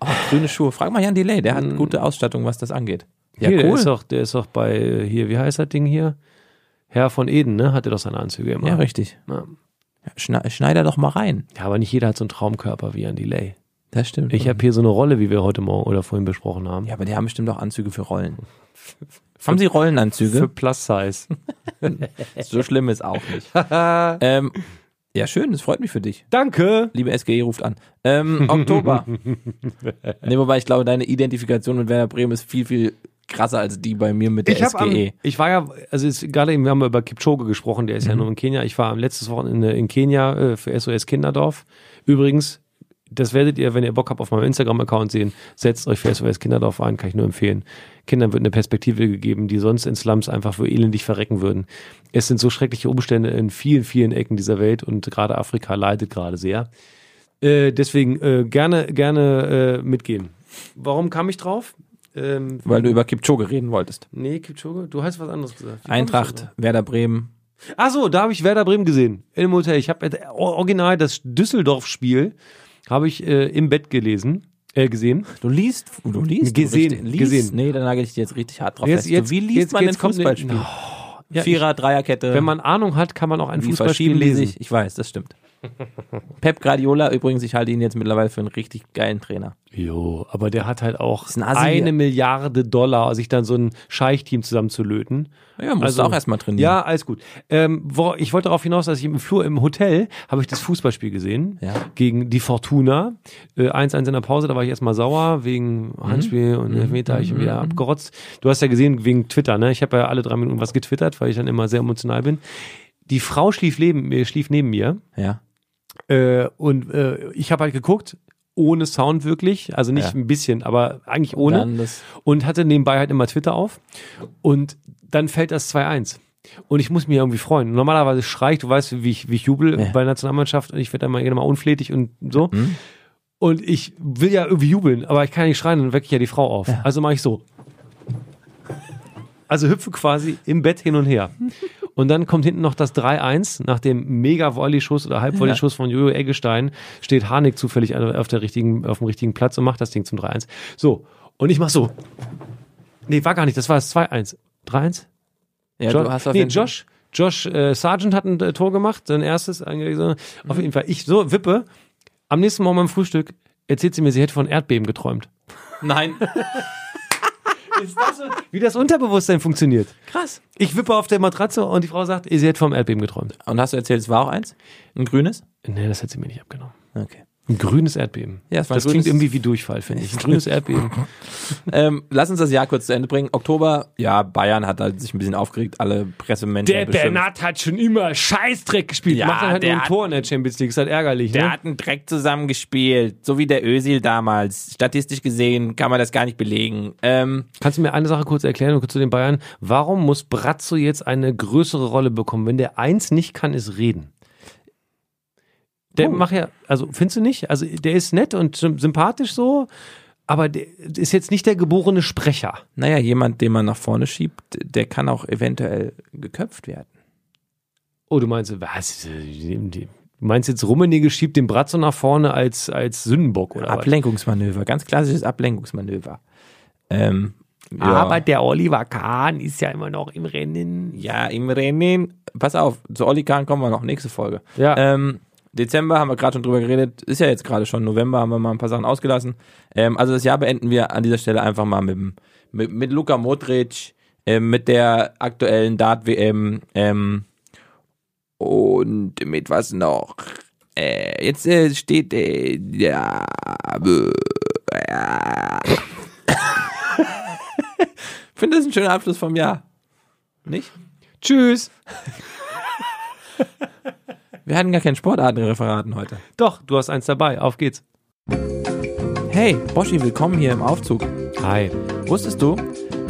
[SPEAKER 1] Oh, grüne Schuhe. Frag mal Jan Delay, der hat gute Ausstattung, was das angeht. Ja,
[SPEAKER 2] Mm. hier, der,
[SPEAKER 1] cool.
[SPEAKER 2] ist doch, der ist doch bei, äh, hier, wie heißt das Ding hier? Herr von Eden, ne? Hatte doch seine Anzüge immer.
[SPEAKER 1] ja, richtig.
[SPEAKER 2] Ja.
[SPEAKER 1] Schne Schneider doch mal rein.
[SPEAKER 2] Ja, aber nicht jeder hat so einen Traumkörper wie ein Delay.
[SPEAKER 1] Das stimmt.
[SPEAKER 2] Ich habe hier so eine Rolle, wie wir heute Morgen oder vorhin besprochen haben.
[SPEAKER 1] ja, aber die haben bestimmt auch Anzüge für Rollen. haben sie Rollenanzüge?
[SPEAKER 2] Für Plus Size.
[SPEAKER 1] So schlimm ist auch nicht. ähm, ja, schön, das freut mich für dich.
[SPEAKER 2] Danke!
[SPEAKER 1] Liebe SGE ruft an. Ähm, Oktober. nee, wobei ich glaube, deine Identifikation mit Werder Bremen ist viel, viel krasser als die bei mir mit der E.
[SPEAKER 2] Ich, hab am,
[SPEAKER 1] SGE.
[SPEAKER 2] ich war ja, also es- gerade eben, wir haben über Kipchoge gesprochen, der ist ja nur in Kenia. Ich war am letztes Wochenende in Kenia äh, für SOS Kinderdorf. Übrigens, das werdet ihr, wenn ihr Bock habt, auf meinem Instagram-Account sehen. Setzt euch für SOS Kinderdorf ein, kann ich nur empfehlen. Kindern wird eine Perspektive gegeben, die sonst in Slums einfach für elendig verrecken würden. Es sind so schreckliche Umstände in vielen, vielen Ecken dieser Welt und gerade Afrika leidet gerade sehr. Äh, deswegen äh, gerne, gerne äh, mitgehen. Warum kam ich drauf? Ähm,
[SPEAKER 1] Weil du über Kipchoge reden wolltest.
[SPEAKER 2] Nee, Kipchoge, du hast was anderes gesagt. Wie kommst
[SPEAKER 1] Eintracht, Werder Bremen.
[SPEAKER 2] du drauf? Ach so, da habe ich Werder Bremen gesehen. Im Hotel. Ich habe äh, original das Düsseldorf-Spiel habe ich äh, im Bett gelesen, äh, gesehen.
[SPEAKER 1] Du liest, du liest,
[SPEAKER 2] Gesehen,
[SPEAKER 1] du richtig- liest.
[SPEAKER 2] gesehen.
[SPEAKER 1] Nee, da nagel ich dich jetzt richtig hart drauf.
[SPEAKER 2] Jetzt-
[SPEAKER 1] fest.
[SPEAKER 2] jetzt-
[SPEAKER 1] Wie liest
[SPEAKER 2] jetzt-
[SPEAKER 1] man
[SPEAKER 2] jetzt
[SPEAKER 1] ein
[SPEAKER 2] kommt eine-
[SPEAKER 1] Fußballspiel?
[SPEAKER 2] Ja,
[SPEAKER 1] Vierer, Dreierkette.
[SPEAKER 2] ich, wenn man Ahnung hat, kann man auch ein
[SPEAKER 1] Wie
[SPEAKER 2] Fußballspiel
[SPEAKER 1] verschieben die
[SPEAKER 2] lesen.
[SPEAKER 1] sich? Ich weiß, das stimmt. Pep Guardiola, übrigens, ich halte ihn jetzt mittlerweile für einen richtig geilen Trainer.
[SPEAKER 2] Jo, aber der hat halt auch
[SPEAKER 1] ein Assi.
[SPEAKER 2] eine Milliarde Dollar, sich dann so ein Scheich-Team zusammenzulöten.
[SPEAKER 1] Ja, musst
[SPEAKER 2] also-
[SPEAKER 1] du auch erstmal trainieren.
[SPEAKER 2] Ja, alles gut. Ähm, wo, ich wollte darauf hinaus, dass ich im Flur im Hotel habe ich das Fußballspiel gesehen
[SPEAKER 1] Ja.
[SPEAKER 2] gegen die Fortuna. Äh, 1-1 in der Pause, da war ich erstmal sauer wegen
[SPEAKER 1] Mhm.
[SPEAKER 2] Handspiel und Elfmeter, hab ich bin wieder abgerotzt. Du hast ja gesehen, wegen Twitter, ne? Ich habe ja alle drei Minuten was getwittert, weil ich dann immer sehr emotional bin. Die Frau schlief neben, äh, schlief neben mir
[SPEAKER 1] Ja.
[SPEAKER 2] äh, und äh, ich habe halt geguckt, ohne Sound wirklich, also
[SPEAKER 1] Ja.
[SPEAKER 2] nicht ein bisschen, aber eigentlich ohne
[SPEAKER 1] Dann das,
[SPEAKER 2] und hatte nebenbei halt immer Twitter auf. Und dann fällt das 2-1. Und ich muss mich irgendwie freuen. Normalerweise schrei ich, du weißt, wie ich, wie ich jubel
[SPEAKER 1] Ja. Mhm.
[SPEAKER 2] bei der Nationalmannschaft und ich werde einmal gerne mal unflätig und so. Und ich will ja irgendwie jubeln, aber ich kann nicht schreien, dann wecke ich ja die Frau auf. Also mache ich so. Also hüpfe quasi im Bett hin und her. Und dann kommt hinten noch das 3-1 nach dem Mega-Volley-Schuss oder Halbvolley-Schuss von Jojo Eggestein. Steht Harnik zufällig auf, der richtigen, auf dem richtigen Platz und macht das Ding zum 3-1. So. Und ich mach so. Nee, war gar nicht. Das war das 2-1. 3-1?
[SPEAKER 1] ja,
[SPEAKER 2] Jo-
[SPEAKER 1] du hast auf
[SPEAKER 2] nee,
[SPEAKER 1] jeden Fall-
[SPEAKER 2] Josh, Josh äh, Sargent hat ein äh, Tor gemacht, sein erstes. angelegt. Auf
[SPEAKER 1] Mhm.
[SPEAKER 2] jeden Fall. Ich so wippe. Am nächsten Morgen beim Frühstück erzählt sie mir, sie hätte von Erdbeben geträumt.
[SPEAKER 1] Nein.
[SPEAKER 2] Wie das Unterbewusstsein funktioniert.
[SPEAKER 1] Krass.
[SPEAKER 2] Ich wippe auf der Matratze und die Frau sagt, sie hätte vom Erdbeben geträumt.
[SPEAKER 1] Und hast du erzählt, es war auch eins? Ein grünes?
[SPEAKER 2] Nee, das hat sie mir nicht abgenommen.
[SPEAKER 1] Okay.
[SPEAKER 2] Ein grünes Erdbeben.
[SPEAKER 1] Ja, es war ein
[SPEAKER 2] das
[SPEAKER 1] grünes-
[SPEAKER 2] klingt irgendwie wie Durchfall, finde ich. Ein grünes Erdbeben.
[SPEAKER 1] Ähm, lass uns das Jahr kurz zu Ende bringen. Oktober, ja, Bayern hat halt sich ein bisschen aufgeregt, alle Pressemenschen. beschimpft.
[SPEAKER 2] hat schon immer Scheißdreck gespielt.
[SPEAKER 1] Ja,
[SPEAKER 2] Macht dann halt
[SPEAKER 1] der
[SPEAKER 2] nur ein
[SPEAKER 1] hat-
[SPEAKER 2] Tor in der Champions League. Ist halt ärgerlich,
[SPEAKER 1] Der
[SPEAKER 2] ne?
[SPEAKER 1] hat einen Dreck zusammengespielt, so wie der Ösil damals. Statistisch gesehen kann man das gar nicht belegen. Ähm,
[SPEAKER 2] Kannst du mir eine Sache kurz erklären kurz zu den Bayern? Warum muss Brazzo jetzt eine größere Rolle bekommen? Wenn der eins nicht kann, ist reden. Der
[SPEAKER 1] Oh.
[SPEAKER 2] macht ja, also findest du nicht? Also der ist nett und sym- sympathisch so, aber der ist jetzt nicht der geborene Sprecher.
[SPEAKER 1] naja, jemand, den man nach vorne schiebt, der kann auch eventuell geköpft werden.
[SPEAKER 2] Oh, du meinst, was? Du meinst jetzt Rummenigge schiebt den Brazzo nach vorne als, als Sündenbock oder was?
[SPEAKER 1] Ablenkungsmanöver, ganz klassisches Ablenkungsmanöver. Ähm, ja.
[SPEAKER 2] der Oliver Kahn ist ja immer noch im Rennen.
[SPEAKER 1] ja, im Rennen. Pass auf, zu Oli Kahn kommen wir noch, nächste Folge.
[SPEAKER 2] Ja.
[SPEAKER 1] Ähm, Dezember haben wir gerade schon drüber geredet, ist ja jetzt gerade schon November, haben wir mal ein paar Sachen ausgelassen. Ähm, also das Jahr beenden wir an dieser Stelle einfach mal mit, dem- mit, mit Luka Modric, ähm, mit der aktuellen Dart-WM ähm, und mit was noch? Äh, jetzt äh, steht äh, ja, äh, Ich finde das ein schöner Abschluss vom Jahr. Nicht?
[SPEAKER 2] Tschüss.
[SPEAKER 1] Wir hatten gar kein Sportartenreferaten heute.
[SPEAKER 2] Doch, du hast eins dabei. Auf geht's.
[SPEAKER 1] Hey, Boschi, willkommen hier im Aufzug.
[SPEAKER 2] Hi.
[SPEAKER 1] Wusstest du,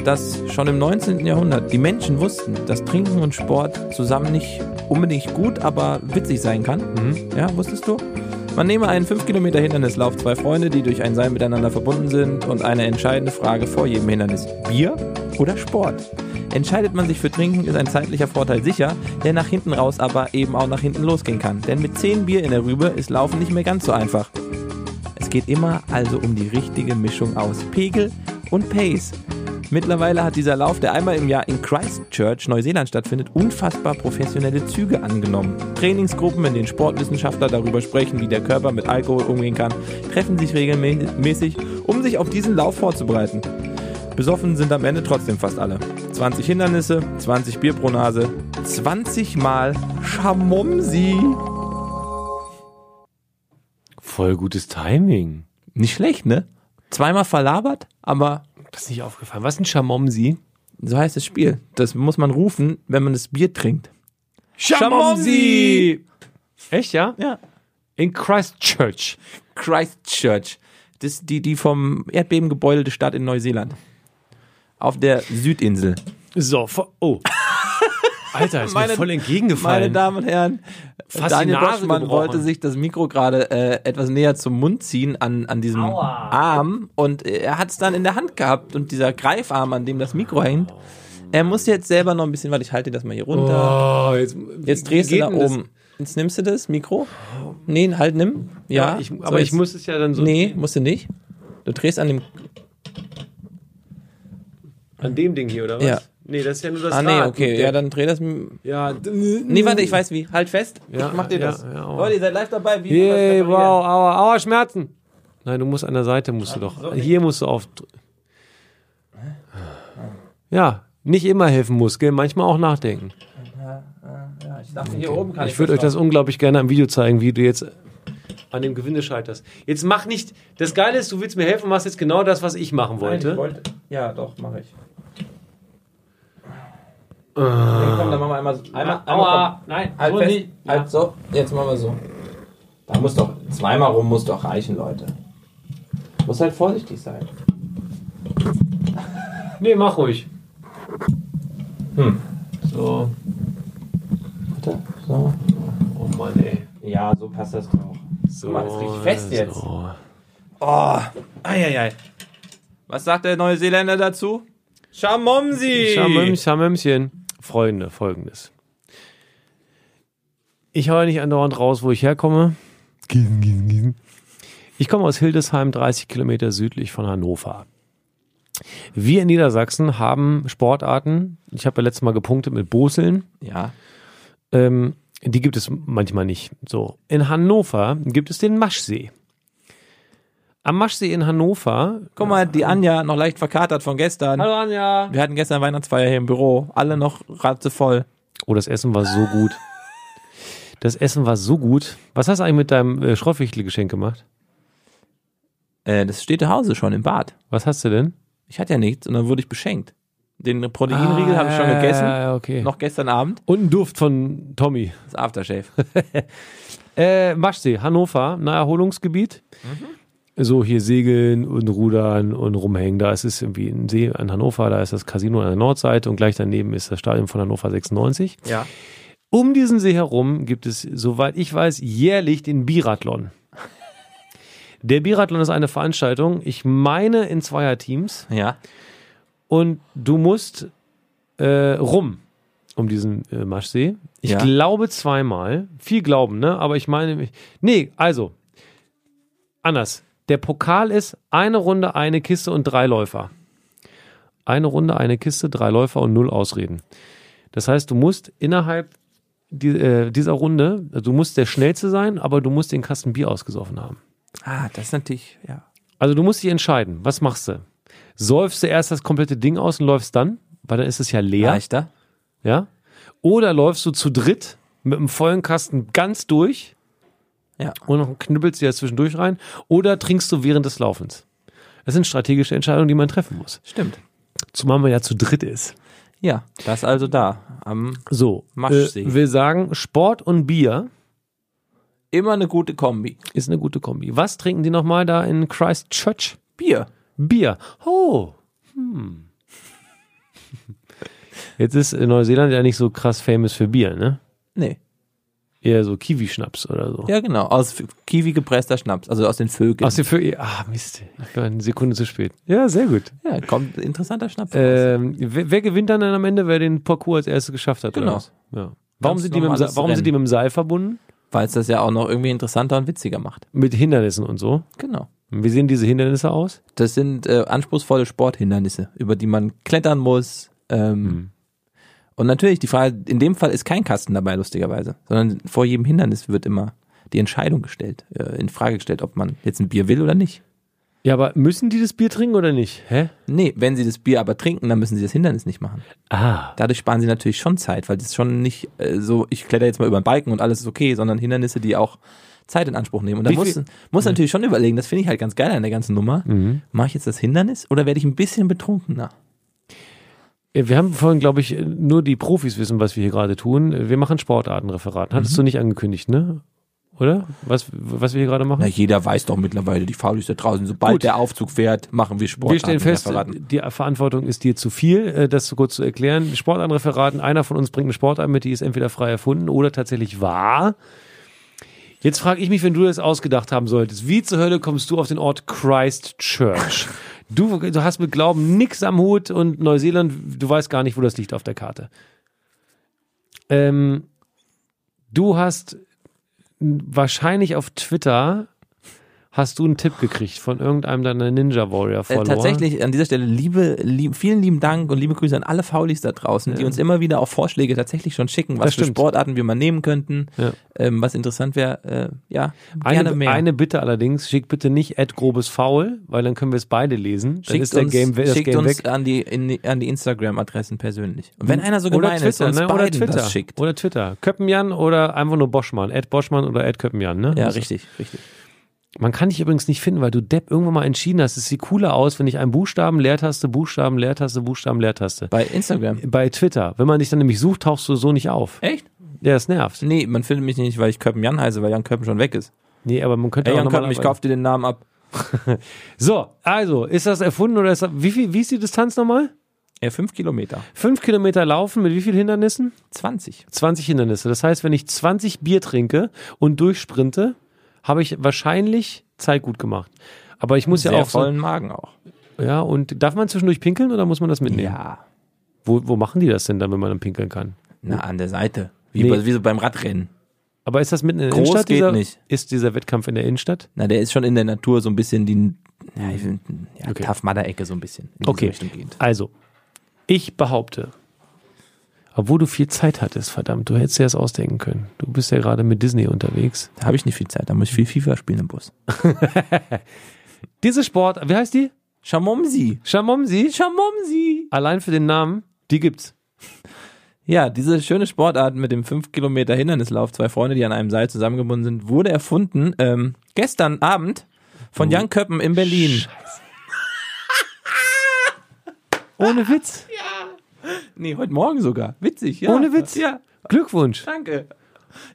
[SPEAKER 1] dass schon im 19. Jahrhundert die Menschen wussten, dass Trinken und Sport zusammen nicht unbedingt gut, aber witzig sein kann? Ja, wusstest du? Man nehme einen 5 Kilometer Hindernislauf zwei Freunde, die durch ein Seil miteinander verbunden sind und eine entscheidende Frage vor jedem Hindernis. Bier oder Sport? Entscheidet man sich für Trinken, ist ein zeitlicher Vorteil sicher, der nach hinten raus aber eben auch nach hinten losgehen kann. Denn mit 10 Bier in der Rübe ist Laufen nicht mehr ganz so einfach. Es geht immer also um die richtige Mischung aus Pegel und Pace. Mittlerweile hat dieser Lauf, der einmal im Jahr in Christchurch, Neuseeland stattfindet, unfassbar professionelle Züge angenommen. Trainingsgruppen, in denen Sportwissenschaftler darüber sprechen, wie der Körper mit Alkohol umgehen kann, treffen sich regelmäßig, um sich auf diesen Lauf vorzubereiten. Besoffen sind am Ende trotzdem fast alle. 20 Hindernisse, 20 Bier pro Nase, 20 Mal Schamomsi.
[SPEAKER 2] Voll gutes Timing.
[SPEAKER 1] Nicht schlecht, ne? Zweimal verlabert, aber
[SPEAKER 2] Das ist nicht aufgefallen. Was ist ein Chamomsi?
[SPEAKER 1] So heißt das Spiel. Das muss man rufen, wenn man das Bier trinkt.
[SPEAKER 2] Chamomsi! Echt, ja?
[SPEAKER 1] Ja.
[SPEAKER 2] In Christchurch.
[SPEAKER 1] Christchurch. Das ist die, die vom Erdbeben gebeutelte Stadt in Neuseeland. Auf der Südinsel.
[SPEAKER 2] So, vor- oh. Alter, ist
[SPEAKER 1] Meine-
[SPEAKER 2] mir voll
[SPEAKER 1] Meine
[SPEAKER 2] entgegengefallen.
[SPEAKER 1] Damen und Herren,
[SPEAKER 2] Fast die
[SPEAKER 1] Daniel
[SPEAKER 2] Nase
[SPEAKER 1] Boschmann
[SPEAKER 2] gebrochen.
[SPEAKER 1] wollte sich das Mikro gerade äh, etwas näher zum Mund ziehen an, an diesem Arm und äh, er hat es dann in der Hand gehabt und dieser Greifarm, an dem das Mikro hängt, er muss jetzt selber noch ein bisschen, warte, ich halte das mal hier runter.
[SPEAKER 2] oh, jetzt,
[SPEAKER 1] Jetzt drehst du
[SPEAKER 2] geht
[SPEAKER 1] nach
[SPEAKER 2] denn das?
[SPEAKER 1] oben. Jetzt nimmst du das Mikro? Nee, halt nimm. Ja,
[SPEAKER 2] ich,
[SPEAKER 1] so
[SPEAKER 2] aber ich
[SPEAKER 1] jetzt-
[SPEAKER 2] muss es ja dann so.
[SPEAKER 1] Nee, musst du nicht. Du drehst an dem.
[SPEAKER 2] An dem Ding hier, oder was?
[SPEAKER 1] Ja.
[SPEAKER 2] Nee, das ist ja nur das
[SPEAKER 1] Ah, nee,
[SPEAKER 2] Rad.
[SPEAKER 1] okay. Ja, dann dreh das. Nee,
[SPEAKER 2] Ja.
[SPEAKER 1] warte, ich weiß wie. Halt fest.
[SPEAKER 2] Ja,
[SPEAKER 1] ich mach dir
[SPEAKER 2] ja,
[SPEAKER 1] das.
[SPEAKER 2] ja, aua.
[SPEAKER 1] Leute, ihr seid live dabei. Wie wir das
[SPEAKER 2] Yay,
[SPEAKER 1] reparieren.
[SPEAKER 2] wow, aua, aua, Schmerzen. Nein, du musst an der Seite, musst du doch. hier musst du auf. Ja, nicht immer helfen muss, gell? manchmal auch nachdenken.
[SPEAKER 1] Ja, ich dachte, hier oben kann ich.
[SPEAKER 2] Ich würde euch das unglaublich gerne am Video zeigen, wie du jetzt an dem Gewinde scheiterst. Jetzt mach nicht. Das Geile ist, du willst mir helfen, machst jetzt genau das, was ich machen
[SPEAKER 1] Nein, ich
[SPEAKER 2] wollte.
[SPEAKER 1] wollte. Ja, doch, mache ich. Nee, komm, dann machen wir einmal. so- einmal, einmal
[SPEAKER 2] Aua, nein,
[SPEAKER 1] komm. Halt
[SPEAKER 2] so
[SPEAKER 1] fest.
[SPEAKER 2] nicht. Ja.
[SPEAKER 1] Halt so. Jetzt machen wir so. Da muss doch. Zweimal rum muss doch reichen, Leute. Muss halt vorsichtig sein.
[SPEAKER 2] Nee, mach ruhig.
[SPEAKER 1] Hm.
[SPEAKER 2] So,
[SPEAKER 1] Warte. So.
[SPEAKER 2] oh Mann, ey.
[SPEAKER 1] Ja, so passt das doch.
[SPEAKER 2] So,
[SPEAKER 1] Guck mal, das ist richtig fest jetzt.
[SPEAKER 2] So.
[SPEAKER 1] Oh, eieiei. Was sagt der Neuseeländer dazu? Schamomsi!
[SPEAKER 2] Schamöm, Schamömchen. Freunde, folgendes. Ich hau ja nicht andauernd raus, wo ich herkomme. Gießen, gießen, gießen. Ich komme aus Hildesheim, 30 Kilometer südlich von Hannover. Wir in Niedersachsen haben Sportarten. Ich habe ja letztes Mal gepunktet mit Boseln.
[SPEAKER 1] Ja.
[SPEAKER 2] Ähm, die gibt es manchmal nicht. So. In Hannover gibt es den Maschsee. Am Maschsee in Hannover.
[SPEAKER 1] Guck mal, die Anja noch leicht verkatert von gestern.
[SPEAKER 2] Hallo Anja.
[SPEAKER 1] Wir hatten gestern Weihnachtsfeier hier im Büro. Alle noch ratzevoll.
[SPEAKER 2] Oh, das Essen war so gut. Das Essen war so gut. Was hast du eigentlich mit deinem äh, Schrottwichtelgeschenk gemacht?
[SPEAKER 1] Äh, das steht zu Hause schon im Bad.
[SPEAKER 2] Was hast du denn?
[SPEAKER 1] Ich hatte ja nichts und dann wurde ich beschenkt. Den Proteinriegel habe ich schon gegessen.
[SPEAKER 2] Ah, okay.
[SPEAKER 1] Noch gestern Abend.
[SPEAKER 2] Und ein Duft von Tommy.
[SPEAKER 1] Das Aftershave.
[SPEAKER 2] Äh, Maschsee, Hannover, Naherholungsgebiet. Mhm. So hier segeln und rudern und rumhängen. Da ist es irgendwie ein See an Hannover, da ist das Casino an der Nordseite und gleich daneben ist das Stadion von Hannover 96.
[SPEAKER 1] ja.
[SPEAKER 2] Um diesen See herum gibt es, soweit ich weiß, jährlich den Biathlon. Der Biathlon ist eine Veranstaltung, ich meine in Zweierteams
[SPEAKER 1] Ja.
[SPEAKER 2] und du musst äh, rum um diesen äh, Maschsee. Ich
[SPEAKER 1] Ja.
[SPEAKER 2] glaube zweimal. Viel glauben, ne? Aber ich meine, ich- nee, also anders. Der Pokal ist eine Runde, eine Kiste und drei Läufer. Eine Runde, eine Kiste, drei Läufer und null Ausreden. Das heißt, du musst innerhalb die, äh, dieser Runde, du musst der Schnellste sein, aber du musst den Kasten Bier ausgesoffen haben.
[SPEAKER 1] Ah, das ist natürlich, ja.
[SPEAKER 2] Also du musst dich entscheiden, was machst du? Säufst du erst das komplette Ding aus und läufst dann, weil dann ist es ja leer,
[SPEAKER 1] Leichter.
[SPEAKER 2] ja? Oder läufst du zu dritt mit einem vollen Kasten ganz durch
[SPEAKER 1] Ja.
[SPEAKER 2] und knüppelst dir das zwischendurch rein oder trinkst du während des Laufens? Das sind strategische Entscheidungen, die man treffen muss.
[SPEAKER 1] Stimmt.
[SPEAKER 2] Zumal man ja zu dritt ist.
[SPEAKER 1] Ja, das also da. Am,
[SPEAKER 2] So,
[SPEAKER 1] Maschsee.
[SPEAKER 2] äh, will sagen, Sport und Bier
[SPEAKER 1] immer eine gute Kombi.
[SPEAKER 2] ist eine gute Kombi. Was trinken die nochmal da in Christchurch?
[SPEAKER 1] Bier.
[SPEAKER 2] Bier. Oh. Hm. Jetzt ist äh, Neuseeland ja nicht so krass famous für Bier, ne?
[SPEAKER 1] Nee.
[SPEAKER 2] Eher so Kiwischnaps oder so.
[SPEAKER 1] Ja, genau. Aus Kiwi gepresster Schnaps, also aus den Vögeln.
[SPEAKER 2] Aus dem Vö ah, Mist. Ich war eine Sekunde zu spät. Ja, sehr gut.
[SPEAKER 1] ja, kommt interessanter Schnaps. Äh, raus.
[SPEAKER 2] Ähm, wer, wer gewinnt dann am Ende, wer den Parcours als erstes geschafft hat? oder
[SPEAKER 1] Genau.
[SPEAKER 2] was? Ja. Warum,
[SPEAKER 1] Ganz
[SPEAKER 2] sind die, mit dem Seil,
[SPEAKER 1] normales
[SPEAKER 2] warum sind die mit dem Seil verbunden?
[SPEAKER 1] Weil es das ja auch noch irgendwie interessanter und witziger macht.
[SPEAKER 2] Mit Hindernissen und so.
[SPEAKER 1] Genau.
[SPEAKER 2] Wie sehen diese Hindernisse aus?
[SPEAKER 1] Das sind äh, anspruchsvolle Sporthindernisse, über die man klettern muss. Ähm, Und natürlich, die Frage, in dem Fall ist kein Kasten dabei, lustigerweise, sondern vor jedem Hindernis wird immer die Entscheidung gestellt, äh, in Frage gestellt, ob man jetzt ein Bier will oder nicht.
[SPEAKER 2] Ja, aber müssen die das Bier trinken oder nicht? Hä?
[SPEAKER 1] Nee, wenn sie das Bier aber trinken, dann müssen sie das Hindernis nicht machen.
[SPEAKER 2] Ah.
[SPEAKER 1] Dadurch sparen sie natürlich schon Zeit, weil das schon nicht äh, so, ich kletter jetzt mal über den Balken und alles ist okay, sondern Hindernisse, die auch Zeit in Anspruch nehmen. Und da
[SPEAKER 2] Wie
[SPEAKER 1] muss,
[SPEAKER 2] viel-
[SPEAKER 1] muss natürlich schon überlegen, das finde ich halt ganz geil an der ganzen Nummer. Mache ich jetzt das Hindernis oder werde ich ein bisschen betrunkener?
[SPEAKER 2] Ja, Äh, Wir haben vorhin, glaube ich, nur die Profis wissen, was wir hier gerade tun. Wir machen Sportartenreferat. Hattest du nicht angekündigt, ne? Oder? Was, was wir hier gerade machen?
[SPEAKER 1] Na, jeder weiß doch mittlerweile, die Faulis da draußen, sobald
[SPEAKER 2] Gut.
[SPEAKER 1] der Aufzug fährt, machen wir äh, Sport.
[SPEAKER 2] Wir stellen fest, die Verantwortung ist dir zu viel, äh, das so kurz zu erklären. Sportanreferaten, einer von uns bringt eine Sportart mit, die ist entweder frei erfunden oder tatsächlich wahr. Jetzt frage ich mich, wenn du das ausgedacht haben solltest, wie zur Hölle kommst du auf den Ort Christchurch? Du, du hast mit Glauben nix am Hut und Neuseeland, du weißt gar nicht, wo das liegt auf der Karte. Ähm, du hast wahrscheinlich auf Twitter hast du einen Tipp gekriegt von irgendeinem deiner Ninja Warrior
[SPEAKER 1] Äh,
[SPEAKER 2] Follower.
[SPEAKER 1] tatsächlich an dieser Stelle liebe, lieb, vielen lieben Dank und liebe Grüße an alle Faulis da draußen, die uns immer wieder auch Vorschläge tatsächlich schon schicken,
[SPEAKER 2] Das
[SPEAKER 1] was für
[SPEAKER 2] stimmt.
[SPEAKER 1] Sportarten wir mal nehmen könnten,
[SPEAKER 2] Ja.
[SPEAKER 1] ähm, was interessant wäre. Äh, ja, gerne
[SPEAKER 2] Eine,
[SPEAKER 1] mehr.
[SPEAKER 2] eine Bitte allerdings, schickt bitte nicht Ed grobes Foul, weil dann können wir es beide lesen. Dann
[SPEAKER 1] schickt
[SPEAKER 2] ist der
[SPEAKER 1] uns,
[SPEAKER 2] Game, das
[SPEAKER 1] schickt
[SPEAKER 2] Game
[SPEAKER 1] uns
[SPEAKER 2] weg.
[SPEAKER 1] an die, in die an die Instagram-Adressen persönlich. Und wenn einer so gemein ist, und uns
[SPEAKER 2] ne?
[SPEAKER 1] beiden
[SPEAKER 2] oder Twitter.
[SPEAKER 1] das schickt.
[SPEAKER 2] Oder Twitter. Köppenjan oder einfach nur Boschmann. Ed Boschmann oder Ed Köppenjan, ne?
[SPEAKER 1] Ja,
[SPEAKER 2] Das-
[SPEAKER 1] richtig, richtig.
[SPEAKER 2] Man kann dich übrigens nicht finden, weil du Depp irgendwann mal entschieden hast. Es sieht cooler aus, wenn ich einen Buchstaben, Leertaste, Buchstaben, Leertaste, Buchstaben, Leertaste.
[SPEAKER 1] Bei Instagram.
[SPEAKER 2] Bei Twitter. Wenn man dich dann nämlich sucht, tauchst du so nicht auf.
[SPEAKER 1] Echt?
[SPEAKER 2] Ja, das nervt.
[SPEAKER 1] Nee, man findet mich nicht, weil ich Köppen Jan heiße, weil Jan Köppen schon weg ist.
[SPEAKER 2] Nee, aber man könnte
[SPEAKER 1] Ey,
[SPEAKER 2] auch
[SPEAKER 1] Jan Köppen, ich
[SPEAKER 2] normalerweise-
[SPEAKER 1] kauf dir den Namen ab.
[SPEAKER 2] So, also, ist das erfunden oder ist das, wie viel, wie ist die Distanz nochmal?
[SPEAKER 1] Ja, fünf Kilometer.
[SPEAKER 2] Fünf Kilometer laufen mit wie vielen Hindernissen?
[SPEAKER 1] 20.
[SPEAKER 2] 20 Hindernisse. Das heißt, wenn ich 20 Bier trinke und durchsprinte, habe ich wahrscheinlich Zeit gut gemacht. Aber ich muss
[SPEAKER 1] Sehr
[SPEAKER 2] ja auch so,
[SPEAKER 1] vollen Magen auch.
[SPEAKER 2] ja und darf man zwischendurch pinkeln oder muss man das mitnehmen?
[SPEAKER 1] Ja.
[SPEAKER 2] Wo, wo machen die das denn dann, wenn man dann pinkeln kann?
[SPEAKER 1] Na, an der Seite. Wie,
[SPEAKER 2] Nee.
[SPEAKER 1] bei, wie so beim Radrennen.
[SPEAKER 2] Aber ist das mitten in der
[SPEAKER 1] Groß
[SPEAKER 2] Innenstadt?
[SPEAKER 1] geht
[SPEAKER 2] dieser,
[SPEAKER 1] nicht.
[SPEAKER 2] Ist dieser Wettkampf in der Innenstadt?
[SPEAKER 1] Na, der ist schon in der Natur so ein bisschen die ja, ich will- ja,
[SPEAKER 2] Okay.
[SPEAKER 1] Tough Mudder Ecke so ein bisschen. In diese
[SPEAKER 2] Okay.
[SPEAKER 1] Richtung gehend.
[SPEAKER 2] Also, ich behaupte, obwohl du viel Zeit hattest, verdammt, du hättest dir das ausdenken können. Du bist ja gerade mit Disney unterwegs.
[SPEAKER 1] Da habe ich nicht viel Zeit. Da muss ich viel FIFA spielen im Bus.
[SPEAKER 2] Diese Sport, wie heißt die?
[SPEAKER 1] Schamomsi.
[SPEAKER 2] Chamomsi?
[SPEAKER 1] Schamomsi.
[SPEAKER 2] Allein für den Namen, die gibt's.
[SPEAKER 1] Ja, diese schöne Sportart mit dem 5 Kilometer Hindernislauf, zwei Freunde, die an einem Seil zusammengebunden sind, wurde erfunden ähm, gestern Abend
[SPEAKER 2] Oh,
[SPEAKER 1] von Jan Köppen in Berlin. Ah,
[SPEAKER 2] Ohne Witz.
[SPEAKER 1] nee, heute Morgen sogar. Witzig, ja.
[SPEAKER 2] Ohne Witz.
[SPEAKER 1] Ja,
[SPEAKER 2] Glückwunsch.
[SPEAKER 1] danke.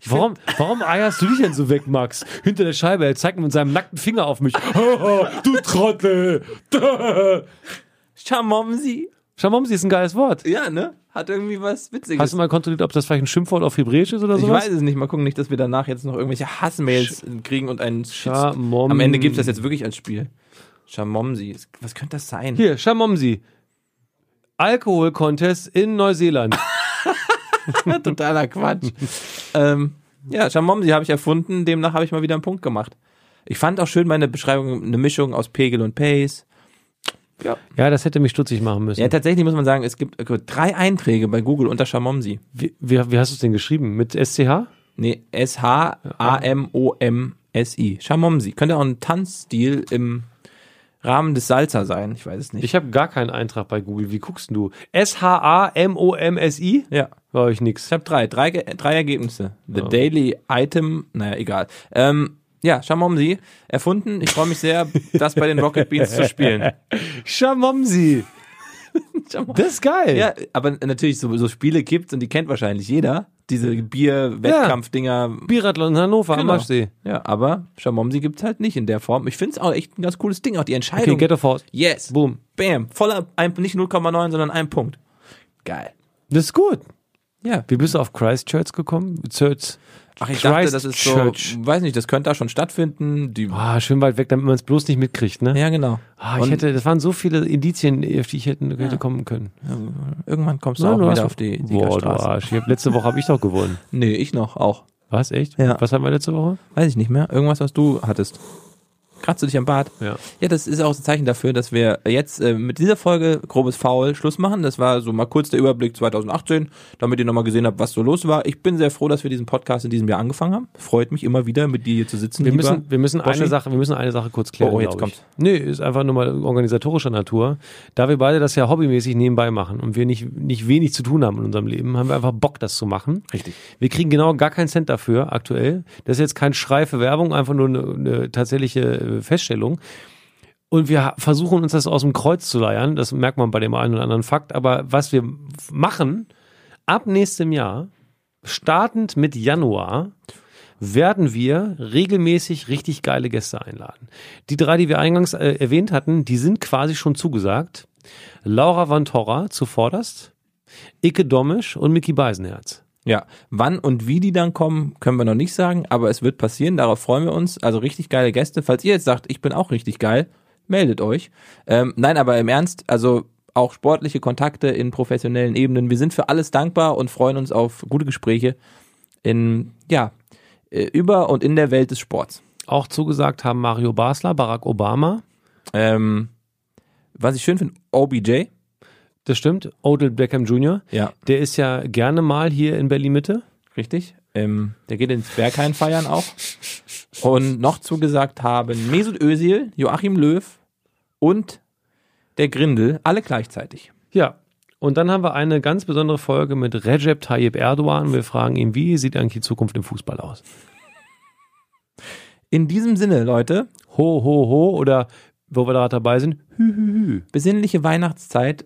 [SPEAKER 2] Warum, warum eierst du dich denn so weg, Max? Hinter der Scheibe, er zeigt mit seinem nackten Finger auf mich. Oh, du Trottel.
[SPEAKER 1] Schamomsi.
[SPEAKER 2] Schamomsi ist ein geiles Wort.
[SPEAKER 1] Ja, ne? Hat irgendwie was Witziges.
[SPEAKER 2] Hast du mal kontrolliert, ob das vielleicht ein Schimpfwort auf Hebräisch ist oder
[SPEAKER 1] Ich
[SPEAKER 2] sowas?
[SPEAKER 1] weiß es nicht. Mal gucken, nicht, dass wir danach jetzt noch irgendwelche Hassmails kriegen und einen Shit.
[SPEAKER 2] Schamom-
[SPEAKER 1] Am Ende gibt es das jetzt wirklich als Spiel. Schamomsi. Was könnte das sein?
[SPEAKER 2] Hier, Schamomsi. Alkohol-Contest in Neuseeland.
[SPEAKER 1] Ah. Totaler Quatsch. ähm, ja, Schamomsi habe ich erfunden. Demnach habe ich mal wieder einen Punkt gemacht. Ich fand auch schön meine Beschreibung, eine Mischung aus Pegel und Pace.
[SPEAKER 2] Ja, das hätte mich stutzig machen müssen.
[SPEAKER 1] Ja, tatsächlich muss man sagen, es gibt äh, drei Einträge bei Google unter Schamomsi.
[SPEAKER 2] Wie, wie, wie hast du es denn geschrieben? Mit SCH?
[SPEAKER 1] Nee, S-H-A-M-O-M-S-I. Schamomsi. Könnte auch ein Tanzstil im Rahmen des Salsa sein. Ich weiß es nicht.
[SPEAKER 2] Ich habe gar keinen Eintrag bei Google. Wie guckst denn du? S-H-A-M-O-M-S-I?
[SPEAKER 1] ja.
[SPEAKER 2] War ich nix.
[SPEAKER 1] Ich habe drei, drei, Ge- drei Ergebnisse. The Daily Item, naja, egal. Ähm, ja, Schamomsi, erfunden. Ich freue mich sehr, das bei den Rocket Beans zu spielen.
[SPEAKER 2] Schamomsi.
[SPEAKER 1] schon mal.
[SPEAKER 2] Das ist geil.
[SPEAKER 1] Ja, aber natürlich, so, so Spiele gibt's und die kennt wahrscheinlich jeder. Diese Bier-Wettkampf-Dinger.
[SPEAKER 2] Biathlon in Hannover am
[SPEAKER 1] Genau.
[SPEAKER 2] Maschsee.
[SPEAKER 1] Ja, aber Schamomsi gibt's halt nicht in der Form. Ich find's auch echt ein ganz cooles Ding, auch die
[SPEAKER 2] Okay,
[SPEAKER 1] Entscheidung.
[SPEAKER 2] get a Faust.
[SPEAKER 1] yes.
[SPEAKER 2] Boom.
[SPEAKER 1] Bam. Voller, ein, nicht 0,9, sondern ein Punkt. Geil.
[SPEAKER 2] Das ist gut.
[SPEAKER 1] Ja.
[SPEAKER 2] Wie bist du auf Christchurch gekommen? Church.
[SPEAKER 1] Ach, ich dachte, das ist so,
[SPEAKER 2] Christchurch.
[SPEAKER 1] weiß nicht, das könnte da schon stattfinden. Die,
[SPEAKER 2] Ah, schön weit weg, damit man es bloß nicht mitkriegt, ne?
[SPEAKER 1] ja, genau.
[SPEAKER 2] Ah, ich
[SPEAKER 1] Und-
[SPEAKER 2] hätte, das waren so viele Indizien, auf die ich hätte, hätte kommen können.
[SPEAKER 1] Irgendwann kommst du
[SPEAKER 2] Na,
[SPEAKER 1] auch
[SPEAKER 2] du hast-
[SPEAKER 1] wieder auf die
[SPEAKER 2] Boah, du
[SPEAKER 1] Siegerstraße.
[SPEAKER 2] Arsch. Ich hab, letzte Woche habe ich doch gewonnen.
[SPEAKER 1] Nee, ich noch, auch.
[SPEAKER 2] Was, echt?
[SPEAKER 1] Ja.
[SPEAKER 2] Was hatten wir letzte Woche?
[SPEAKER 1] Weiß ich nicht mehr. Irgendwas, was du hattest. Kratzt du dich am Bart?
[SPEAKER 2] Ja.
[SPEAKER 1] Ja, das ist auch ein Zeichen dafür, dass wir jetzt äh, mit dieser Folge grobes Foul Schluss machen. Das war so mal kurz der Überblick 2018, damit ihr nochmal gesehen habt, was so los war. Ich bin sehr froh, dass wir diesen Podcast in diesem Jahr angefangen haben. Freut mich immer wieder, mit dir hier zu sitzen.
[SPEAKER 2] Wir
[SPEAKER 1] lieber
[SPEAKER 2] müssen, wir, müssen
[SPEAKER 1] Boschi.
[SPEAKER 2] eine Sache, wir müssen eine Sache kurz klären.
[SPEAKER 1] Oh, oh, jetzt
[SPEAKER 2] glaub ich.
[SPEAKER 1] kommt's.
[SPEAKER 2] Nee, ist einfach nur mal organisatorischer Natur. Da wir beide das ja hobbymäßig nebenbei machen und wir nicht, nicht wenig zu tun haben in unserem Leben, haben wir einfach Bock, das zu machen.
[SPEAKER 1] Richtig.
[SPEAKER 2] Wir kriegen genau gar keinen Cent dafür aktuell. Das ist jetzt kein Schrei für Werbung, einfach nur eine, eine tatsächliche äh, Feststellung. Und wir ha- versuchen uns das aus dem Kreuz zu leiern. Das merkt man bei dem einen oder anderen Fakt. Aber was wir f- machen, ab nächstem Jahr, startend mit Januar, werden wir regelmäßig richtig geile Gäste einladen. Die drei, die wir eingangs äh, erwähnt hatten, die sind quasi schon zugesagt. Laura Van Torra zuvorderst, Icke Domisch und Mickey Beisenherz.
[SPEAKER 1] Ja, wann und wie die dann kommen, können wir noch nicht sagen, aber es wird passieren, darauf freuen wir uns. Also richtig geile Gäste. Falls ihr jetzt sagt, ich bin auch richtig geil, meldet euch. Ähm, nein, aber im Ernst, also auch sportliche Kontakte in professionellen Ebenen. Wir sind für alles dankbar und freuen uns auf gute Gespräche in, ja, äh, über und in der Welt des Sports.
[SPEAKER 2] Auch zugesagt haben Mario Basler, Barack Obama,
[SPEAKER 1] Ähm, was ich schön finde, OBJ.
[SPEAKER 2] das stimmt, Odell Beckham Jr.,
[SPEAKER 1] Ja.
[SPEAKER 2] der ist ja gerne mal hier in Berlin-Mitte.
[SPEAKER 1] Richtig. Ähm, der geht ins Berghain feiern auch. Und noch zugesagt haben Mesut Özil, Joachim Löw und der Grindel, alle gleichzeitig.
[SPEAKER 2] Ja. Und dann haben wir eine ganz besondere Folge mit Recep Tayyip Erdogan. Wir fragen ihn, wie sieht eigentlich die Zukunft im Fußball aus?
[SPEAKER 1] In diesem Sinne, Leute,
[SPEAKER 2] Ho, ho, ho oder wo wir da dabei sind, hü, hü, hü.
[SPEAKER 1] besinnliche Weihnachtszeit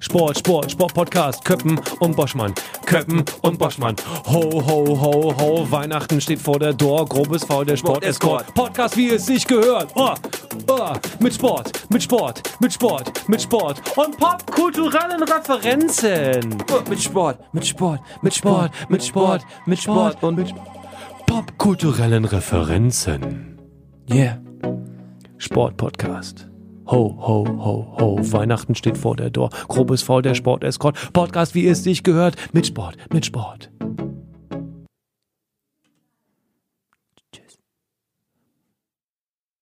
[SPEAKER 2] Sport, Sport, Sport Podcast, Köppen und Boschmann, Köppen und Boschmann. Ho, ho, ho, ho, Weihnachten steht vor der Door, grobes Faul, der Sport Escort. Podcast, wie es sich gehört. Oh, oh, mit Sport, mit Sport, mit Sport, mit Sport und popkulturellen Referenzen.
[SPEAKER 1] Mit Sport, mit Sport,
[SPEAKER 2] Oh, Mit Sport, mit Sport, mit Sport und mit popkulturellen Referenzen.
[SPEAKER 1] yeah.
[SPEAKER 2] Sport Podcast. Ho, ho, ho, ho. Weihnachten steht vor der Door. Grobes Faul, der Sport Escort. Podcast, wie es dich gehört. Mit Sport, mit Sport.